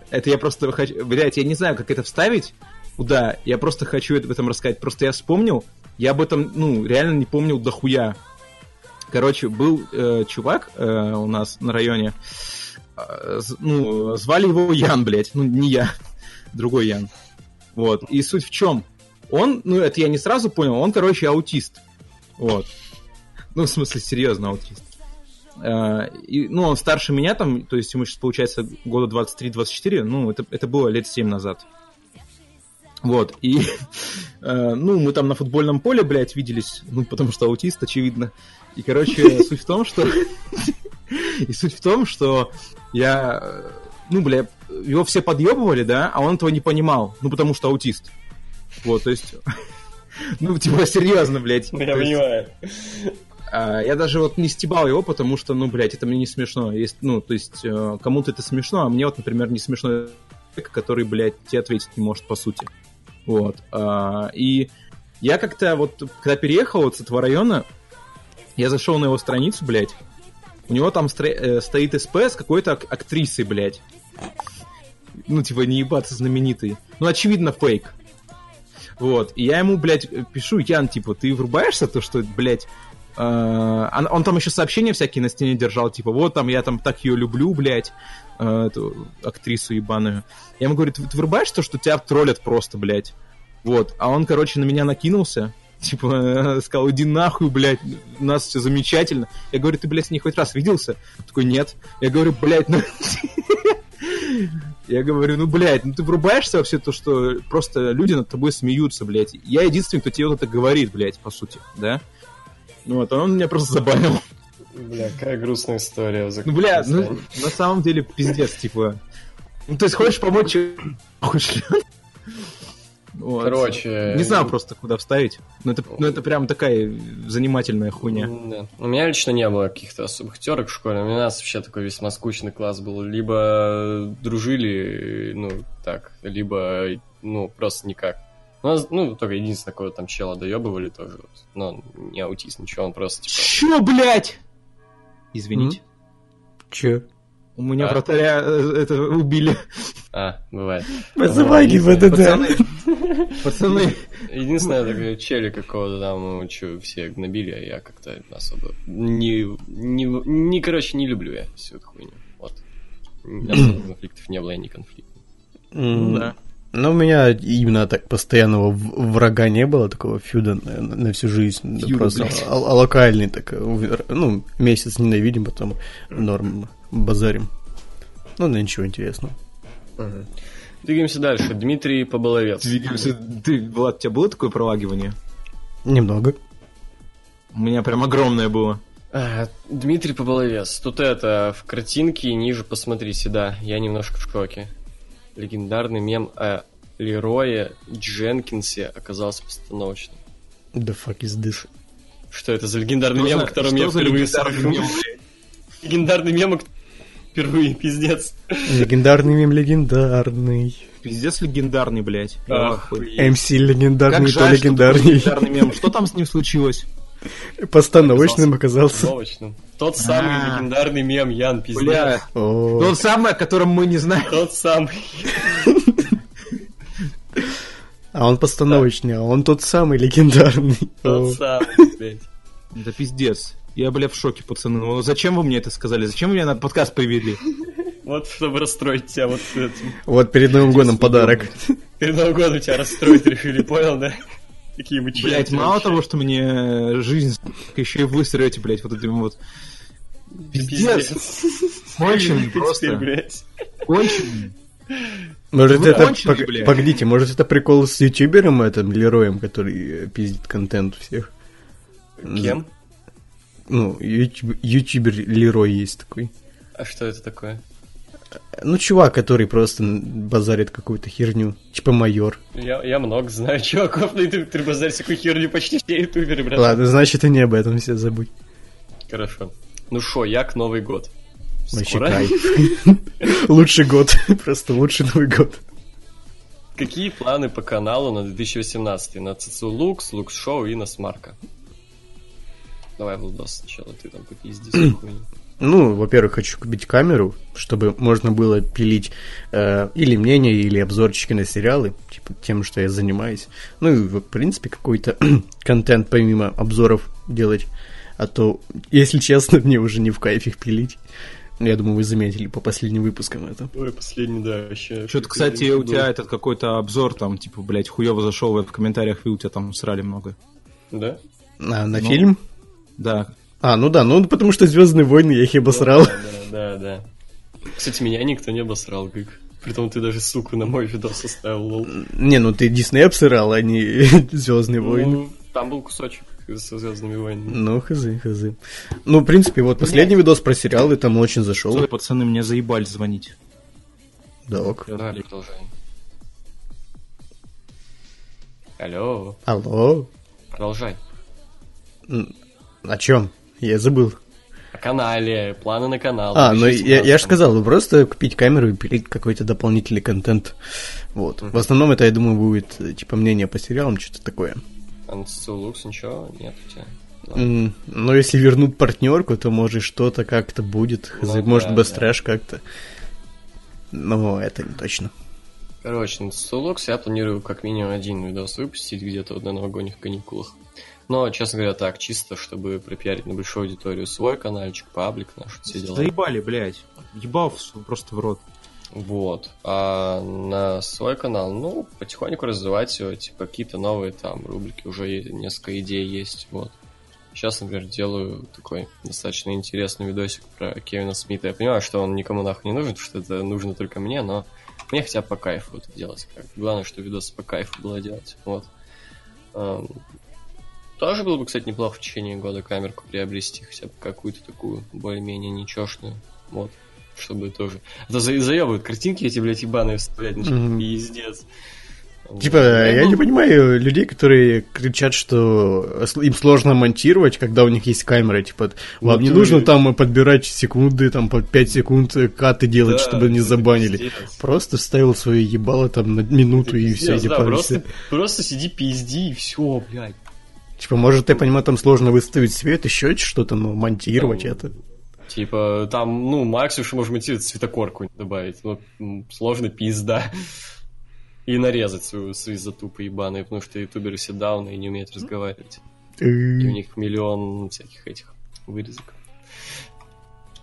S5: Это я просто хочу... Блять, я не знаю, как это вставить. Куда? Я просто хочу это- об этом рассказать. Просто я вспомнил. Я об этом, ну, реально не помнил дохуя. Короче, был э, чувак э, у нас на районе. Э, з- ну, звали его Ян, блядь. Ну, не я. *laughs* Другой Ян. Вот. И суть в чем? Он, ну, это я не сразу понял, он, короче, аутист. Вот. Ну, в смысле, серьезно аутист. Э, и, ну, он старше меня там, то есть ему сейчас получается года 23-24, ну, это, это было лет 7 назад. Вот, и, *laughs* э, ну, мы там на футбольном поле, блядь, виделись, ну, потому что аутист, очевидно. И,
S3: *laughs*
S5: короче, суть в том, что... *laughs* И суть в том, что я, э, ну, бля, его все подъебывали, да, а он этого не понимал, ну, потому что аутист. Вот, то есть... *laughs* Ну, типа, серьезно, блядь.
S3: Ну,
S5: То
S3: Я
S5: есть-
S3: понимаю.
S5: а, Я даже вот не стебал его, потому что, ну, блядь, это мне не смешно. Есть, ну, то есть, э, кому-то это смешно, а мне вот, например, не смешно человек, который, блядь, тебе ответить не может, по сути. Вот. А, И я как-то вот, когда переехал вот с этого района, я зашел на его страницу, блядь. У него там стро- э, стоит СП с какой-то ак- актрисой, блядь. Ну, типа, не ебаться знаменитой. Ну, очевидно, фейк. Вот. И я ему, блядь, пишу, Ян, типа, ты врубаешься, то, что, блядь, э, он, он там еще сообщения всякие на стене держал, типа, вот там, я там так ее люблю, блядь, э, эту актрису ебаную. Я ему говорю, ты, ты врубаешься, то, что тебя троллят просто, блядь. Вот. А он, короче, на меня накинулся. Типа, э, сказал, иди нахуй, блядь, у нас все замечательно. Я говорю, ты, блядь, с ней хоть раз виделся? Он такой, нет. Я говорю, блядь, ну... Я говорю, ну, блядь, ну ты врубаешься вообще то, что просто люди над тобой смеются, блядь. Я единственный, кто тебе вот это говорит, блядь, по сути, да? Ну вот, а он меня просто забанил.
S3: Бля, какая грустная история.
S5: Ну, бля, ну, на самом деле, пиздец, типа. Ну, то есть, хочешь помочь, че- нахуй шлёт. Вот.
S3: Короче, э,
S5: Не знаю просто, куда вставить. Но это, ну, это прям такая занимательная хуйня.
S3: М, да. У меня лично не было каких-то особых терок в школе. У нас вообще такой весьма скучный класс был. Либо дружили, ну, так, либо, ну, просто никак. У нас, ну, только единственное, такое там чела доебывали тоже. вот. Но он не аутист, ничего, он просто, типа,
S5: Чё, блядь? Извините.
S4: Че?
S5: У меня
S3: А?
S5: вратаря э, это убили.
S3: а, бывает.
S4: Вызывай
S3: Ну,
S4: ГИБДД.
S5: Пацаны,
S3: Единственное, такое, чели какого-то там, че, все гнобили, а я как-то особо не, не, не, короче, не люблю я всю эту хуйню. Вот. Особо конфликтов не было, я не конфликт.
S4: М,
S5: да.
S4: Ну, у меня именно так постоянного в- врага не было, такого фьюда на, на всю жизнь. Да
S5: Фьюда,
S4: просто
S5: блядь.
S4: а- а локальный, так, увер- ну, месяц ненавидим, потом норм базарим. Ну, да ничего интересного.
S3: Двигаемся дальше. Дмитрий Поболовец.
S5: Двигаемся. Ты, Влад, у тебя было такое пролагивание?
S4: Немного.
S5: У меня прям огромное было.
S3: А, Дмитрий Поболовец, тут это, в картинке ниже посмотрите, да, я немножко в шоке. Легендарный мем о Лерое Дженкинсе оказался постановочным.
S4: The fuck is this?
S3: Что это за легендарный
S5: Что
S3: мем,
S5: за-
S3: о котором
S5: что
S3: я
S5: за
S3: впервые
S5: легендарный
S3: слышу?
S5: мем,
S3: *laughs* Легендарный мем, о котором впервые, пиздец.
S4: Легендарный мем легендарный.
S5: Пиздец легендарный, блядь. Я в ахуе.
S3: Охуеть.
S4: МС легендарный, то
S5: что такой
S4: легендарный. *laughs*
S5: легендарный мем. Что там с ним случилось?
S4: Постановочным оказался.
S3: Постановочным. Тот самый
S5: А.
S3: легендарный мем, Ян, пиздец.
S5: Бля,
S4: О,
S5: тот самый, о котором мы не знаем.
S3: Тот самый.
S4: А он постановочный, а он тот самый легендарный. О.
S3: Тот самый, блядь.
S5: Да пиздец. Я, бля, в шоке, пацаны. Ну, зачем вы мне это сказали? Зачем вы меня на подкаст привели?
S3: Вот чтобы расстроить тебя вот этим.
S4: Вот перед Новым годом подарок.
S3: Перед Новым годом тебя расстроить решили, понял, да? Такие мы члены.
S5: Блять, мало того, что мне жизнь, сука, еще и вы срете, блять, вот этим вот. Пиздец,
S3: *laughs* Ты
S5: конченый
S3: теперь,
S5: просто.
S3: блядь.
S5: Конченый.
S4: Может
S5: Вы
S4: это...
S5: конченые,
S4: пог-
S5: блядь.
S4: Погодите, может это прикол с ютубером этим, Лероем, который э, пиздит контент всех?
S3: Кем?
S4: Ну, ютуб- ютубер Лерой есть такой.
S3: А что это такое?
S4: Ну, чувак, который просто базарит какую-то херню. Типа майор.
S3: Я, я много знаю чуваков на ютубе, которые базарят всякую херню почти все ютуберы, брат.
S4: Ладно, значит и не об этом все забудь.
S3: Хорошо. Ну шо, як Новый год?
S4: Вообще
S3: Скоро?
S4: кайф. *laughs* Лучший год. Просто лучший Новый год.
S3: Какие планы по каналу на 2018? На ЦЦУ Лукс, Лукс Шоу и на Смарка? Давай, Владос, сначала ты там попизди
S5: *clears throat*
S3: всякую хуйню.
S4: Ну, во-первых, хочу купить камеру, чтобы можно было пилить э, или мнения, или обзорчики на сериалы, типа тем, что я занимаюсь. Ну и, в принципе, какой-то *clears throat* контент помимо обзоров делать. А то, если честно, *laughs* мне уже не в кайф их пилить. Я думаю, вы заметили по последним выпускам это.
S3: Ой, последний, да, вообще.
S5: Что-то, кстати, у тебя этот какой-то обзор там, типа, блять, хуево зашел в комментариях, и у тебя там срали много.
S3: Да?
S4: А на
S5: Ну.
S4: фильм?
S5: Да.
S4: А, ну да, ну потому что Звездные войны я их обосрал.
S3: Да, да, да. Кстати, меня никто не обосрал, как. Притом ты даже ссылку на мой видос оставил, лол.
S4: *laughs* Не, ну ты Дисней обсырал, а не *laughs* Звездные войны.
S3: Ну, там был кусочек со Звездными войнами.
S4: Ну, хз, хз. Ну, в принципе, вот последний видос про сериалы там очень зашел.
S5: Ой, пацаны, мне заебали звонить.
S4: Да ок.
S3: Давай продолжаем. Алло,
S4: Алло.
S3: продолжай.
S4: М, О чем? Я забыл.
S3: О канале, планы на канал.
S4: А, ну я,
S3: 2017.
S4: я же сказал, просто купить камеру и пилить какой-то дополнительный контент. Вот. В основном это, я думаю, будет э, типа мнение по сериалам, что-то такое.
S3: А на CCU Lux ничего нет у тебя?
S4: М, Но если вернут партнерку, то может что-то как-то будет. хз,
S3: Ну
S4: может
S3: да,
S4: быть, страж как-то. Но это не точно.
S3: Короче, на CCU Lux я планирую как минимум один видос выпустить где-то вот на новогодних каникулах. Но, честно говоря, так, чисто, чтобы пропиарить на большую аудиторию свой каналчик, паблик наш, все дела.
S5: Заебали, блять. Ебал в- просто в рот.
S3: Вот. А на свой канал, ну, потихоньку развивать его, типа, какие-то новые там рубрики, уже е- несколько идей есть, вот. Сейчас, например, делаю такой достаточно интересный видосик про Кевина Смита. Я понимаю, что он никому нахуй не нужен, что это нужно только мне, но мне хотя бы по кайфу это делать. Как. бы. Главное, что видос по кайфу было делать, вот. Эм, Тоже было бы, кстати, неплохо в течение года камерку приобрести, хотя бы какую-то такую более-менее ничешную, вот, чтобы тоже это за- заебывают картинки эти, блядь, ебаные вставлять, начинают.
S4: Мгм.
S3: пиздец. Вот. Ну,
S4: Типа, я не понимаю людей, которые кричат, что с- им сложно монтировать, когда у них есть камера. Типа, вам не
S3: Натуре.
S4: нужно там подбирать секунды, там под 5 секунд э, каты делать,
S3: Да,
S4: чтобы не
S3: это
S4: забанили.
S3: пиздец.
S4: Просто вставил свое ебало там на минуту и
S3: Пиздец,
S4: все,
S3: да,
S4: типа,
S3: просто,
S4: всё.
S3: просто сиди пизди и все, блядь.
S4: Типа, может, я понимаю, там сложно выставить свет, еще что-то, но монтировать
S3: Там,
S4: это.
S3: Типа, там, ну, максимум, что можем идти, цветокорку добавить. Ну, м, сложно пизда. И нарезать свою свои затупы ебаные, потому что ютуберы все дауны и не умеют разговаривать. И у
S4: Э,
S3: них миллион всяких этих вырезок.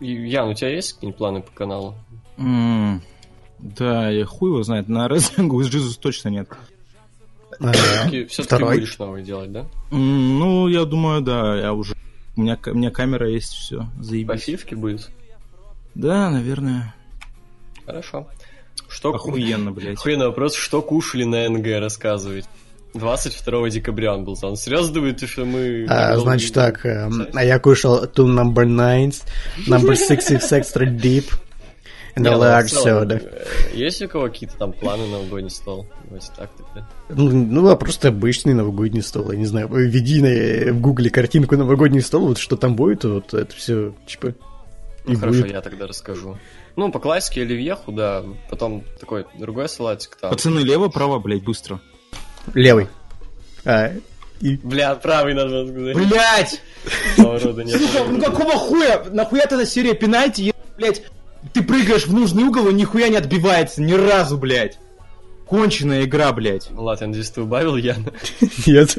S3: И, Ян, у тебя есть какие-нибудь планы по каналу?
S5: М, Да, я хуй его знает. На *laughs* Wrestling with Jesus точно нет.
S3: *laughs*
S4: ага.
S3: Все-таки
S4: Второй.
S3: будешь новые делать, да?
S5: М, Ну, я думаю, да, я уже... У меня, ка- у меня камера есть, все,
S3: По
S5: заебись.
S3: фифке будет?
S5: Да, наверное.
S3: Хорошо. Что
S5: Охуенно, блядь.
S3: Охуенный вопрос, что кушали на НГ, рассказывать. 22 декабря он был задан. Серьезно думаете, что мы...
S4: А,
S3: долго
S4: значит
S3: не-
S4: так, эм, а я кушал two number nines,
S3: *laughs*
S4: number six is extra deep, and
S3: Не,
S4: a
S3: ну, в
S4: large
S3: целом,
S4: soda.
S3: э, Есть у кого какие-то там планы на новогодний стол? Давайте так тогда.
S4: Ну, ну, а просто обычный новогодний стол, я не знаю, введи на, э, в гугле картинку новогодний стол, вот что там будет, вот это все, типа, и
S3: Ну, Хорошо,
S4: будет.
S3: я тогда расскажу. Ну, по классике оливье худо, потом такой другой салатик там.
S5: Пацаны, лево, право, блядь, быстро.
S4: Левый. А,
S3: Бля, правый надо было сказать.
S5: Блять!
S3: Такого рода
S4: *laughs*
S3: нет.
S5: Ну какого хуя? Нахуя ты на серия пенальти, е- блядь? Ты прыгаешь в нужный угол и нихуя не отбивается ни разу, блядь. Конченая игра, блядь.
S3: Влад, я надеюсь, ты убавил Яна.
S4: нет.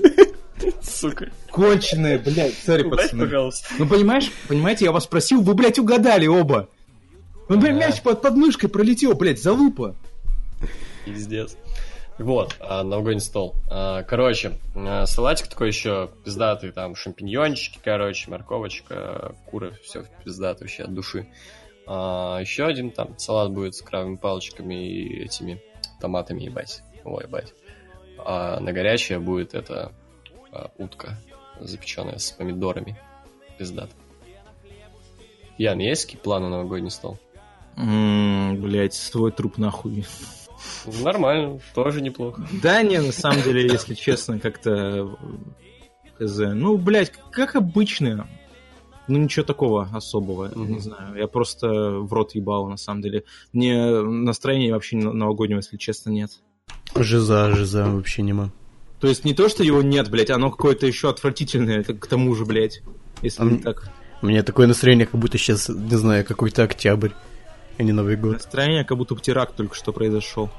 S3: Сука.
S5: Конченая, блядь. Сори,
S3: Убавь,
S5: пацаны.
S3: пожалуйста.
S5: Ну понимаешь, понимаете, я вас спросил, вы, блядь, угадали оба. Ну, блядь, мяч под подмышкой пролетел, блядь, залупа.
S3: Пиздец. Вот, а, новогодний стол. А, Короче, а, салатик такой еще пиздатый, там шампиньончики, короче, морковочка, кура, все пиздатый вообще от души. А, еще один там салат будет с крабовыми палочками и этими томатами, ебать. Ой, ебать. А на горячее будет это а, утка, запеченная с помидорами. Пиздат. Ян, есть какие планы на новогодний стол?
S5: Блять, свой труп нахуй.
S3: Нормально, тоже неплохо.
S5: Да не, на самом деле, если честно, как-то... э, хз. Ну, блядь, как обычно. Ну, ничего такого особого,
S3: Мгм.
S5: не знаю. Я просто в рот ебал, на самом деле. Мне настроения вообще не- новогоднего, если честно, нет.
S4: Жиза, жиза, вообще нема.
S5: То есть не то, что его нет, блядь, оно какое-то еще отвратительное, так к тому же, блядь. Если
S4: А
S5: не
S4: мне-
S5: так.
S4: У меня такое настроение, как будто сейчас, не знаю, какой-то октябрь, а не Новый год.
S5: Настроение, как будто бы теракт только что произошел.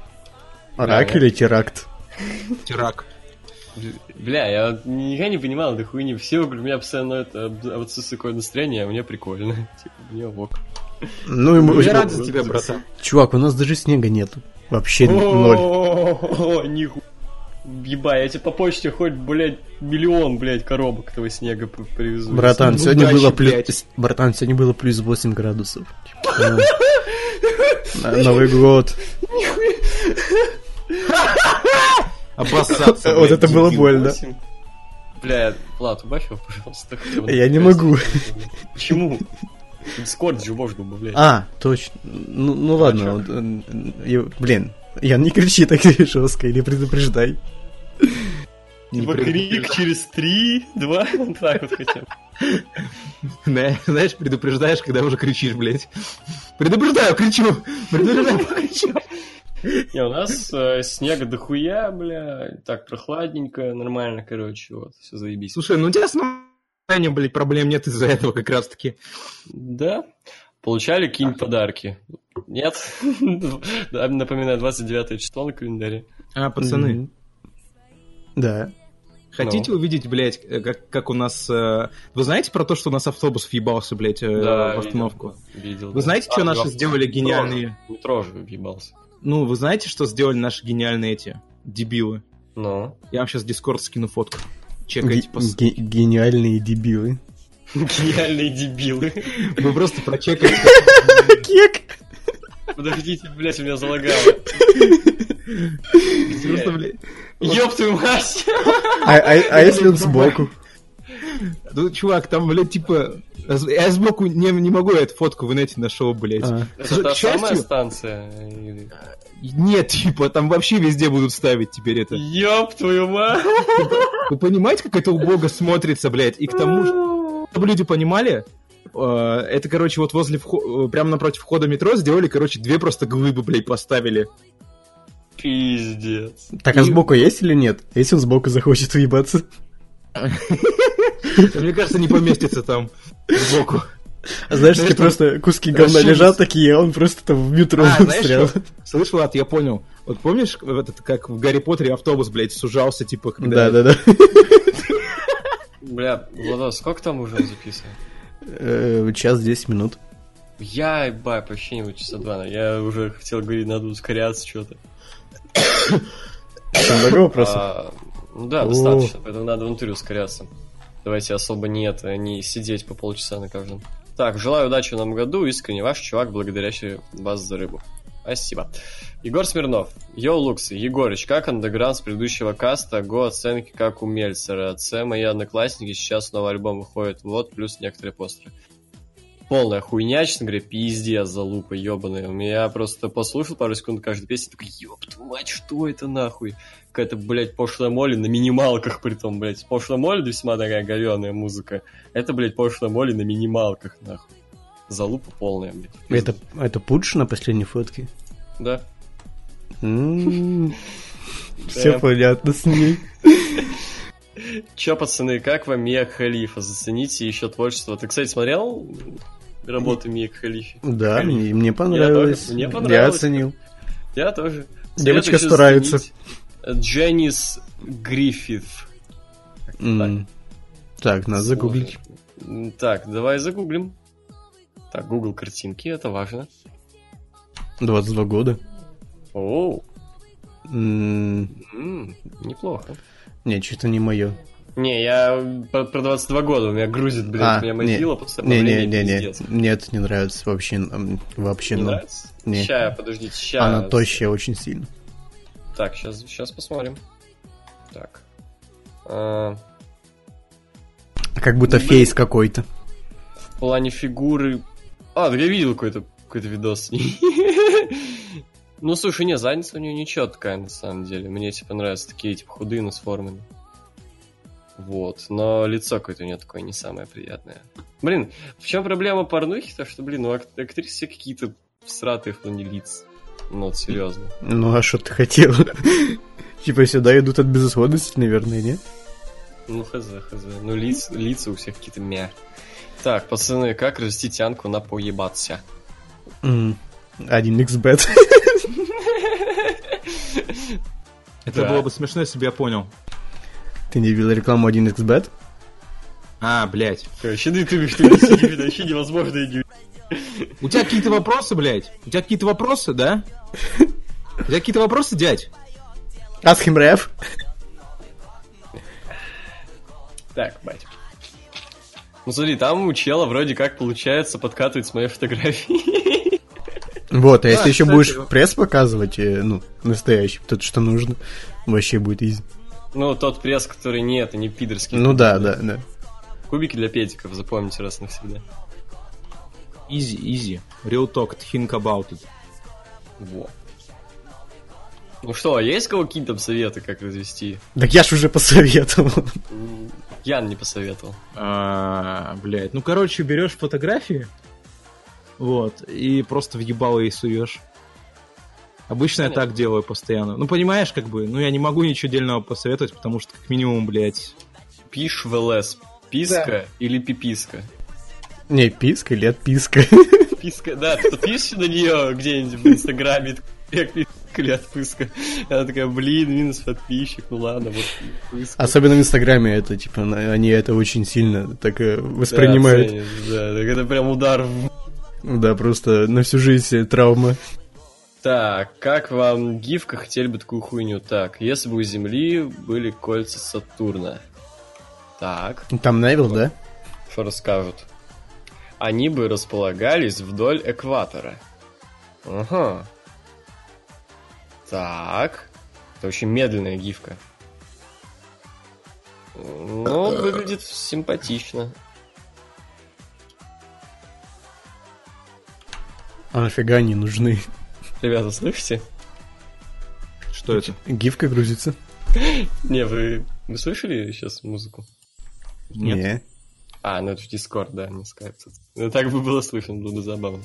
S4: Рак
S3: Да.
S4: или теракт?
S5: Теракт.
S3: Бля, я вот никогда не понимал этой хуйни. Все вокруг меня постоянно это, об- отсутствие такое настроение, а мне прикольно. *laughs* Типа, мне вок.
S4: Ну, и мы-
S5: Я рад за
S4: *laughs*
S5: тебя, братан.
S4: Чувак, у нас даже снега нету. Вообще
S3: ну,
S4: ноль.
S3: О, *laughs* ниху. Еба, я тебе по почте хоть, блядь, миллион, блядь, коробок этого снега п- привезу.
S4: Братан,
S5: Ну,
S4: сегодня
S5: удачи,
S4: было
S5: блядь.
S4: плюс... Братан, сегодня было плюс 8 градусов. Типа, ну, на- Новый год.
S5: Обоссаться,
S4: Вот
S5: блядь, типа.
S4: это было
S5: дебил.
S4: больно.
S3: Восемь. Бля, Влад, убавь его, пожалуйста. *laughs* хотя бы на
S4: Я не
S3: подкасте.
S4: могу.
S3: Почему? В Дискорд же можно убавлять.
S4: А, точно. Ну, ну ладно. вот, э, я- Блин, Ян, не кричи так *laughs* жестко или предупреждай.
S5: Не
S3: Типа
S5: пред-
S3: крик через три, *laughs* два, вот так вот хотя бы.
S5: Да, Знаешь, предупреждаешь, когда уже кричишь, блядь. Предупреждаю, кричу! Предупреждаю, кричу!
S3: Не, у нас э, снега дохуя, бля, так прохладненько, нормально, короче, вот, все заебись.
S5: Слушай, ну у тебя с настроением, блядь, проблем нет из-за этого как раз-таки.
S3: Да? Получали какие-нибудь
S5: а-
S3: подарки? Нет? *laughs* Да, Напоминаю, 29 число на календаре.
S5: А, пацаны,
S4: Мгм. Ну. Да.
S5: хотите увидеть, блядь, э, как, как у нас... э, Вы знаете про то, что у нас автобус въебался, блядь, э, в остановку?
S3: Видел.
S5: Вы знаете,
S4: А,
S5: что наши сделали гениальные?
S3: гениальные? Метро же въебался.
S5: Ну, вы знаете, что сделали наши гениальные эти дебилы?
S3: Ну.
S5: Я вам сейчас в Дискорд скину фотку. Чекайте, пос-
S4: Ге- Гениальные дебилы.
S3: *laughs* Гениальные дебилы.
S5: вы просто прочекайте.
S4: Кек!
S3: Подождите, блядь, у меня залагало.
S5: *laughs* Просто, блядь,
S3: Ёб твою мать!
S4: А, а- а если он сбоку?
S5: Ну, чувак, там, блядь, типа... Я сбоку не, не могу я эту фотку в инете нашел, блядь.
S4: А.
S5: Слушай,
S3: Это
S5: к
S3: та самая
S5: счастью-
S3: станция? или-
S5: Нет, типа, там вообще везде будут ставить теперь это.
S3: Ёб твою мать!
S5: Вы понимаете, как это убого смотрится, блядь? И к тому же, чтобы люди понимали, э, это, короче, вот возле вхо- э, прямо напротив входа метро сделали, короче, две просто глыбы, блядь, поставили.
S3: Пиздец.
S4: Так, а
S5: И-
S4: сбоку есть или нет? Если он сбоку захочет уебаться.
S5: Мне кажется, не поместится там сбоку.
S4: А знаешь,
S5: Ну,
S4: если
S5: это-
S4: просто куски говна
S5: Расшибись.
S4: лежат такие, а он просто там в метро *laughs*
S5: А, знаешь
S4: застрял.
S5: что? Слышь, Влад, я понял. Вот помнишь, в этот, как в Гарри Поттере автобус, блядь, сужался, типа, когда...
S4: Да-да-да.
S3: Бля, Владос, сколько там уже записано?
S4: Э, Час 10 минут.
S3: Я ебаю, почти не часа два. но Я уже хотел говорить, надо ускоряться что-то.
S4: Там много вопросов.
S3: ну да,
S4: О.
S3: достаточно, поэтому надо внутрь ускоряться. Давайте особо нет, а не сидеть по полчаса на каждом. Так, желаю удачи в новом году, искренне ваш чувак, благодарящий вас за рыбу. Спасибо. Егор Смирнов. Йоу, Лукс. Егорыч, как андеграунд с предыдущего каста? Го оценки как у Мельцера. Це мои одноклассники. Сейчас новый альбом выходит. Вот, плюс некоторые постеры. Полная хуйня, честно говоря, пиздец залупа ебаная. Я просто послушал пару секунд каждой песни, такой, ёб твою мать, что это нахуй? Какая-то, блядь, пошлая моли на минималках притом, блядь. Пошлая моли весьма такая говёная музыка. Это, блядь, пошлая моли на минималках, нахуй. Залупа полная, блядь.
S4: Это, это пудж на последней фотке?
S3: Да.
S4: Все
S3: Да.
S4: понятно с ней.
S3: Чё, пацаны, как вам Мия Халифа? Зацените еще творчество. Ты, кстати, смотрел работы Мия Халифи?
S4: Да,
S3: Конечно.
S4: и мне понравилось.
S3: тоже, мне
S4: Я
S3: понравилось.
S4: оценил.
S3: Я тоже.
S4: Девочка
S3: Следующий
S4: старается.
S3: заценить. Дженнис Гриффит.
S4: М. Так, надо загуглить.
S3: М, Так, давай загуглим. Так, Google картинки, это важно.
S4: 22 года.
S3: Оу,
S4: М,
S3: м, неплохо.
S4: Нет, что-то не мое.
S3: Не, я про про 22 года, у меня грузит, блин,
S4: А,
S3: у меня
S4: не.
S3: мобила после
S4: Не, не,
S3: обновления,
S4: не, не.
S3: пиздец.
S4: Нет, не нравится вообще. м, Вообще,
S3: Не
S4: ну.
S3: нравится?
S4: Не.
S3: Ща, подождите, ща.
S4: Она тощая очень сильно.
S3: Так, сейчас, сейчас посмотрим. Так. А,
S4: Как будто
S3: Ну,
S4: фейс какой-то.
S3: в плане фигуры... А, да я видел какой-то какой-то видос. с ней. Ну, слушай, не, задница у нее ничего такая, на самом деле. Мне, типа, нравятся такие, типа, худые, но с формами. Вот, но лицо какое-то у нее такое не самое приятное. Блин, в чем проблема порнухи? То, что, блин, у ак- актрис все какие-то всратые в плане лиц. Ну, вот, серьезно.
S4: Ну а что ты хотел? *laughs* Типа сюда идут от безысходности, наверное, нет?
S3: Ну, хз, хз. Ну, лиц, лица у всех какие-то мя. Так, пацаны, как разрастить Янку на поебаться?
S4: М, Один xbet.
S5: Это
S3: Да.
S5: было бы смешно, если бы я понял.
S4: *laughs* Ты не видел рекламу 1xbet?
S5: А, блядь.
S3: Вообще на ютубе что-нибудь не видно, вообще невозможно и не-
S5: У тебя какие-то вопросы, блядь? У тебя какие-то вопросы, да? У тебя какие-то вопросы, дядь?
S4: Ask him ref.
S3: Так, батя. Ну смотри, там у чела вроде как получается подкатывать с моей фотографии.
S4: Вот, а если
S5: Да,
S4: еще
S5: кстати,
S4: будешь
S5: вот.
S4: пресс показывать, э, ну, настоящий, то, что нужно, вообще будет изи.
S3: *laughs* Ну, тот пресс, который не это, не пидорский.
S4: Ну да, да, да.
S3: Кубики для педиков, запомните раз навсегда.
S5: Изи, изи. Real talk, think about it.
S3: Во. Ну что, есть кого какие-то там советы, как развести?
S4: Так я ж уже посоветовал. *laughs*
S3: М, Ян не посоветовал.
S5: А, блядь. Ну, короче, берешь фотографии, вот, и просто въебало ей суешь. Обычно я так делаю постоянно. Ну, понимаешь, как бы, ну, я не могу ничего дельного посоветовать, потому что, как минимум, блядь,
S3: Пиш в ЛС. Писка или пиписка?
S4: Не, писка или отписка. *laughs*
S3: Писка, да, ты подпишешься на нее где-нибудь в Инстаграме, как писка или отписка. Она такая, блин, минус подписчик, ну ладно, вот писка.
S4: Особенно в Инстаграме это, типа, на- они это очень сильно так э, воспринимают.
S3: Да, так это прям удар в...
S4: Да, просто на всю жизнь себе травма.
S3: Так, как вам гифка хотели бы такую хуйню? Так, если бы у Земли были кольца Сатурна. Так,
S4: Там Невил, да?
S3: что расскажут? Они бы располагались вдоль экватора. Ага. Так. Это очень медленная гифка. Но выглядит симпатично.
S4: А нафига они нужны?
S3: Ребята, слышите?
S5: что это?
S4: Гифка грузится?
S3: Не, вы, вы слышали сейчас музыку?
S5: Нет.
S4: Не.
S3: А, ну это в Discord, да, не Skype. Ну так бы было слышно, было бы забавно.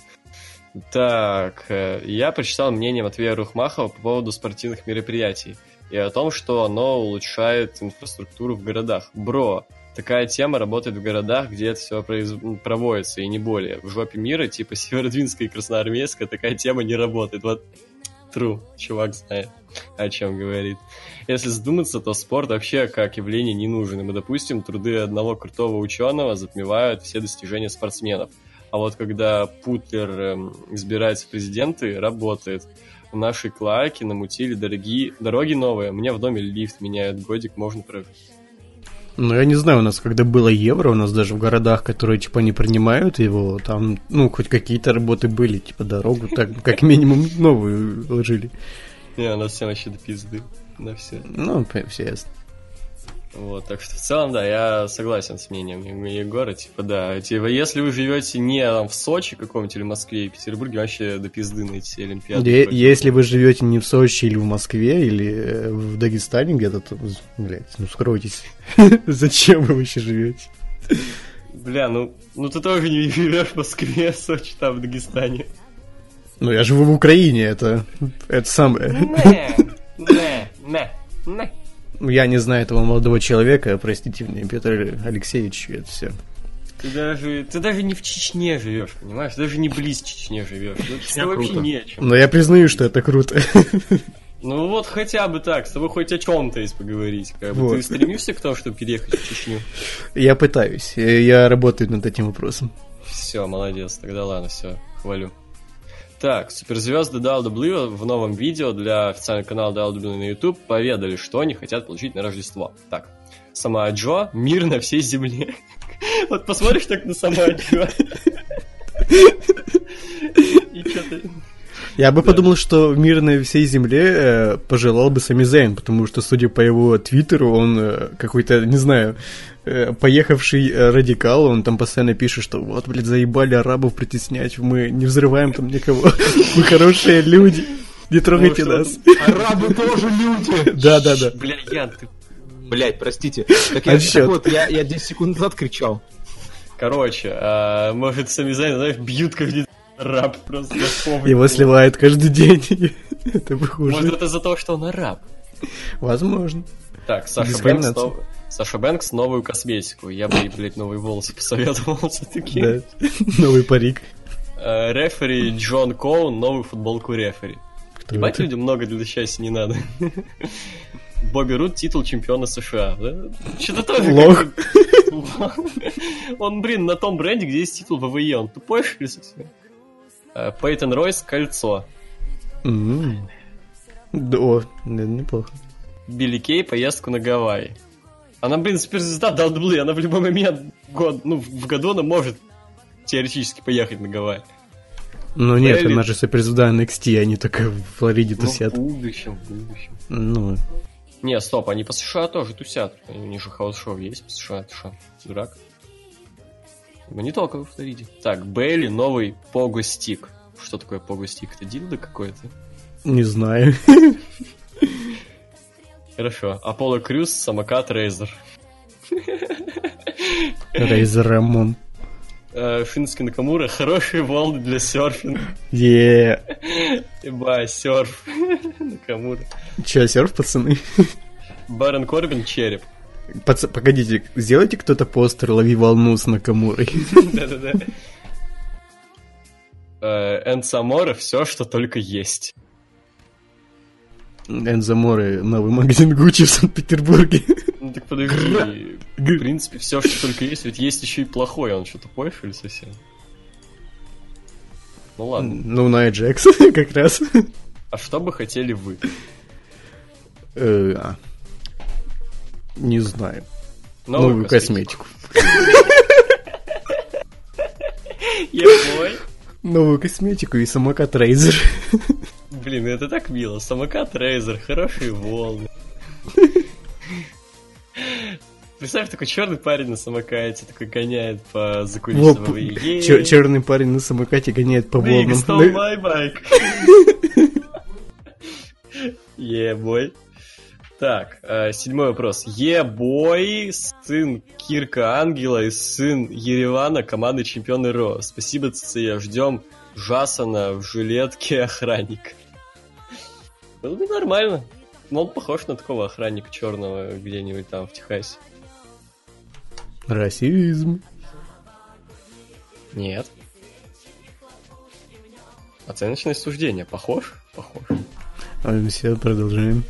S3: Так, э, я прочитал мнение Матвея Рухмахова по поводу спортивных мероприятий и о том, что оно улучшает инфраструктуру в городах. Бро, такая тема работает в городах, где это все проводится, и не более. В жопе мира, типа Северодвинская и Красноармейская, такая тема не работает. Вот Тру, чувак знает, о чем говорит. Если задуматься, то спорт вообще как явление не нужен. И мы, допустим, труды одного крутого ученого затмевают все достижения спортсменов. А вот когда Путлер эм, избирается в президенты, работает. В нашей Клаке намутили дорогие, дороги новые. Мне в доме лифт меняют годик, можно про...
S4: Ну, я не знаю, у нас когда было евро, у нас даже в городах, которые, типа, не принимают его, там, ну, хоть какие-то работы были, типа, дорогу, так, как минимум, новую ложили.
S3: Не, у нас всем вообще до пизды. На все.
S4: Ну, п- все ясно.
S3: Вот, так что в целом, да, я согласен с мнением Е- Егора, типа, да, типа, если вы живете не там, в Сочи каком-нибудь или Москве и Петербурге, вообще до пизды на эти Олимпиады.
S4: Е-
S3: Поэтому-
S4: Если вы живете не в Сочи или в Москве, или э, в Дагестане где-то, то, з- блядь, ну, скройтесь. *laughs* Зачем вы вообще живете?
S3: Бля, ну, ну ты тоже не живешь в Москве, *laughs* в Сочи, там, в Дагестане.
S4: Ну, я живу в Украине, это, это самое.
S3: *laughs*
S4: Ну,
S3: Не, не, не, не.
S4: Я не знаю этого молодого человека, простите меня, Петр Алексеевич, это все.
S3: Ты даже, ты даже не в Чечне живешь, понимаешь? Ты даже не близ Чечне живешь. Ну, тебе вообще
S5: круто.
S3: нечем.
S4: Но я признаю, что это круто.
S3: Ну вот хотя бы так, с тобой хоть о чем-то есть поговорить. Как бы
S4: Вот.
S3: ты стремишься к тому, чтобы переехать в Чечню?
S4: Я пытаюсь, э, я работаю над этим вопросом.
S3: Все, молодец, тогда ладно, все, хвалю. Так, суперзвезды DLW в новом видео для официального канала DLW на YouTube поведали, что они хотят получить на Рождество. Так, сама Джо, мир на всей земле. *laughs* Вот посмотришь так на сама Джо. И чё ты-
S4: Я бы подумал, что мир на всей земле э, пожелал бы Сами Зейн, потому что, судя по его твиттеру, он э, какой-то, не знаю, э, поехавший э, радикал, он там постоянно пишет, что вот, блядь, заебали арабов притеснять, мы не взрываем там никого, *laughs* мы хорошие люди, не трогайте
S3: что
S4: нас.
S5: Арабы тоже люди!
S4: Да-да-да.
S3: Бля, Ян, ты...
S5: Блять, простите. Так я,
S4: Отсчет.
S5: так вот, я, я 10 секунд назад кричал.
S3: Короче, а, может, сами знаешь, бьют как раб просто. запомни.
S4: Его сливают каждый день. *laughs* Это бы
S3: Может,
S4: хуже.
S3: это за то, что он араб.
S4: Возможно.
S3: Так, Саша Бэнкс,
S4: Дискриминация.
S3: нов- Саша Бэнкс новую косметику. Я бы ей, блядь, новые волосы посоветовал все-таки.
S4: Да. Новый парик.
S3: Э, рефери Джон Коун, новую футболку рефери.
S4: Кто
S3: Бать
S4: это?
S3: людям много для счастья не надо. *laughs* Бобби Рут титул чемпиона США. Да? Что-то тоже...
S4: Лох.
S3: как-то- Лох. *laughs* Он, блин, на том бренде, где есть титул ВВЕ. Он тупой, что ли, совсем? Э, Пейтон Ройс, кольцо.
S4: М. Да, О, да, неплохо.
S3: Билли Кей поездку на Гавайи. Она, блин, суперзвезда Далдблы, она в любой момент, год, ну, в году она может теоретически поехать на Гавайи.
S4: Ну нет,
S3: Элли-
S4: она же суперзвезда NXT, они а только в Флориде
S3: Ну.
S4: тусят.
S3: в будущем, в будущем.
S4: Ну,
S3: Не, стоп, они по США тоже тусят. У них же хаус-шоу есть по США, ты шо, дурак? Ну, не только в Флориде. Так, Бейли, новый Пого-стик. Что такое Пого-стик? Это дилдо какое-то?
S4: не знаю. *laughs*
S3: Хорошо. Аполло Крюс, самокат, Рейзер.
S4: Рейзер Рамон.
S3: Э, Шински Накамура, хорошие волны для серфинга.
S4: Е,
S3: Еба, серф. *laughs* Накамура.
S4: Че, серф, пацаны?
S3: Барон Корбин череп.
S4: Пац- Погодите, сделайте кто-то постер «Лови волну» с Накамурой. *laughs*
S3: Да-да-да. Э, Энн Самора все, что только есть.
S4: Энзо Море, новый магазин Гуччи в Санкт-Петербурге. *laughs*
S3: Ну так подожди. В принципе, все, что только есть, ведь есть еще и плохой, он что-то поешь или совсем? Ну ладно.
S4: Ну, на Джекс, *laughs* как раз.
S3: А что бы хотели вы?
S4: Э, а. Не знаю.
S3: Новую
S4: Новую косметику.
S3: Ебой.
S4: Новую косметику и самокат Рейзер.
S3: Блин, ну это так мило. Самокат Рейзер, хорошие волны. Представь, такой черный парень на самокате, такой гоняет по
S4: Воп.
S3: закулисам.
S4: Чер- черный парень на самокате гоняет по
S3: Big
S4: волнам.
S3: stole
S4: Да,
S3: my bike. *laughs* Е-бой. Так, э, седьмой вопрос. Е-бой, сын Кирка Ангела и сын Еревана, команды чемпионы РО. Спасибо, ЦЦЕ. Ждем Жасана в жилетке охранник. Ну, ну, нормально. Ну, он похож на такого охранника черного где-нибудь там в Техасе.
S4: Расизм.
S3: Нет. Оценочное суждение. Похож? Похож.
S4: А, Все, продолжаем.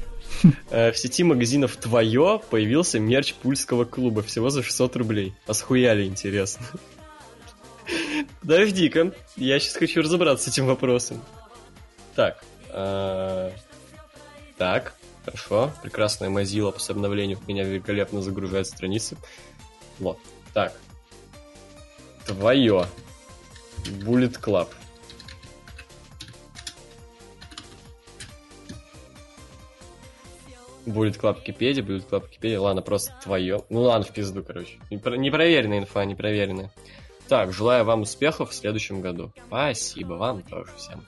S3: Э, В сети магазинов «Твое» появился мерч пульского клуба всего за 600 рублей. А схуяли, интересно. Подожди-ка, я сейчас хочу разобраться с этим вопросом. Так, э, так, Хорошо. Прекрасная Mozilla по обновлению меня великолепно загружает страницы. Вот. Так. Твое. Bullet Club. Bullet Club Wikipedia, Bullet Club Wikipedia. Ладно, просто твое. Ну ладно, в пизду, короче. Непро- Непроверенная инфа, непроверенная. Так, желаю вам успехов в следующем году. Спасибо вам тоже всем.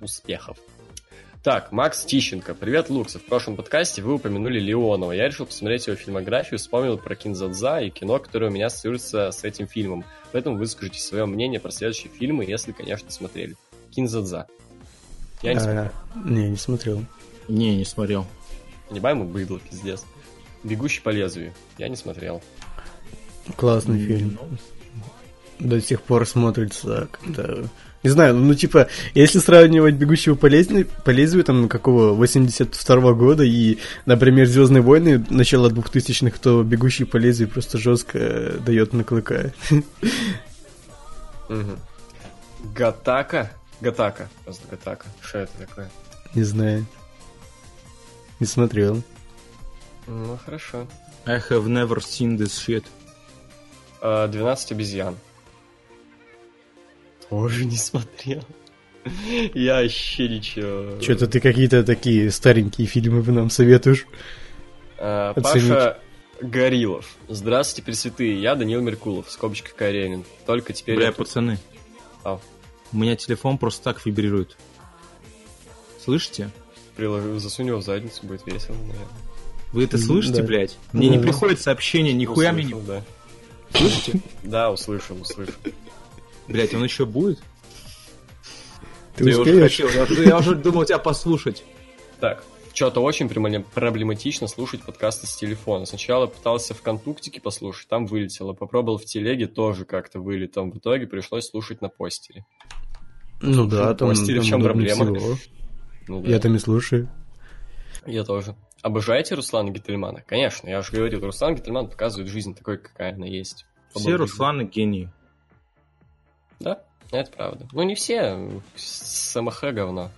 S3: Успехов. Так, Макс Тищенко. Привет, Лукс. В прошлом подкасте вы упомянули Леонова. Я решил посмотреть его фильмографию, вспомнил про Кинзадза и кино, которое у меня ассоциируется с этим фильмом. Поэтому выскажите свое мнение про следующие фильмы, если, конечно, смотрели. Кинзадза. Я не смотрел.
S4: А, Не, не смотрел.
S5: Не, не смотрел.
S3: Понимаю, мы быдло, пиздец. Бегущий по лезвию. Я не смотрел.
S4: Классный фильм.
S3: ну,
S4: До сих пор смотрится как-то... Не знаю, ну типа, если сравнивать «Бегущего по лезвию», по лезвию там какого, 82 года и, например, «Звездные войны» начала 2000-х, то «Бегущий по лезвию» просто жестко дает на клыка. *laughs*
S3: Гатака? Гатака. Просто Гатака. Что это такое?
S4: Не знаю. Не смотрел.
S3: Ну, хорошо.
S5: I have never seen this shit.
S3: А, 12 обезьян. Тоже не смотрел. Я вообще ничего.
S4: Что-то ты какие-то такие старенькие фильмы вы нам советуешь.
S3: А,
S4: Оценить.
S3: Паша Горилов. Здравствуйте, пресвятые. Я Данил Меркулов, скобочка Каренин. Только теперь...
S5: Бля,
S3: я тут-
S5: пацаны.
S3: Ау.
S5: У меня телефон просто так вибрирует. Слышите?
S3: приложу, засунь его в задницу, будет весело, наверное.
S5: Вы это
S4: М,
S5: слышите,
S4: да.
S5: блядь? Мне не
S4: Да.
S5: приходит сообщение, нихуя мне не...
S3: Услышал, да. Да, услышал, услышал.
S5: Блядь, он еще будет?
S4: Ты
S5: Да я уже
S4: успеешь?
S5: хотел, я уже- я уже думал тебя послушать.
S3: Так, что-то очень прямо- проблематично слушать подкасты с телефона. Сначала пытался в контуктике послушать, там вылетело. Попробовал в телеге, тоже как-то вылетом. В итоге пришлось слушать на постере.
S4: Ну да, там,
S3: Костя, в чем
S4: там удобнее
S3: проблема?
S4: всего.
S3: Ну да,
S4: Я там и слушаю.
S3: я тоже. Обожаете Руслана Гительмана? Конечно, я уже говорил, Руслан Гительман показывает жизнь такой, какая она есть.
S5: Все Русланы гении.
S3: Да, это правда. Ну не все, с- СМХ говно.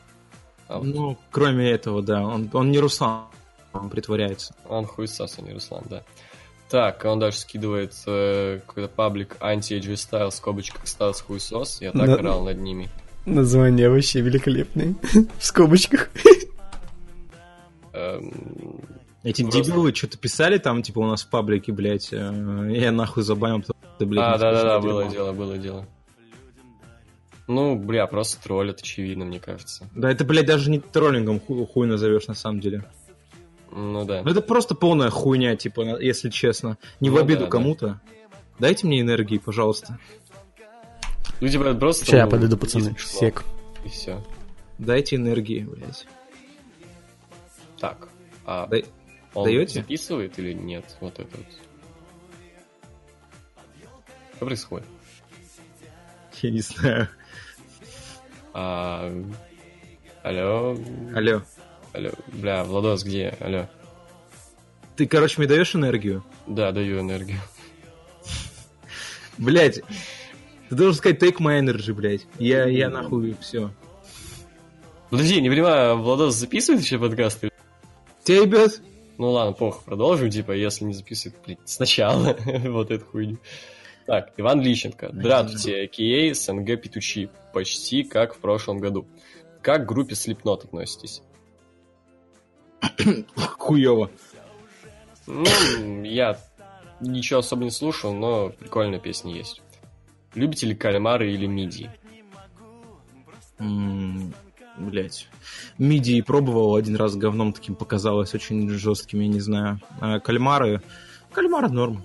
S3: А вот
S5: Ну, кроме этого, да. Он, он не Руслан, он притворяется.
S3: Он хуй сас, а не Руслан, да. Так, он даже скидывает э, какой-то паблик anti age style, скобочка Стас хуйсос. Я так
S4: Да.
S3: орал над ними.
S4: Название вообще великолепное. *laughs* В скобочках.
S3: Эм,
S5: Эти
S3: Просто.
S5: дебилы что-то писали там, типа, у нас в паблике, блядь. э, Я нахуй забанил, потому что, блядь...
S3: а,
S5: не
S3: да-да-да,
S5: слушал
S3: было
S5: дерьмо.
S3: дело, было дело. Ну, бля, просто троллят, очевидно, мне кажется.
S5: Да, это, блядь, даже не троллингом ху- хуй, назовешь, на самом деле.
S3: Ну да.
S5: Ну, это просто полная хуйня, типа, на- если честно. Не
S3: Ну
S5: в
S3: да,
S5: обиду
S3: да.
S5: кому-то. Дайте мне энергии, пожалуйста.
S3: Ну, типа, это просто...
S4: Сейчас я
S3: ну,
S4: подойду,
S3: не
S4: пацаны.
S3: смешно,
S4: Сек.
S3: И все.
S5: Дайте энергии, блядь.
S3: Так, а
S5: Дай-
S3: он
S5: даёте?
S3: записывает или нет? Вот это вот. Что происходит?
S5: Я не знаю.
S3: А, Алло,
S5: Алло.
S3: Алло, бля, Владос, где? Алло.
S5: Ты, короче, мне даешь энергию?
S3: Да, даю энергию. *laughs*
S5: Блядь. Ты должен сказать take my energy, блядь. Я, я нахуй, все.
S3: Подожди, не понимаю, Владос записывает еще подкасты?
S5: Тебя, ребят?
S3: Ну ладно, пох, продолжим, типа, если не записывает, блин, *laughs* сначала вот эту хуйню. Так, Иван Лищенко. Здравствуйте, Кией, СНГ Петучи. Почти как в прошлом году. Как к группе Слепнот относитесь?
S5: *laughs* Хуёво.
S3: Ну, *clears throat* я ничего особо не слушал, но прикольная песня есть. Любите ли кальмары или мидии?
S5: М, Блять. Мидии пробовал один раз говном таким показалось, очень жестким, я не знаю. А кальмары. Кальмары норм.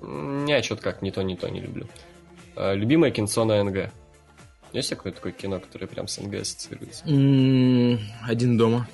S3: М, Я что-то как не то, не то не люблю. А, любимое кинцо на НГ. Есть какое-то такое кино, которое прям с НГ ассоциируется?
S5: М, Один дома.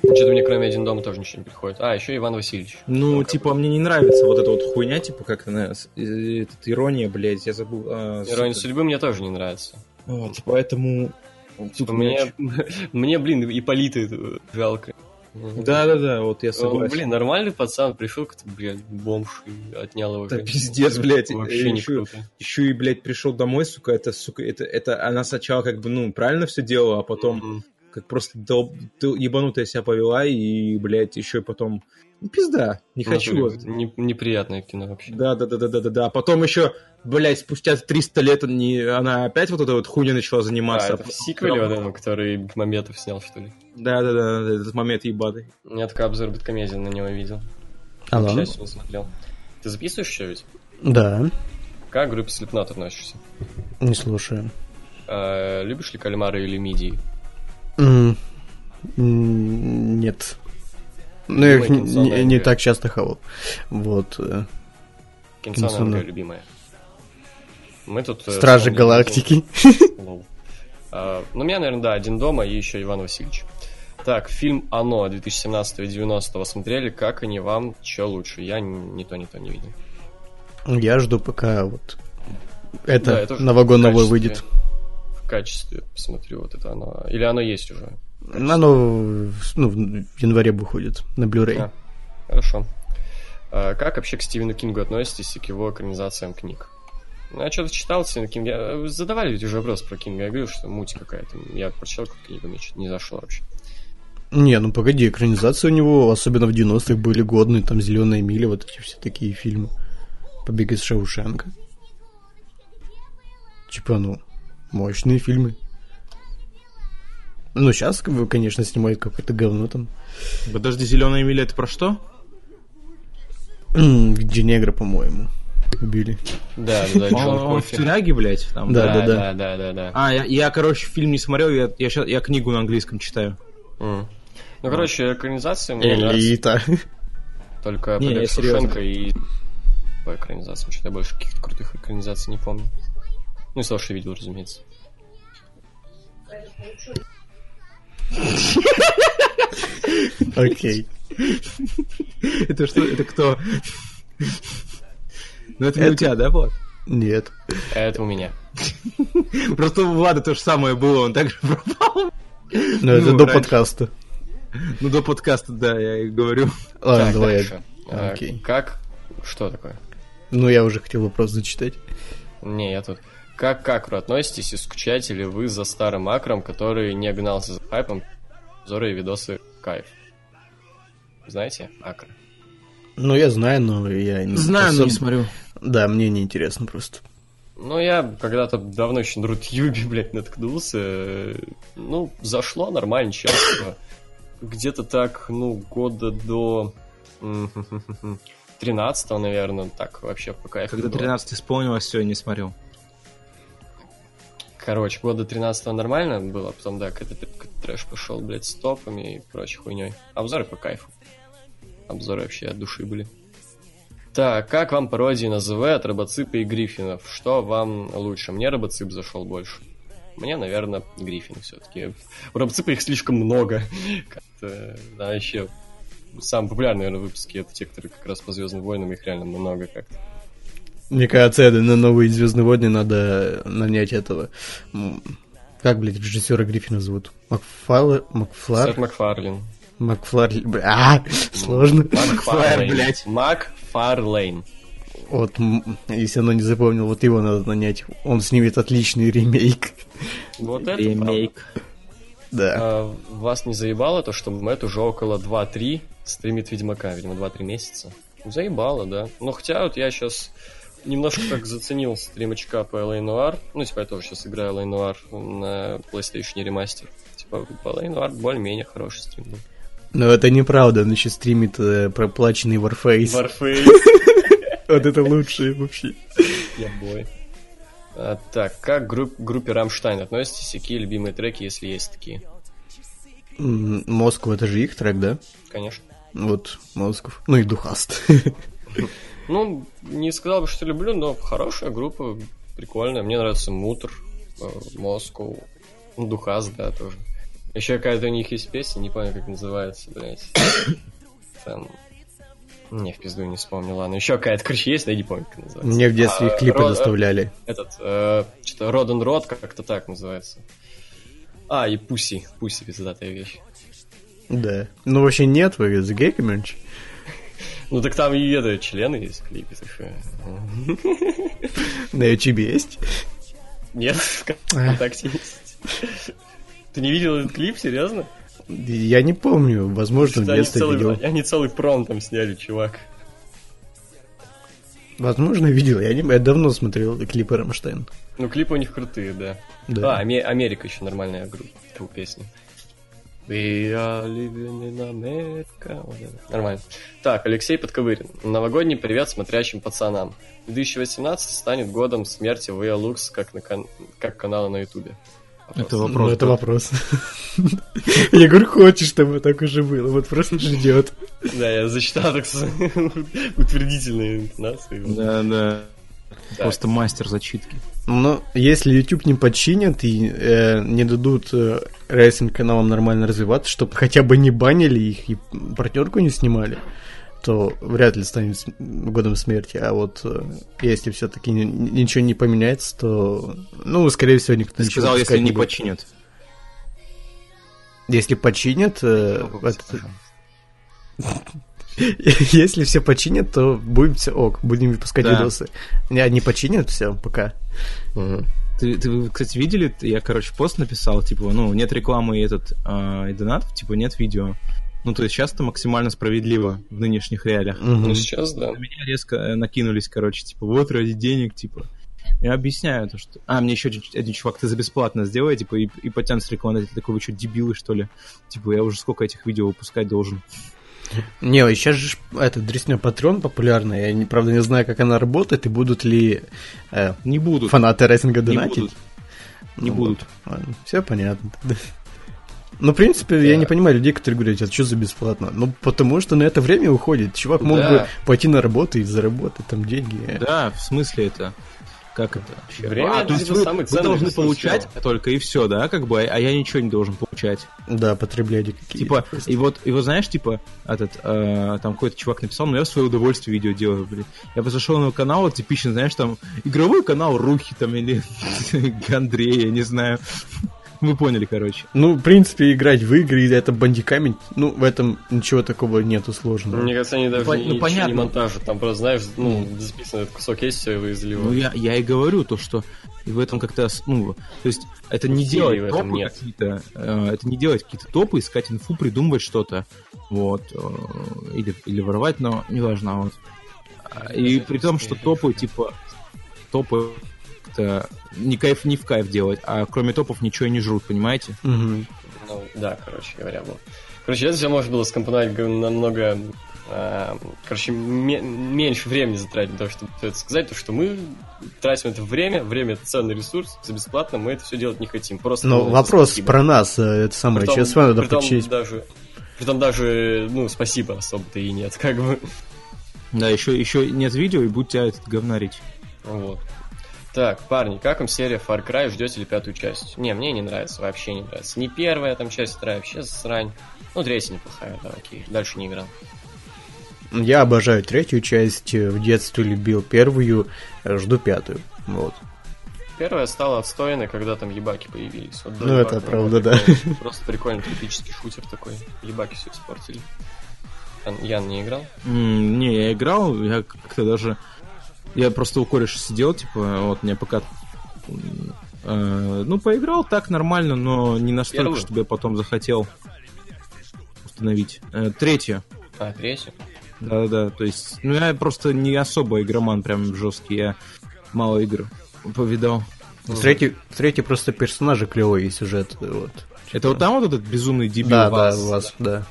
S3: Что-то мне кроме «Один дома» тоже ничего не приходит. А, еще Иван Васильевич.
S5: Ну,
S3: Ну, как
S5: типа, мне не нравится вот эта вот хуйня, типа, как она, с- э, этот, ирония, блядь, я забыл. а,
S3: «Ирония
S5: сука.
S3: судьбы» мне тоже не нравится.
S5: Вот, поэтому... Тут
S3: типа, Мне, *laughs* мне блин, Ипполита это жалко.
S5: Да-да-да, вот я
S3: Он,
S5: Ну, согласен.
S3: Ну, блин, нормальный пацан пришел, как-то, блядь, бомж и отнял его.
S5: Да
S3: жизнь.
S5: пиздец, блядь,
S3: Вообще не
S5: ещё-
S3: круто.
S5: Еще и, блядь, пришел домой, сука, это, сука, это, это она сначала как бы, ну, правильно все делала, а потом
S3: М.
S5: как просто дол... ты ебанутая себя повела, и, блядь, еще и потом... Ну, пизда, не хочу.
S3: Не- неприятное кино вообще.
S5: Да, да, да, да, да, да, да. А потом еще, блядь, спустя 300 лет он не... она опять вот эта вот хуйня начала
S3: А,
S5: заниматься.
S3: это в сиквеле вот этом, который Маметов снял, что ли?
S5: да, да, да, да, этот момент ебаный.
S3: Я только обзор Бэткомедии на него видел.
S4: А
S3: К
S4: ладно.
S3: счастью, не смотрел. Ты записываешь еще ведь?
S4: Да,
S3: Как к группе Slipknot относишься?
S4: не слушаю.
S3: А, любишь ли кальмары или мидии?
S4: М, м, Нет. Ну, я их не- не не так часто хавал. Вот. э,
S3: Кинсона
S4: Кинсона.
S3: моя любимая. Мы тут... э,
S4: Стражи
S3: вспомнили-
S4: Галактики.
S3: *laughs* Лол. А, ну, у меня, наверное, да, один дома и еще Иван Васильевич. Так, фильм «Оно» 2017-90 смотрели, как они вам, че лучше? Я н- ни то, ни то не видел.
S4: Я жду, пока вот
S3: Да, я
S4: это
S3: тоже
S4: на вагон
S3: в
S4: новое
S3: качестве-
S4: выйдет.
S3: В качестве посмотрю вот это «Оно». Или «Оно» есть уже?
S4: Оно в- ну, в январе выходит на Blu-ray.
S3: А, Хорошо. А, Как вообще к Стивену Кингу относитесь и к его экранизациям книг? Ну, я что-то читал Стивена Кинга. Я- вы Задавали ведь уже вопрос про Кинга. Я говорил, что муть какая-то. Я прочитал какую-то книгу, мне что-то не зашло вообще.
S4: Не, ну погоди, экранизации у него, особенно в 90-х, были годные, там «Зеленая миля», вот эти все такие фильмы. «Побег из Шаушенка». Типа, ну, мощные фильмы. Ну, сейчас, конечно, снимают какое-то говно там.
S5: Подожди, зеленая миля это про что?
S4: Где негра, по-моему, убили.
S3: Да, *laughs* да,
S5: Он, он в тюряге, блядь, там.
S4: Да.
S3: Да, да, да, да, да.
S5: А, я, я, короче, фильм не смотрел, я, я, щас- я книгу на английском читаю. *laughs*
S3: М. Ну, короче, экранизация мне нравится.
S4: Элита.
S3: Только
S5: Не, я
S3: Побег
S5: серьезно.
S3: Шушенко и по экранизациям. Что-то я больше каких-то крутых экранизаций не помню. Ну, из того, что я видел, разумеется.
S4: Окей.
S5: Это что? Это кто? Ну, это не
S4: Это-
S5: у тебя, да, вот?
S4: Нет.
S3: Это у меня.
S5: Просто у Влада то же самое было, он также пропал.
S4: Ну, это
S5: Ну,
S4: до
S5: раньше.
S4: подкаста.
S5: Ну, до подкаста, да, я и говорю.
S4: Ладно,
S3: Так,
S4: давай. я-
S3: дальше. А,
S4: Окей.
S3: Как... Что такое?
S4: Ну, я уже хотел вопрос зачитать.
S3: Не, я тут. Как к акру относитесь и скучаете ли вы за старым акром, который не гнался за хайпом? Обзоры и видосы кайф. Знаете, акр?
S4: Ну, я знаю, но я не
S5: но
S4: особо-
S5: смотрю.
S4: Да, мне неинтересно просто.
S3: Ну, я когда-то давно еще на Рутьюбе, *laughs* блядь, наткнулся. Э, Ну, зашло нормально, часто. Где-то так, ну, года до... м, *laughs* 13 наверное, так вообще по кайфу
S5: Когда
S3: было.
S5: 13 исполнилось, все, не смотрел.
S3: Короче, года 13 нормально было, потом, да, какой-то тр- какой-то трэш пошел, блядь, с топами и прочей хуйней. Обзоры по кайфу. Обзоры вообще от души были. Так, как вам пародии на ЗВ от Робоципа и Гриффинов? Что вам лучше? Мне Робоцип зашел больше. Мне, наверное, Гриффин все-таки. У Робоципа их слишком много. *laughs* Как-то, да, вообще, самые популярные, наверное, выпуски это те, которые как раз по Звездным войнам, их реально много как-то.
S4: Мне кажется, это на новые Звездные войны надо нанять этого. м, Как, блядь, режиссера Гриффина зовут? Макфал...
S3: Сет
S4: Макфлар?
S3: Макфарлин.
S4: Макфлар... бля, А, сложно.
S5: Макфарлейн, блядь.
S3: Макфарлейн.
S4: Вот, м, если оно не запомнил, вот его надо нанять. Он снимет отличный ремейк. *laughs*
S3: Вот это
S5: Ремейк.
S4: Да.
S3: правда. А, Вас не заебало то, что Мэтт уже около 2-3 стримит Ведьмака, видимо, 2-3 месяца? Заебало, да. Но хотя вот я сейчас немножко так заценил стримочка по LA Noir. Ну, типа, я тоже сейчас играю LA Noir на PlayStation ремастер. Типа, по LA Noir более-менее хороший стрим был.
S4: Но это неправда, он еще стримит э, проплаченный Warface.
S3: Warface.
S4: Вот это лучшее вообще.
S3: *laughs* Я бой. А, так, как к групп- группе Рамштайн относитесь? и Какие любимые треки, если есть такие?
S4: М, Москва, это же их трек, да?
S3: Конечно.
S4: Вот, Москов. Ну и Духаст. *laughs*
S3: Ну, не сказал бы, что люблю, но хорошая группа, прикольная. Мне нравится Мутр, э, Москва, ну, Духас, да, тоже. Еще какая-то у них есть песня, не помню, как называется, блядь. Там... Не, в пизду не вспомню, ладно. Еще какая-то, короче, есть, но я не помню, как называется.
S4: Мне в детстве их
S3: А,
S4: клипы
S3: Ро-
S4: доставляли.
S3: Этот, э, что-то Роден Род, как-то так называется. А, и Пуси, Пуси, пиздатая вещь.
S4: Да. Ну вообще нет, вы за гей комьюнити.
S3: Ну так там и это, члены есть в клипе, так что...
S4: На YouTube есть.
S3: *laughs* Нет, в ВКонтакте есть. Ты не видел этот клип, серьезно?
S4: Я не помню, возможно,
S3: Да,
S4: в
S3: они,
S4: детстве
S3: целый,
S4: видел.
S3: они целый пром там сняли, чувак.
S4: Возможно, видел. Я, не- я давно смотрел клипы Рамштайн.
S3: Ну, клипы у них крутые, да.
S4: Да.
S3: А, Аме- Америка еще нормальная группа, тьфу, песня. We are living in America. Вот это. Нормально. Так, Алексей Подковырин. Новогодний привет смотрящим пацанам. 2018 станет годом смерти Виа Лукс как, на кан- как канала на Ютубе.
S5: Это
S4: Ну,
S5: вопрос.
S4: это
S5: да.
S4: вопрос. *laughs* Я говорю, хочешь, чтобы так уже было. Вот просто ждет.
S3: Да, я зачитал так с- *laughs* утвердительные интонации.
S5: Да, да.
S3: Так.
S5: Просто мастер зачитки.
S4: Но если YouTube не подчинят и э, не дадут э, рейсинг-каналам нормально развиваться, чтобы хотя бы не банили их и партнерку не снимали, то вряд ли станет с- годом смерти. А вот э, если все-таки ничего не поменяется, то, ну, скорее всего, никто
S5: Ты
S4: ничего
S5: сказал, если
S4: выпускать
S5: не
S4: будет.
S5: починят.
S4: Если починят, э,
S5: Ну,
S4: этот- *laughs* Если все починят, то будем все ок, будем выпускать
S5: Да.
S4: видосы. Не, не починят, все, пока.
S3: Мгм.
S5: Ты, ты, вы, кстати, видели? Я, короче, пост написал, типа, ну, нет рекламы и этот, а, и донатов, типа, нет видео. Ну, то есть сейчас это максимально справедливо в нынешних реалиях.
S3: Ну,
S4: Мгм.
S3: сейчас, да.
S5: На меня резко э, накинулись, короче, типа, вот ради денег, типа. Я объясняю то, что... А, мне еще один, один чувак, ты за бесплатно сделай, типа, и, и потянут с рекламодателя, такой, вы что, дебилы, что ли? Типа, я уже сколько этих видео выпускать должен.
S4: Не, сейчас же этот дресня патрон популярный. Я, не, правда, не знаю, как она работает и будут ли э,
S5: Не будут.
S4: фанаты рейсинга
S5: не
S4: донатить.
S5: будут. Не будут.
S4: Все понятно тогда. Ну, в принципе, я не понимаю людей, которые говорят, а что за бесплатно? Ну, потому что на это время уходит. Чувак мог
S3: Да.
S4: бы пойти на работу и заработать там деньги.
S5: Да, в смысле это? Как это вообще?
S3: Время,
S5: а, то есть
S3: типа,
S5: вы,
S3: самый
S5: вы
S3: ценный
S5: должны
S3: ресурс
S5: получать
S3: всего.
S5: только и все, да, как бы, а я ничего не должен получать.
S4: Да, потребляли какие-то.
S5: Типа,
S4: просто.
S5: и вот, и вот знаешь, типа, этот, э, там какой-то чувак написал, ну я в свое удовольствие видео делаю, блин. Я бы зашел на его канал, типичный, знаешь, там, игровой канал Рухи там или *laughs* Гандрея, не знаю. Вы поняли, короче.
S4: Ну, в принципе, играть в игры, и это бандиками, ну, в этом ничего такого нету сложного.
S3: Мне кажется, они даже
S5: пон- ну,
S3: ничего не
S5: понятно.
S3: монтажат. Там просто, знаешь, ну, записан этот кусок есть, все, и вы изливаете.
S5: Ну я, я и говорю то, что и в этом как-то, с- ну, то есть это не
S3: Усилий в
S5: делать
S3: этом
S5: топы
S3: нет.
S5: какие-то, э, это не делать какие-то топы, искать инфу, придумывать что-то, вот, э, или, или воровать, но неважно, вот. А, И при том, что топы, типа, топы как-то не кайф, не в кайф делать, а кроме топов ничего и не жрут, понимаете?
S4: Мгм.
S3: Ну, да, короче говоря, было. Короче, это все можно было скомпоновать г- намного... а, короче, ме- меньше времени затратить на то, чтобы все это сказать, потому что мы тратим это время, время это ценный ресурс, за бесплатно мы это все делать не хотим. Просто
S4: Но
S3: ну,
S4: вопрос
S3: спасибо.
S4: про нас, э, это самое,
S3: Притом-
S4: честно, надо
S3: притом
S4: почесть.
S3: даже, притом даже, ну, спасибо особо-то и нет, *laughs* как бы.
S5: Да, еще, еще нет видео, и будете этот говнарить.
S3: Вот. Так, парни, как вам серия Far Cry? Ждете ли пятую часть? Не, мне не нравится, вообще не нравится. Не первая там часть, вторая вообще срань. Ну, третья неплохая, да, окей. Дальше не играл.
S4: Я обожаю третью часть, э, в детстве любил первую, э, жду пятую. Вот.
S3: Первая стала отстойной, когда там ебаки появились. Вот до
S4: Ну, это
S3: ебак,
S4: правда,
S3: ну,
S4: да.
S3: прикольно. *laughs* Просто прикольный тропический шутер такой. Ебаки все испортили. Ян- Ян не играл?
S5: М, Не, я играл, я как-то даже... Я просто у кореша сидел, типа, вот мне пока... м, э, ну, поиграл так нормально, но не настолько,
S3: Первую?
S5: чтобы я потом захотел установить. Э, третье.
S3: А, третью?
S5: Да-да-да, то есть... Ну, я просто не особо игроман прям жесткий, я мало игр повидал.
S4: В третьей, в третьей просто персонажи клевые и сюжет. э, Вот.
S5: Это вот там вот этот безумный дебил?
S4: Да,
S5: Вас?
S4: да, вас, да.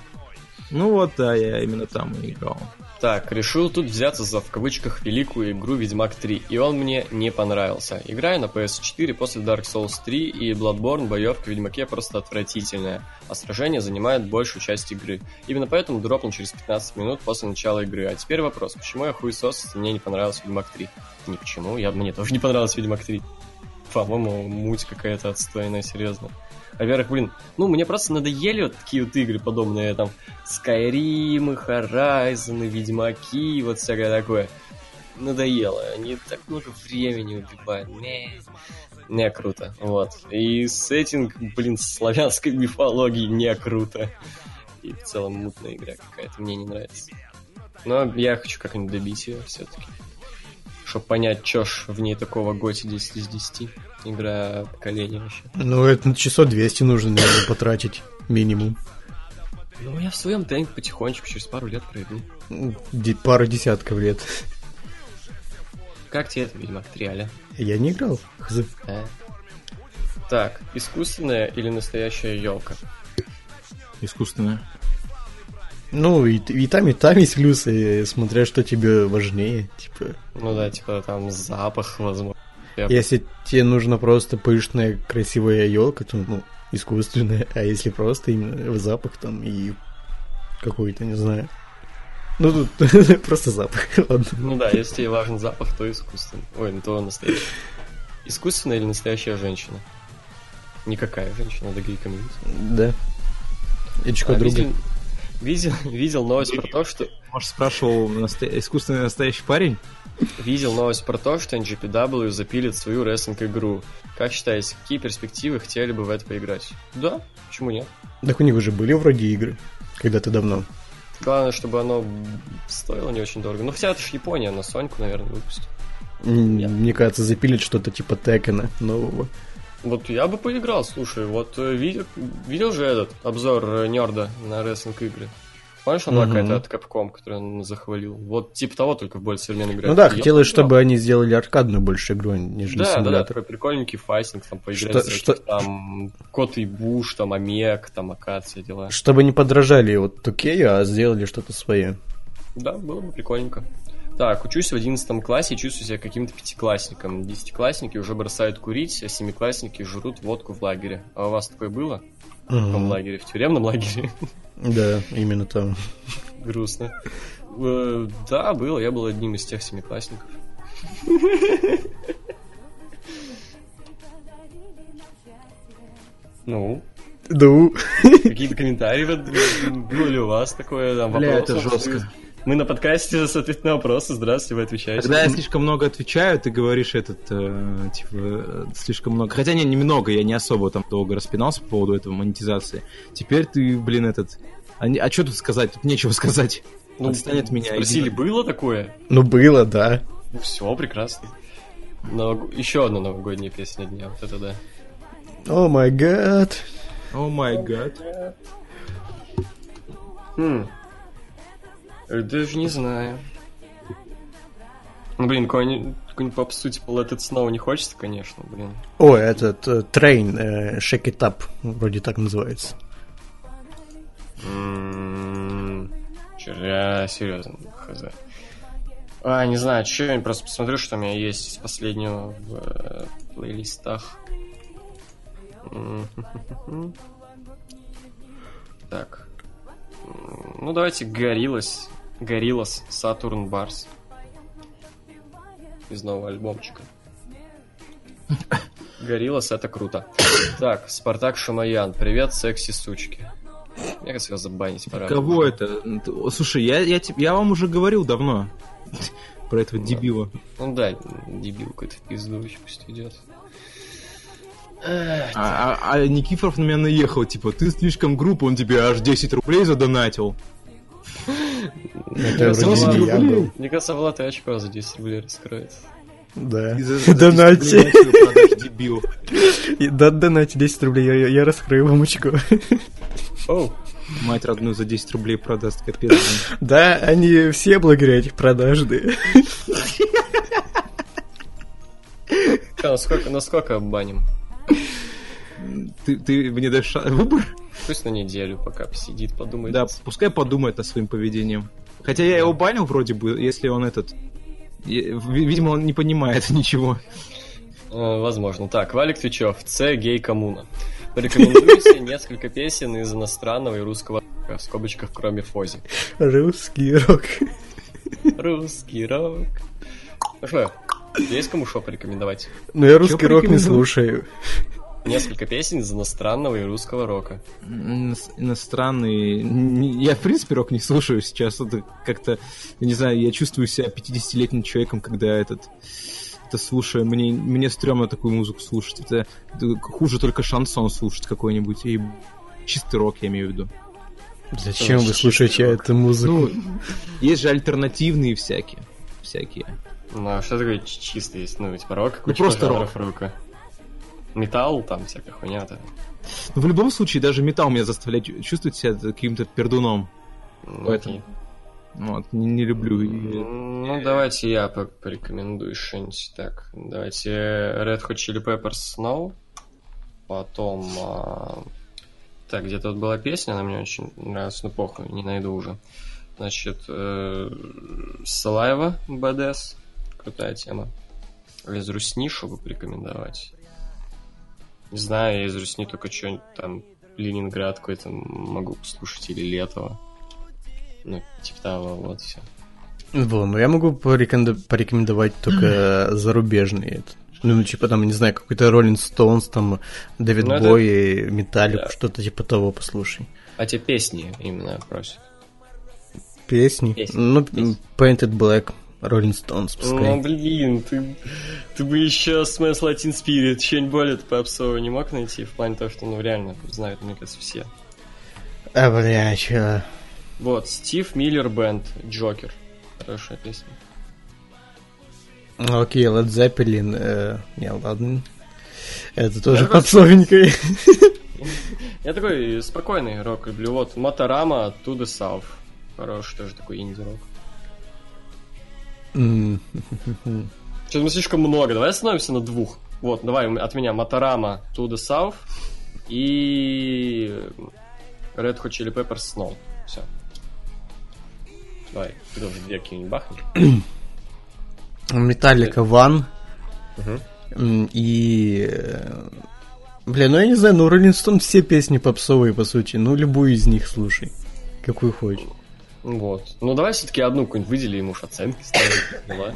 S5: Ну вот, да, я именно там и играл.
S3: Так, решил тут взяться за в кавычках великую игру Ведьмак 3, и он мне не понравился. Играю на PS4 после Dark Souls 3, и Bloodborne боевка в Ведьмаке просто отвратительная, а сражение занимает большую часть игры. Именно поэтому дропнул через 15 минут после начала игры. А теперь вопрос, почему я хуесос, если мне не понравился Ведьмак 3? Ни почему, я, мне тоже не понравился Ведьмак 3. По-моему, муть какая-то отстойная, серьезно. А вверх, блин, ну мне просто надоели вот такие вот игры подобные, там, Скайримы, Хорайзены, Ведьмаки, и вот всякое такое. Надоело, они так много времени убивают. Не, не круто, вот. И сеттинг, блин, славянской мифологии не круто. И в целом мутная игра какая-то, мне не нравится. Но я хочу как-нибудь добить ее все-таки. Чтоб понять, чё ж в ней такого готи 10 из 10. Игра поколения вообще.
S4: Ну, это на часов 200 нужно, наверное, потратить минимум.
S3: Ну, я в своем темпе потихонечку, через пару лет пройду.
S4: Ди- Пару десятков лет.
S3: Как тебе это, Ведьмак 3, Аля?
S4: Я не играл. Хз.
S3: Э. Так, искусственная или настоящая елка?
S5: Искусственная.
S4: Ну, и, и там, и там есть плюсы, смотря что тебе важнее. Типа,
S3: Ну да, типа там запах, возможно.
S4: если тебе нужна просто пышная, красивая елка, то, ну, искусственная. А если просто именно запах там и какой-то, не знаю. Ну, тут *laughs* просто запах, ладно.
S3: Ну да, если тебе важен запах, то искусственный. Ой, ну то он настоящий. Искусственная или настоящая женщина? Никакая женщина, да гей комьюнити.
S4: Да. И чего
S3: А,
S4: друга.
S3: видел, видел, видел новость про то, что
S5: Может, спрашивал, насто- искусственный настоящий парень?
S3: видел новость про то, что NGPW запилит свою рестлинг игру. Как считаете, какие перспективы хотели бы в это поиграть? Да, почему нет?
S4: Так у них уже были вроде игры. Когда-то давно.
S3: Главное, чтобы оно стоило не очень дорого. Ну хотя это ж Япония, на Соньку, наверное, выпустит.
S4: М,
S3: Нет.
S4: Мне кажется, запилить что-то типа Текена нового.
S3: Вот я бы поиграл, слушай, вот э, видел, видел же этот обзор э, нерда на рестлинг игры. Помнишь, он была
S4: Мгм.
S3: какая-то от Capcom, которую он захвалил? Вот типа того, только в более современной игре.
S4: Ну да,
S3: Я
S4: хотелось,
S3: поиграл.
S4: чтобы они сделали аркадную больше игру, нежели
S3: Да, да, да,
S4: симулятор.
S3: такой прикольненький файтинг, там поиграть
S4: Что-
S3: всяких,
S4: что-
S3: там Кот и Буш, там Омек, там Акад, все дела.
S4: Чтобы не подражали вот Тукею, а сделали что-то свое.
S3: Да, было бы прикольненько. Так, учусь в 11 классе и чувствую себя каким-то пятиклассником. Десятиклассники уже бросают курить, а семиклассники жрут водку в лагере. А у вас такое было? В каком лагере? В тюремном лагере? *laughs*
S4: Да, именно там.
S3: Грустно. Э, Да, был. Я был одним из тех семиклассников. *laughs* Ну,
S4: Да у.
S3: какие-то комментарии вот, было ли у вас такое там
S5: Бля, это
S3: вопросы?
S5: жестко.
S3: Мы на подкасте, соответственно, вопросы. Здравствуйте, вы отвечаете.
S5: Когда я слишком много отвечаю, ты говоришь этот, э, типа, э, слишком много. Хотя не, немного, я не особо там долго распинался по поводу этого монетизации. Теперь ты, блин, этот... А, не- а что тут сказать? Тут нечего сказать.
S3: Ну,
S5: Отстань от меня.
S3: Спросили,
S5: иди.
S3: было такое?
S4: Ну было, да.
S3: Ну, все, прекрасно. Новог- Еще одна новогодняя песня дня. Вот это да.
S4: О май гад.
S5: О май гад.
S3: Хм. Э, Даже не знаю. Ну, блин, какой-нибудь какой-нибудь попсу типа Let It Snow не хочется, конечно, блин.
S4: О, этот э, Train, э, Shake It Up, вроде так называется.
S5: М-м-м.
S3: М, чё, Я серьезно, хз. А, не знаю, что я просто посмотрю, что у меня есть из последнего в э, плейлистах. М, Так. М, Ну, давайте Гориллас. Гориллас Сатурн Барс. Из нового альбомчика. Гориллас это круто. Так, Спартак Шамаян. Привет, секси сучки. Мне кажется, его забанить пора.
S5: Кого это? О, Слушай, я, я, тип- я вам уже говорил давно *laughs* про этого дебила.
S3: Ну да, дебил какой-то в пизду вообще пусть идет.
S5: А, а- а Никифоров на меня наехал, типа, ты слишком груб, он тебе аж 10 рублей задонатил.
S4: Это
S5: Сразу
S4: вроде не я
S5: рублей.
S4: был.
S3: Мне кажется, Влад и очко за 10 рублей раскроет.
S4: Да.
S5: И за- за 10
S4: Донати.
S5: рублей начал продаж, дебил.
S4: И Да, донать 10 рублей, я- я, я раскрою вам очко.
S3: Оу,
S5: Мать родную за 10 рублей продаст,
S4: *laughs*
S5: капец. блин.
S4: *laughs* Да, они все благодаря этих продажды.
S3: Чё, насколько, насколько оббаним?
S5: Ты, ты мне дашь ша- выбор?
S3: Пусть на неделю пока посидит, подумает.
S5: Да, пускай подумает над своим поведением. Хотя я его банил вроде бы, если он этот... Е- ви- Видимо, он не понимает *laughs* ничего.
S3: Э, Возможно. Так, Валик Твичев, С. Гей Коммуна. Порекомендую себе несколько песен из иностранного и русского в скобочках, кроме Фози.
S4: Русский рок.
S3: Русский рок. Ну что, есть кому что порекомендовать?
S4: Но Ну, я русский рок не
S5: порекомендуешь?
S4: слушаю.
S3: Несколько песен из иностранного и русского рока.
S5: Ин- Иностранный... не- Я, в принципе, рок не слушаю сейчас. Это как-то... Я не знаю, я чувствую себя 50-летним человеком, когда этот... Это слушаю. Мне, мне стрёмно такую музыку слушать. Это это хуже только шансон слушать какой-нибудь. И чистый рок, я имею в виду.
S4: Зачем вы слушаете эту музыку?
S5: Ну, есть же альтернативные всякие. Всякие.
S3: Ну, а что такое чи- чисто есть? Ну, типа рок, куча
S5: просто
S3: жанров рока. металл, там всякая хуйня. да.
S5: Ну, в любом случае, даже металл меня заставляет чу- чувствовать себя каким-то пердуном.
S3: Ну,
S5: Поэтому
S3: окей.
S5: Вот, не, не люблю. И-
S3: Ну, давайте я по- порекомендую что-нибудь так. Давайте Red Hot Chili Peppers Snow. Потом... а, Так, где тут была песня, она мне очень нравится, но похуй, не найду уже. Значит, э, Saliva BDS. Крутая тема. Из Русни, чтобы порекомендовать. Не знаю, я из Русни только что-нибудь там Ленинград какой-то могу послушать или Летово. Ну, типа того, вот все.
S4: Во, ну я могу порекоменда- порекомендовать только зарубежные. это. Ну, типа там, не знаю, какой-то Роллин Стоунс, там, Дэвид
S3: Ну, это-
S4: Бой, Металлик,
S3: Да.
S4: что-то типа того, послушай.
S3: А те песни именно просят.
S4: Песни.
S3: Песни.
S4: Ну,
S3: Песни.
S4: Painted Black, Роллин Стоунс, пускай.
S3: Ну, блин, ты, ты бы еще Smash Latin Spirit, что-нибудь более попсового не мог найти, в плане того, что, ну, реально, знают, мне кажется, все.
S4: А, бля, чё?
S3: Вот, Стив Миллер Бенд, Джокер. Хорошая песня.
S4: Ну, Окей, Led Zeppelin, э, не, ладно. Это тоже
S3: Я просто-
S4: попсовенькое.
S3: Я такой спокойный рок люблю. Вот, Моторама, To The South. Хороший тоже такой инди-рок.
S4: М.
S3: Что-то мы слишком много, давай остановимся на двух. Вот, давай м- от меня Моторама, To The South и Red Hot Chili Peppers Snow. Все. Давай, ты тоже две какие-нибудь бахни.
S4: Металлика Ван.
S3: Мгм.
S4: М, И... э, Бля, ну я не знаю, ну Rolling Stone все песни попсовые, по сути. Ну, любую из них слушай. Какую хочешь.
S3: Вот. Ну давай все-таки одну какую-нибудь выделим, ему уж оценки ставим. дела.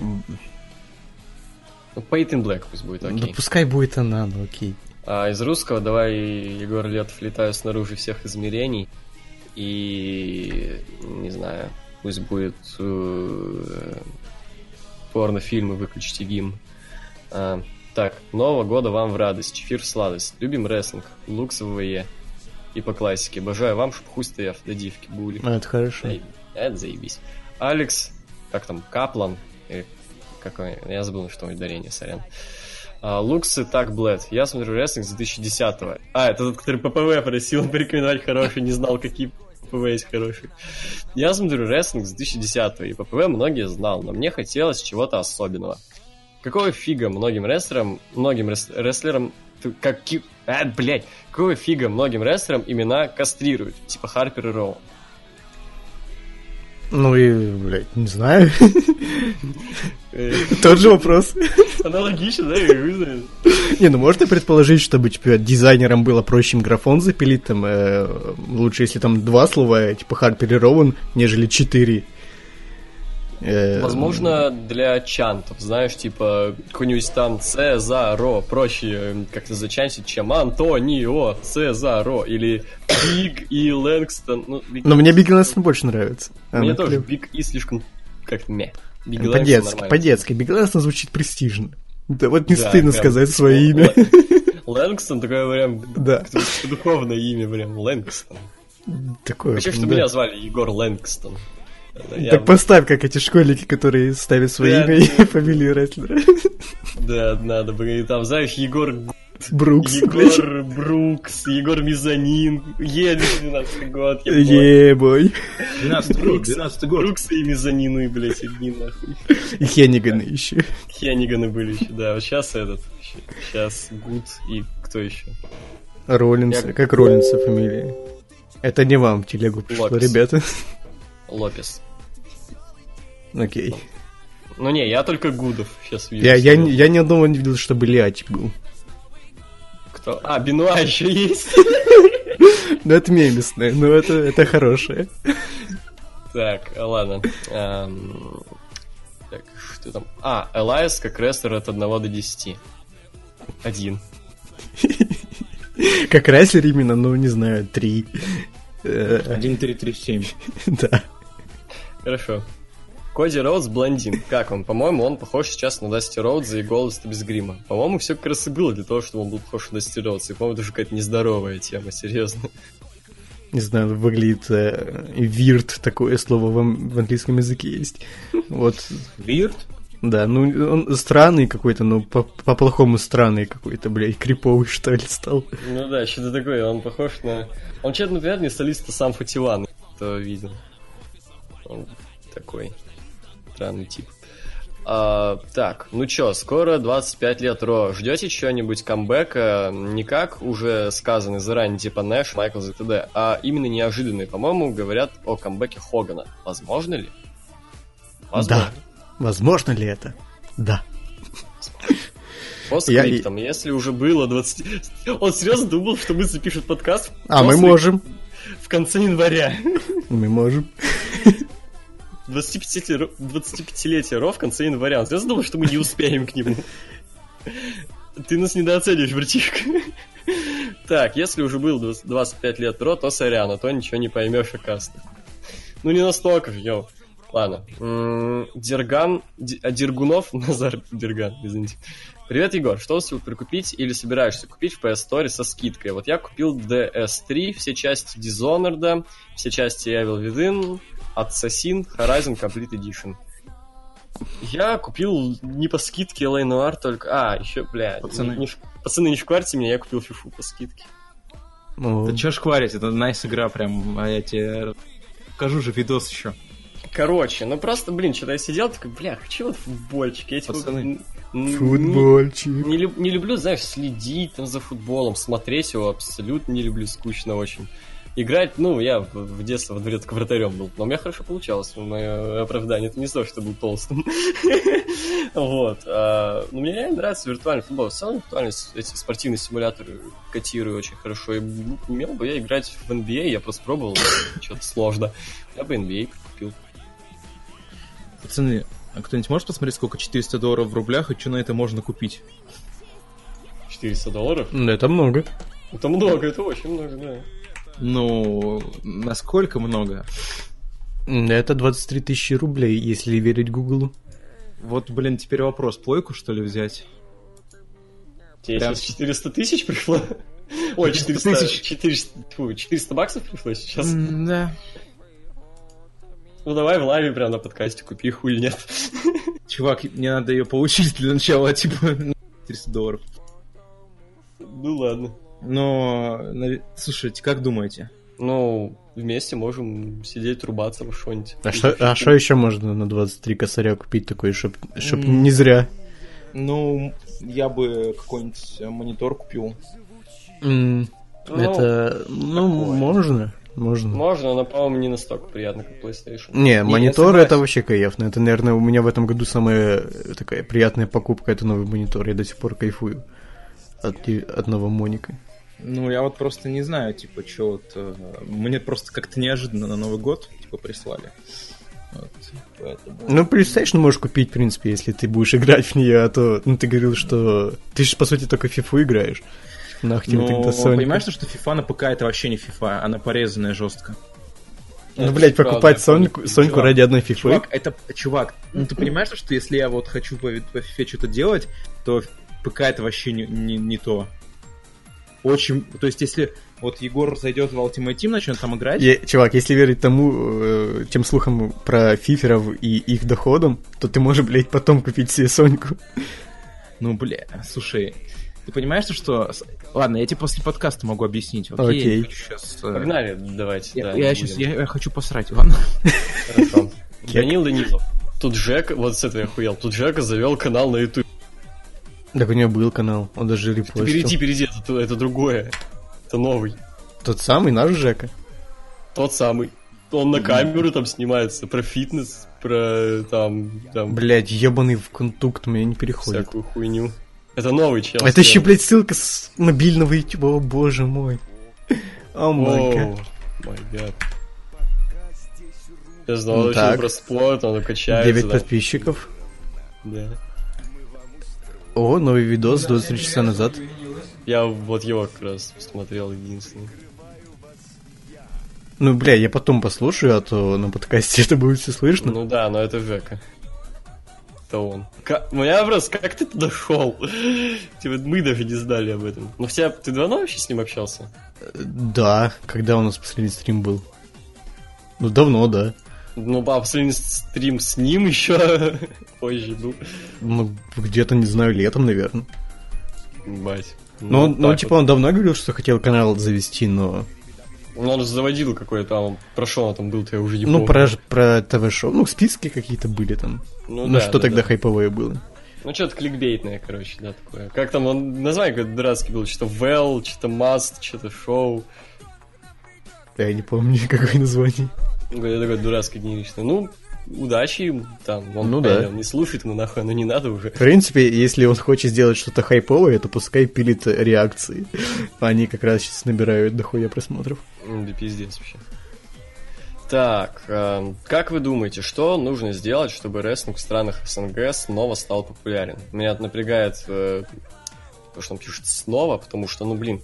S3: Ну, Paint in Black пусть будет,
S4: Да
S3: окей.
S4: пускай будет она, ну окей.
S3: А из русского давай Егор Летов летаю снаружи всех измерений. И не знаю, пусть будет э, порнофильмы выключите гимн. А, так, Нового года вам в радость, чефир в сладость. Любим рестлинг, лукс в ВВЕ. И по классике. Обожаю вам, чтоб хуй стояв до дивки були.
S4: Ну, это хорошо.
S3: Заеб- Это заебись. Алекс, как там, Каплан, или какой, я забыл, что ударение, сорян. А, Лукс и так Блэд. Я смотрю рестлинг с 2010-го. А, это тот, который ППВ просил порекомендовать хороший, не знал, какие ППВ есть хорошие. Я смотрю рестлинг с 2010-го, и ППВ многие знал, но мне хотелось чего-то особенного. Какого фига многим рестлерам, многим рес- рестлерам, ты- каки- а, блядь, какого фига многим рестлерам имена кастрируют, типа Харпер и Роу?
S4: Ну и, блядь, не знаю. *laughs*
S3: Э,
S4: Тот же вопрос.
S3: Аналогично, да, я хуй знает.
S4: Не, ну можно предположить, чтобы типа, дизайнерам было проще им графон запилить, там э, лучше, если там два слова, типа Харпер и Роуэн, нежели четыре. Э,
S3: Возможно, для чантов, знаешь, типа, какой-нибудь там Цезаро, проще эм, как-то зачантить, чем Антонио Цезаро, или Биг и Лэнгстон. Ну, Биг-
S4: Но мне Биг Лэнстон больше нравится.
S3: Мне
S4: Она
S3: тоже
S4: клев-
S3: Биг и слишком как-то мя. Биг Лэнгстон
S4: По-детски,
S3: нормально.
S4: по-детски. Биг Лэнстон звучит престижно. Да вот не
S3: Да,
S4: стыдно
S3: прям.
S4: сказать свое имя.
S3: Л- *laughs* Лэнгстон такое прям
S4: Да.
S3: как-то духовное имя, прям Лэнгстон.
S4: *laughs*
S3: А
S4: Такое.
S3: Хочу, чтобы
S4: да.
S3: меня звали Егор Лэнгстон. Я-
S4: Так поставь, как эти школьники, которые ставят свое
S3: Да,
S4: имя и *laughs* фамилию рестлера.
S3: Да, надо бы. и Там, знаешь, Егор Г-
S4: Брукс, блядь.
S3: Егор Брукс, Егор Мезонин, еле 12 год, я понял.
S4: Ебой. *laughs*
S5: 12 год, 12 год.
S3: Бруксы и Мезонины, блядь, одни нахуй.
S4: И Хенниганы еще.
S3: Хенниганы были еще, да, вот сейчас этот, сейчас Гуд и кто еще?
S4: Роллинс.
S3: Я-
S4: Как Роллинса фамилия? Это не вам в телегу пришло,
S3: Лапис.
S4: ребята. *laughs*
S3: Лопес.
S4: Окей.
S3: Ну не, я только Гудов сейчас вижу.
S4: Я, я, не- я ни одного не видел, чтобы Лиач был.
S3: Кто? А, Бенуа еще есть.
S4: Ну это мемесное, но это, это хорошее.
S3: Так, ладно. Эм, Так, что там? А, Элайс как рестлер от 1 до 10. Один.
S4: Как рестлер именно, ну не знаю, три. Э, *laughs*
S5: 1, 3, 3, 7.
S4: Да.
S3: Хорошо. Коди Роудс блондин. Как он? По-моему, он похож сейчас на Дасти Роудза и голос-то без грима. По-моему, все как раз и было для того, чтобы он был похож на Дасти Роудза. И, по-моему, это уже какая-то нездоровая тема, серьезно.
S4: Не знаю, выглядит э, вирт, такое слово в, ан- в английском языке есть. Вот.
S5: Вирт?
S4: Да, ну он странный какой-то, но по- по-плохому странный какой-то, блядь, криповый что ли стал.
S3: Ну да, что-то такое, он похож на... Он чем-то напоминает мне солиста а сам Фативан, то видно. Он такой странный тип. А, так, ну чё, скоро 25 лет Ро. Ждете чего-нибудь камбэка? Не как уже сказано заранее, типа Нэш, Майкл и т.д., а именно неожиданный. По-моему, говорят о камбэке Хогана. Возможно ли?
S4: Да. Возможно ли это? Да.
S3: По
S4: Я-
S3: скриптам, если уже было 20... Он серьезно думал, что мы запишем подкаст
S4: А мы
S3: после-
S4: можем.
S3: в конце января.
S4: Ну, Мы можем.
S3: 25-летие Ро- 25-летие Ро в конце января. Он серьезно думал, что мы не успеем к нему? Ты нас недооцениваешь, братишка. Так, если уже был 20 25 лет Ро, то сорян, а то ничего не поймешь, оказывается. Ну не настолько же, ёл. Ладно. М, Дерган... Ди- а, Дергунов... *laughs* Назар Дерган, извините. Привет, Егор. Что успел прикупить или собираешься купить в PS Store со скидкой? Вот я купил DS3, все части Dishonored, все части Evil Within, Assassin Horizon Complete Edition. Я купил не по скидке LA Noir только... А, еще, бля...
S5: Пацаны.
S3: не- не ш- пацаны, не шкварьте меня, я купил фифу по скидке.
S4: Ну,
S5: Да чё ж хварить, это найс игра прям, а я тебе покажу же видос еще.
S3: Короче, ну просто, блин, что-то я сидел, такой, а бля, хочу вот футбольчик. Я типа...
S5: Пацаны.
S3: н- н-
S4: Футбольчик.
S3: Не, люб- не люблю, знаешь, следить там за футболом, смотреть его абсолютно не люблю, скучно очень. Играть, ну, я в, в детстве во дворе только вратарем был, но у меня хорошо получалось, мое оправдание, это не то, что я был толстым. *laughs* Вот. а, Ну, мне реально нравится виртуальный футбол. В целом, виртуальные с- эти спортивные симуляторы котирую очень хорошо. И м, умел бы я играть в NBA, я просто пробовал, *laughs* что-то сложно. Я бы NBA купил.
S5: Пацаны, а кто-нибудь может посмотреть, сколько 400 долларов в рублях и что на это можно купить?
S3: 400 долларов.
S4: Ну, это много.
S3: Это много, это очень много, да.
S5: Ну, насколько много?
S4: М, Это 23 тысячи рублей, если верить Гуглу.
S5: Вот, блин, теперь вопрос, плойку что ли взять?
S3: Тебе
S5: Прям.
S3: сейчас 400 тысяч
S4: *laughs*
S3: пришло? Ой, 400
S5: тысяч.
S3: 400, тьфу, 400 баксов пришло сейчас?
S5: М, Да.
S3: Ну давай в лайве прям на подкасте купи, хуй нет.
S5: Чувак, мне надо ее получить для начала, *laughs* типа, 300 долларов.
S3: Ну ладно.
S5: Но, нав- слушайте, как думаете?
S3: Ну, вместе можем сидеть, рубаться во что-нибудь.
S4: А что, а что еще можно на 23 косаря купить такой, чтоб, чтоб
S5: М.
S4: не зря?
S5: Ну, я бы какой-нибудь э, монитор купил.
S4: М,
S3: Ну,
S4: это, ну,
S5: такое.
S4: можно, можно.
S3: Можно, но, по-моему, не настолько приятно, как PlayStation.
S4: Не, монитор
S5: согласен.
S4: это вообще кайфно. Это, наверное, у меня в этом году самая э, такая приятная покупка, это новый монитор. Я до сих пор кайфую от, и- от нового Моника.
S5: Ну, я вот просто не знаю, типа, что вот... э, Мне просто как-то неожиданно на Новый год, типа, прислали. Вот, поэтому...
S4: Ну, PlayStation можешь купить, в принципе, если ты будешь играть в нее, а то, ну, ты говорил, что ты же, по сути, только в фифу играешь. Нах тебе
S5: Ну,
S4: тогда Типа Sony.
S5: понимаешь, то, что FIFA на ПК это вообще не FIFA, она порезанная жестко.
S4: Ну, блядь, покупать Соньку, Соньку ради одной фифы?
S5: Чувак, это... Чувак, ну ты понимаешь, то, что если я вот хочу по, по FIFA что-то делать, то ПК это вообще не, не- не то. Очень... То есть, если вот Егор зайдет в Ultimate Team, начнет там играть...
S4: Е- чувак, если верить тому, э, тем слухам про фиферов и их доходам, то ты можешь, блядь, потом купить себе Соньку.
S5: Ну, бля, слушай, ты понимаешь, что... с- Ладно, я тебе после подкаста могу объяснить.
S4: Окей.
S5: Я, не хочу щас, э,
S3: Погнали, давайте.
S5: я,
S3: да,
S5: я
S3: не
S5: щас-
S3: будем.
S5: я- я хочу посрать, ладно?
S4: *laughs*
S3: Хорошо.
S4: Кек.
S3: Данил Данилов. Тут Джек, вот с этого я хуел, тут Джека завел канал на YouTube.
S4: Так у него был канал, он даже репостил.
S3: Перейди, перейди, это, это другое. Это новый.
S4: Тот самый наш Жека.
S3: Тот самый. Он на камеру там снимается, про фитнес, про там, там
S4: Блядь, ебаный в контукт меня не переходит.
S3: всякую хуйню. Это новый чел.
S4: Это еще,
S3: сделал.
S4: блядь, ссылка с мобильного ютуба, о боже мой. О май
S3: Воу,
S4: гад.
S3: май гад. Я знал,
S4: Ну
S3: очень
S4: так.
S3: про спорт, он качается.
S4: 9
S3: да.
S4: подписчиков.
S3: Да.
S4: О, новый видос 23 часа назад.
S3: Я вот его как раз посмотрел единственный.
S4: Ну, бля, я потом послушаю, а то на подкасте *laughs* это будет все слышно.
S3: Ну да, но это Жека. Это он. Ка- У меня вопрос, как ты туда шел? *laughs* Типа, мы даже не знали об этом. Ну, хотя, ты давно вообще с ним общался?
S4: Да, когда у нас последний стрим был? Ну, давно, да.
S3: Ну, а последний стрим с ним еще *laughs* позже был.
S4: Ну, где-то, не знаю, летом, наверное.
S3: Бать.
S4: Ну, он- ну,
S3: так
S4: типа, он давно говорил, что хотел канал завести, но...
S3: вот. Ну, он же заводил какой-то там, про что он а там был-то, я уже не
S4: Ну,
S3: помню.
S4: про, про ТВ-шоу. Ну, списки какие-то были там. Ну,
S3: да,
S4: что
S3: да,
S4: тогда
S3: да.
S4: хайповое было?
S3: Ну, что-то кликбейтное, короче, да, такое. Как там, он, название какое-то дурацкое было, что-то Well, что-то Must, что-то Show.
S4: Я не помню, *laughs* какое название.
S3: Какое-то такое дурацкое генеричное. Ну, удачи им, там, он,
S4: Ну
S3: ну,
S4: да.
S3: не слушает ему нахуй, ну не надо уже.
S4: В принципе, если он хочет сделать что-то хайповое, то пускай пилит реакции. *laughs* Они как раз сейчас набирают дохуя просмотров.
S3: М, Да пиздец вообще. Так, эм, как вы думаете, что нужно сделать, чтобы рестлинг в странах СНГ снова стал популярен? Меня напрягает э, то, что он пишет снова, потому что, ну блин,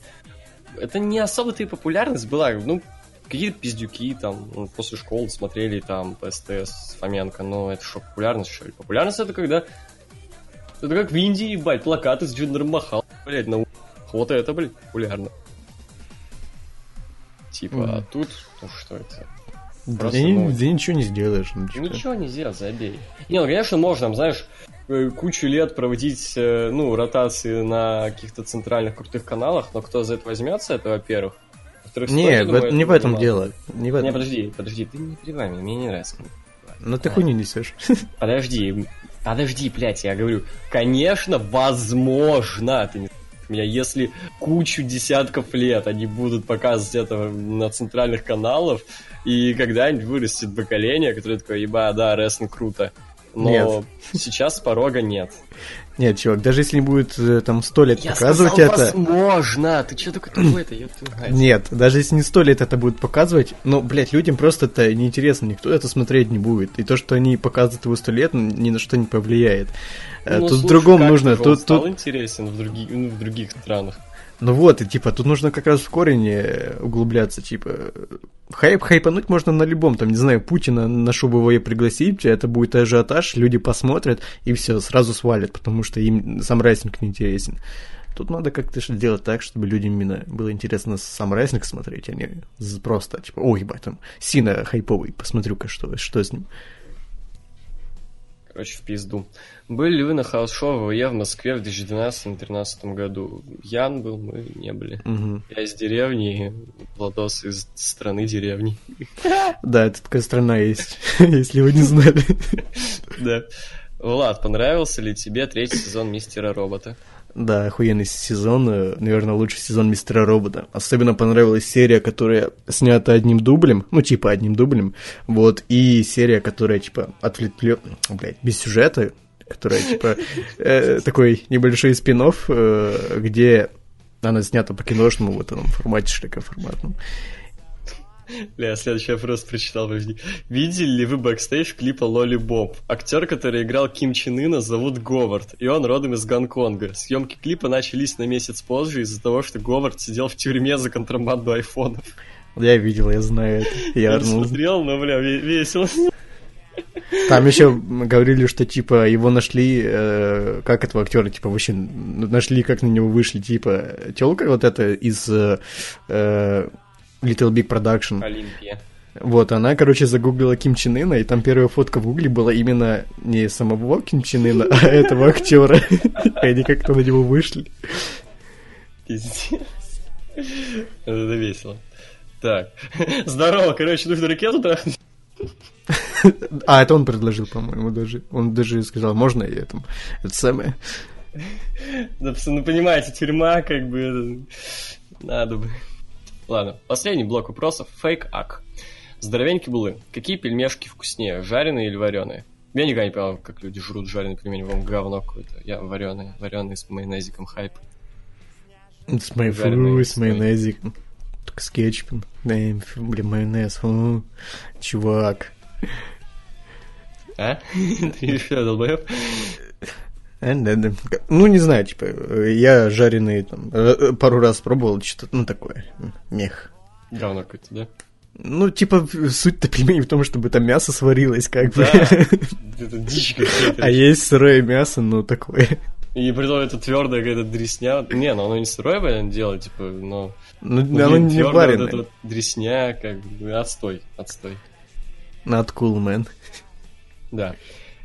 S3: это не особо-то и популярность была. Ну, какие-то пиздюки там ну, после школы смотрели там по СТС Фоменко, но это что, популярность, что ли? Популярность это когда... Это как в Индии, ебать, плакаты с Джиндером Махал, блядь, на у- Вот это, блядь, популярно. Типа, а
S4: Мгм.
S3: тут, ну что это?
S4: Да,
S3: Просто ну,
S4: ни-
S3: новость.
S4: да ничего не сделаешь. ну, типа.
S3: Ничего не сделать, забей. Не, ну, конечно, можно, там, знаешь, э, кучу лет проводить, э, ну, ротации на каких-то центральных крутых каналах, но кто за это возьмется, это, во-первых. Во-вторых,
S4: Не,
S3: стоит, я
S4: в-
S3: думаю,
S4: не в
S3: этого
S4: этом
S3: немало.
S4: дело. Не в
S3: Не,
S4: этом.
S3: подожди, подожди, ты не перебивай меня, мне не нравится. когда ты перебиваешь.
S4: Ну ты
S3: Давай.
S4: хуйню несешь.
S3: Подожди, подожди, блядь, я говорю, конечно, возможно, ты не слышишь меня, если кучу десятков лет они будут показывать это на центральных каналах, и когда-нибудь вырастет поколение, которое такое, еба, да, рестлинг круто. Но
S4: Нет.
S3: сейчас порога нет.
S4: Нет, чувак, даже если не будет э, там сто лет
S3: Я
S4: показывать
S3: сказал,
S4: это.
S3: возможно, ты что
S4: *clears throat*
S3: такой такой-то, ёб твою мать.
S4: Нет, даже если не сто лет это будет показывать, ну, блядь, людям просто это неинтересно, никто это смотреть не будет. И то, что они показывают его сто лет, н- ни на что не повлияет. Э,
S3: Ну,
S4: тут в
S3: слушай,
S4: другом
S3: как
S4: нужно,
S3: же он
S4: тут,
S3: стал
S4: тут,
S3: интересен в, други- ну, в других странах.
S4: ну вот, и типа, тут нужно как раз в корень э, углубляться, типа, э, хайп, хайпануть можно на любом, там, не знаю, Путина на шубовое пригласить, это будет ажиотаж, люди посмотрят, и все, сразу свалят, потому что им сам райсинг не интересен. Тут надо как-то что-то делать так, чтобы людям именно было интересно сам райсинг смотреть, а не з- просто, типа, ой, ебать, там, Сина хайповый, посмотрю-ка, что, что с ним.
S3: Короче, в пизду. Были ли вы на хаос-шоу ВВЕ в Москве в 2012-2013 году? Ян был, мы не были.
S4: Мгм.
S3: Я из деревни, Владос из страны деревни.
S4: Да, это такая страна есть, *laughs* если вы не знали.
S3: Да. Влад, понравился ли тебе третий сезон Мистера Робота?
S4: Да, охуенный сезон, э, наверное, лучший сезон Мистера Робота. Особенно понравилась серия, которая снята одним дублем, ну, типа одним дублем, вот, и серия, которая, типа, отвлекле... блядь, без сюжета, которая, типа, э, такой небольшой спин где она снята по киношному вот этом формате, Шрека форматном.
S3: Бля, следующий вопрос прочитал, подожди. Видели ли вы бэкстейдж клипа Лоли Боб? Актер, который играл Ким Чен Ына, зовут Говард, и он родом из Гонконга. Съемки клипа начались на месяц позже из-за того, что Говард сидел в тюрьме за контрабанду айфонов.
S4: Я видел, я знаю это, я
S3: Я
S4: орнул.
S3: смотрел, но, бля, ве- весело.
S4: Там еще говорили, что типа его нашли, э, как этого актера, типа вообще ну, нашли, как на него вышли, типа телка вот эта из э, э, Little Big Production.
S3: Олимпия.
S4: Вот она, короче, загуглила Ким Чен Ына, и там первая фотка в гугле была именно не самого Ким Чен Ына, а этого актера. И они как-то на него вышли.
S3: Пиздец. Это весело. Так. Здорово, короче, нужно ракету трахнуть.
S4: А это он предложил, по-моему, даже. Он даже сказал, можно я там это самое.
S3: Да, пс- ну, понимаете, тюрьма, как бы... это, Надо бы. Ладно, последний блок вопросов. Фейк-ак. Здоровенькие булы. Какие пельмешки вкуснее, жареные или вареные? Я никогда не понимал, как люди жрут жареные пельмени, вам говно какое-то. Я вареные, вареные с майонезиком хайп.
S4: С моей
S3: Жареные
S4: фу, с
S3: свиньи.
S4: майонезиком. Так С кетчупом. Да, и, фу, Блин, майонез. фу. Чувак.
S3: А? *laughs* Ты что, долбоёб?
S4: Э, да, да. Ну, не знаю, типа, э, я жареный там э, э, пару раз пробовал, что-то, ну, такое, м, мех.
S3: Говно какое-то, да?
S4: Ну, типа, в- суть-то пельменей в том, чтобы там мясо сварилось, как бы.
S3: Да. Это дичь какая-то.
S4: А есть сырое мясо, ну, такое.
S3: И при том это твердая какая-то дресня. Не, ну оно не сырое, понятное дело, типа, но...
S4: Ну,
S3: ну,
S4: оно
S3: блин,
S4: не
S3: твердая вот эта
S4: вареное.
S3: вот дресня, как бы, отстой, отстой.
S4: Not cool, man.
S3: Да.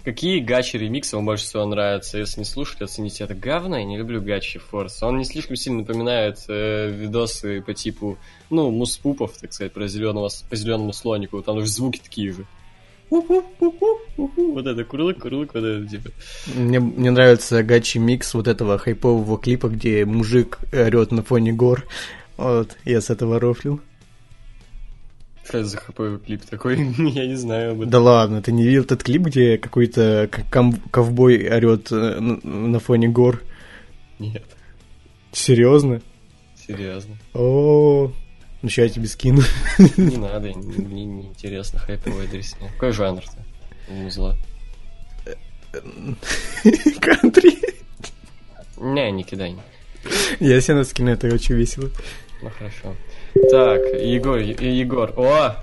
S3: Какие гачи ремиксы вам больше всего нравятся? Если не слушали, оцените это говно. Я не люблю гачи форс. Он не слишком сильно напоминает э, видосы по типу, ну, муспупов, так сказать, про зеленого, по зеленому слонику. Там же звуки такие же. Уху, уху, уху. Вот это курлык, курлык, вот это типа.
S4: Мне, мне нравится гачи микс вот этого хайпового клипа, где мужик орет на фоне гор. Вот, я с этого рофлил.
S3: Что это за хаповый клип такой? *laughs* Я не знаю об этом.
S4: Да ладно, ты не видел этот клип, где какой-то к- кам- ковбой орет э, н- на фоне гор?
S3: Нет,
S4: Серьезно?
S3: серьезно.
S4: О, ну сейчас я тебе скину. *laughs*
S3: Не надо, не- мне не интересно хайповая дресня. Какой жанр-то? Музла.
S4: Кантри.
S3: Не, не кидай.
S4: Я себе скину, это очень весело.
S3: Ну хорошо. Так, Егор, Е- Егор, о,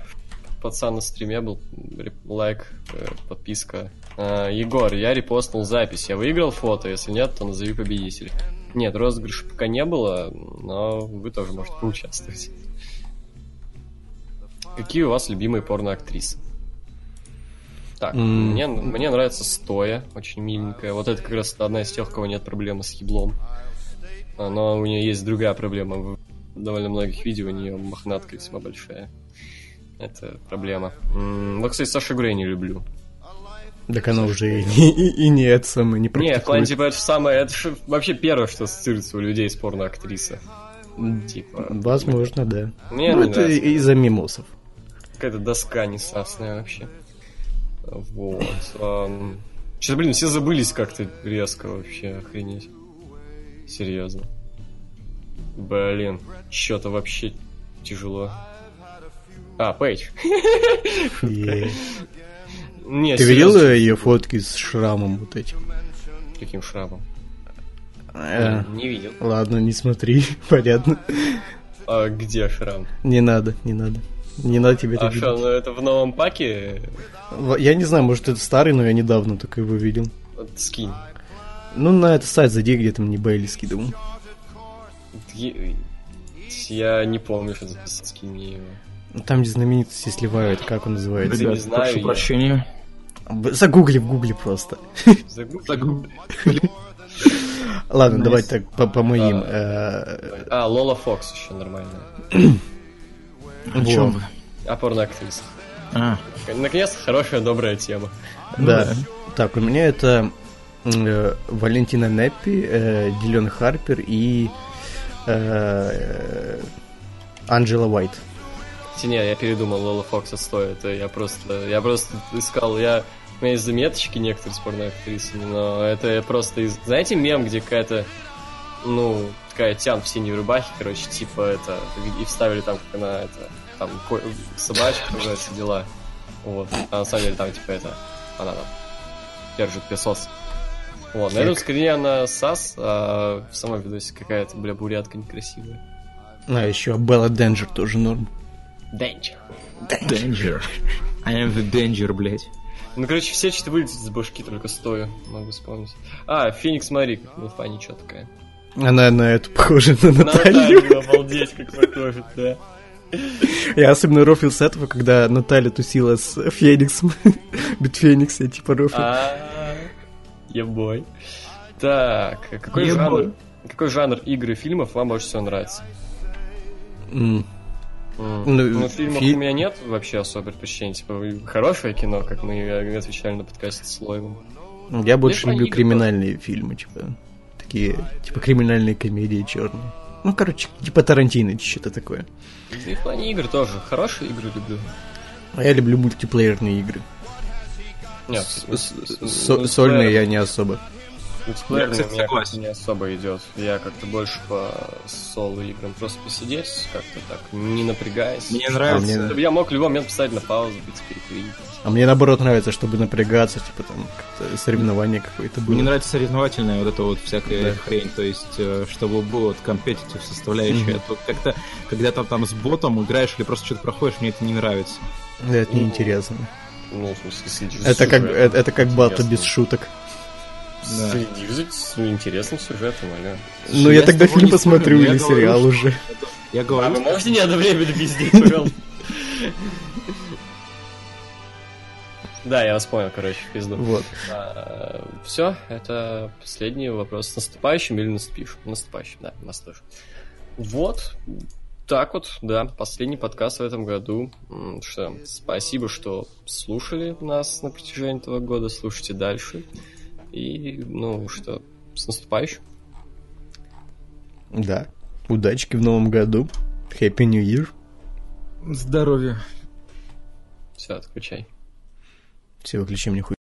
S3: пацан на стриме был, Реп- лайк, э, подписка. А, Егор, я репостнул запись, я выиграл фото, если нет, то назови победителя. Нет, розыгрыша пока не было, но вы тоже можете поучаствовать. Какие у вас любимые порноактрисы? Так,
S4: М.
S3: мне, мне нравится Стоя, очень миленькая. Вот это как раз одна из тех, у кого нет проблемы с еблом. А, Но у нее есть другая проблема. В довольно многих видео у нее мохнатка весьма большая. Это проблема. М, Вот, кстати, Сашу Грей не люблю.
S4: Так она уже и, не- и, и нет, самое не
S3: Не, в плане,
S4: практикует.
S3: типа, это же самое... Это же вообще первое, что ассоциируется у людей с порноактрисы. Типа...
S4: Возможно, да.
S3: Мне
S4: ну,
S3: не
S4: это
S3: нравится.
S4: из-за мимосов.
S3: Какая-то доска несасная вообще. Вот. ам. Чё-то, блин, все забылись как-то резко вообще, охренеть. Серьезно. Блин, что-то вообще тяжело. А, Пейдж. *laughs*
S4: Е.
S3: Не,
S4: Ты
S3: серьезно,
S4: видел ее фотки с шрамом вот этим?
S3: Каким шрамом?
S4: Э,
S3: Не видел.
S4: Ладно, не смотри, *laughs* понятно.
S3: А где шрам?
S4: Не надо, не надо. Не надо тебе это
S3: А что,
S4: видеть.
S3: ну это в новом паке?
S4: В- Я не знаю, может это старый, но я недавно только его видел.
S3: Вот Скинь.
S4: Ну, на этот сайт зайди, где там мне Бейли скидывал.
S3: Е- Я не помню, что за скинь мне его.
S4: Ну, Там, где знаменитости сливают, как он называется.
S3: Блин.
S5: Ребят,
S3: не знаю
S5: прошу
S3: я.
S5: прощения.
S4: Б- Загугли в гугле просто.
S3: Загугли.
S4: Ладно, давай так, по, по моим. э,
S3: А, Лола Фокс еще нормально.
S5: О чем вы?
S3: О порноактрисах.
S5: А,
S3: Наконец-то хорошая, добрая тема.
S4: ну Да. Так, у меня это э, Валентина Неппи, э, Дилен Харпер и э, Анджела Уайт.
S3: Хотя Типа, Не, я передумал, Лола Фокса стоит. Я просто, я просто искал, я... У меня есть заметочки некоторые с порноактрисами, но это я просто из... Знаете мем, где какая-то, ну, такая тян в синей рубахе, короче, типа это... И вставили там, как она, это... Там, ко- собачка, уже все дела. Вот. А на самом деле там, типа, это... Она там держит песос. Вот, на этом скрине она сас, а в самом видосе какая-то, бля, бурятка некрасивая.
S4: А еще Белла Денджер тоже норм.
S3: Danger.
S5: danger. I am the danger, блядь.
S3: Ну, короче, все что-то вылетит с башки только стоя, могу вспомнить. А, Феникс Мари, как милфа, ничего
S4: *laughs*
S3: такая.
S4: Она на эту похожа на Наталью.
S3: Наталью, обалдеть, как покажет, да.
S4: Я особенно рофлил с этого, когда Наталья тусила с Фениксом. *laughs* Бит Феникс, я типа рофлил.
S3: А, Ебой. Так, а какой
S5: Ебой.
S3: жанр? Какой жанр игр и фильмов вам больше всего нравится?
S4: М.
S3: М,
S4: Ну,
S3: Ну, фильмов
S4: фи-
S3: у меня нет вообще особо предпочтений. Типа, хорошее кино, как мы отвечали на подкасте с Лоевым.
S4: Я больше
S3: про
S4: люблю
S3: игры
S4: криминальные фильмы, типа. Такие, типа, криминальные комедии черные. Ну, короче, типа Тарантино, что-то такое.
S3: И в плане игр тоже. Хорошие игры люблю.
S4: А я люблю мультиплеерные игры.
S3: Нет,
S4: С-
S3: ну,
S4: со-
S3: с
S4: Сольные
S3: Лоевым.
S4: я не особо.
S3: Мультиплеер
S5: Я, кстати,
S3: у меня
S5: согласен.
S3: как-то не особо идет. Я как-то больше по соло играм просто посидеть, как-то так, не напрягаясь.
S5: Мне
S4: А, мне
S5: нравится.
S4: нравится.
S3: Чтобы я мог в любой момент поставить на паузу, быть типа, перекурить.
S4: А мне наоборот нравится, чтобы напрягаться, типа там как-то соревнование какое-то было.
S5: Мне нравится соревновательная вот эта вот всякая
S4: Да.
S5: хрень, то есть, э, чтобы было вот competitive составляющая.
S4: Мгм.
S5: А то как-то, когда там, там с ботом играешь или просто что-то проходишь, мне это не нравится.
S4: Да, это неинтересно.
S3: Ну, в смысле, следишь за
S4: Это как, э,
S3: сюжетом.
S4: это, это как бата без
S3: Интересно.
S4: шуток.
S5: Да.
S3: Следишь за с ну, интересным сюжетом, алё.
S4: Ну,
S5: я
S4: я
S5: с
S4: тогда
S5: тобой
S4: фильм
S5: не спорю,
S4: посмотрю
S5: я
S4: или
S5: говорю,
S4: сериал
S5: что-
S4: уже.
S5: Я
S3: А вы *laughs*
S5: говорю,
S3: можете не одновременно пиздеть, пожалуйста? Да, я вас понял, короче, в пизду.
S4: Вот.
S3: Все, это последний вопрос. С наступающим или наступишь? Наступающим, да, наступишь. Вот, так вот, да, последний подкаст в этом году. М, Что, спасибо, что слушали нас на протяжении этого года, слушайте дальше. И, ну, что, с наступающим.
S4: Да. Удачки в новом году. Happy New Year.
S3: ну,
S5: Здоровья.
S3: Все, отключай.
S4: Все, выключи мне хуй.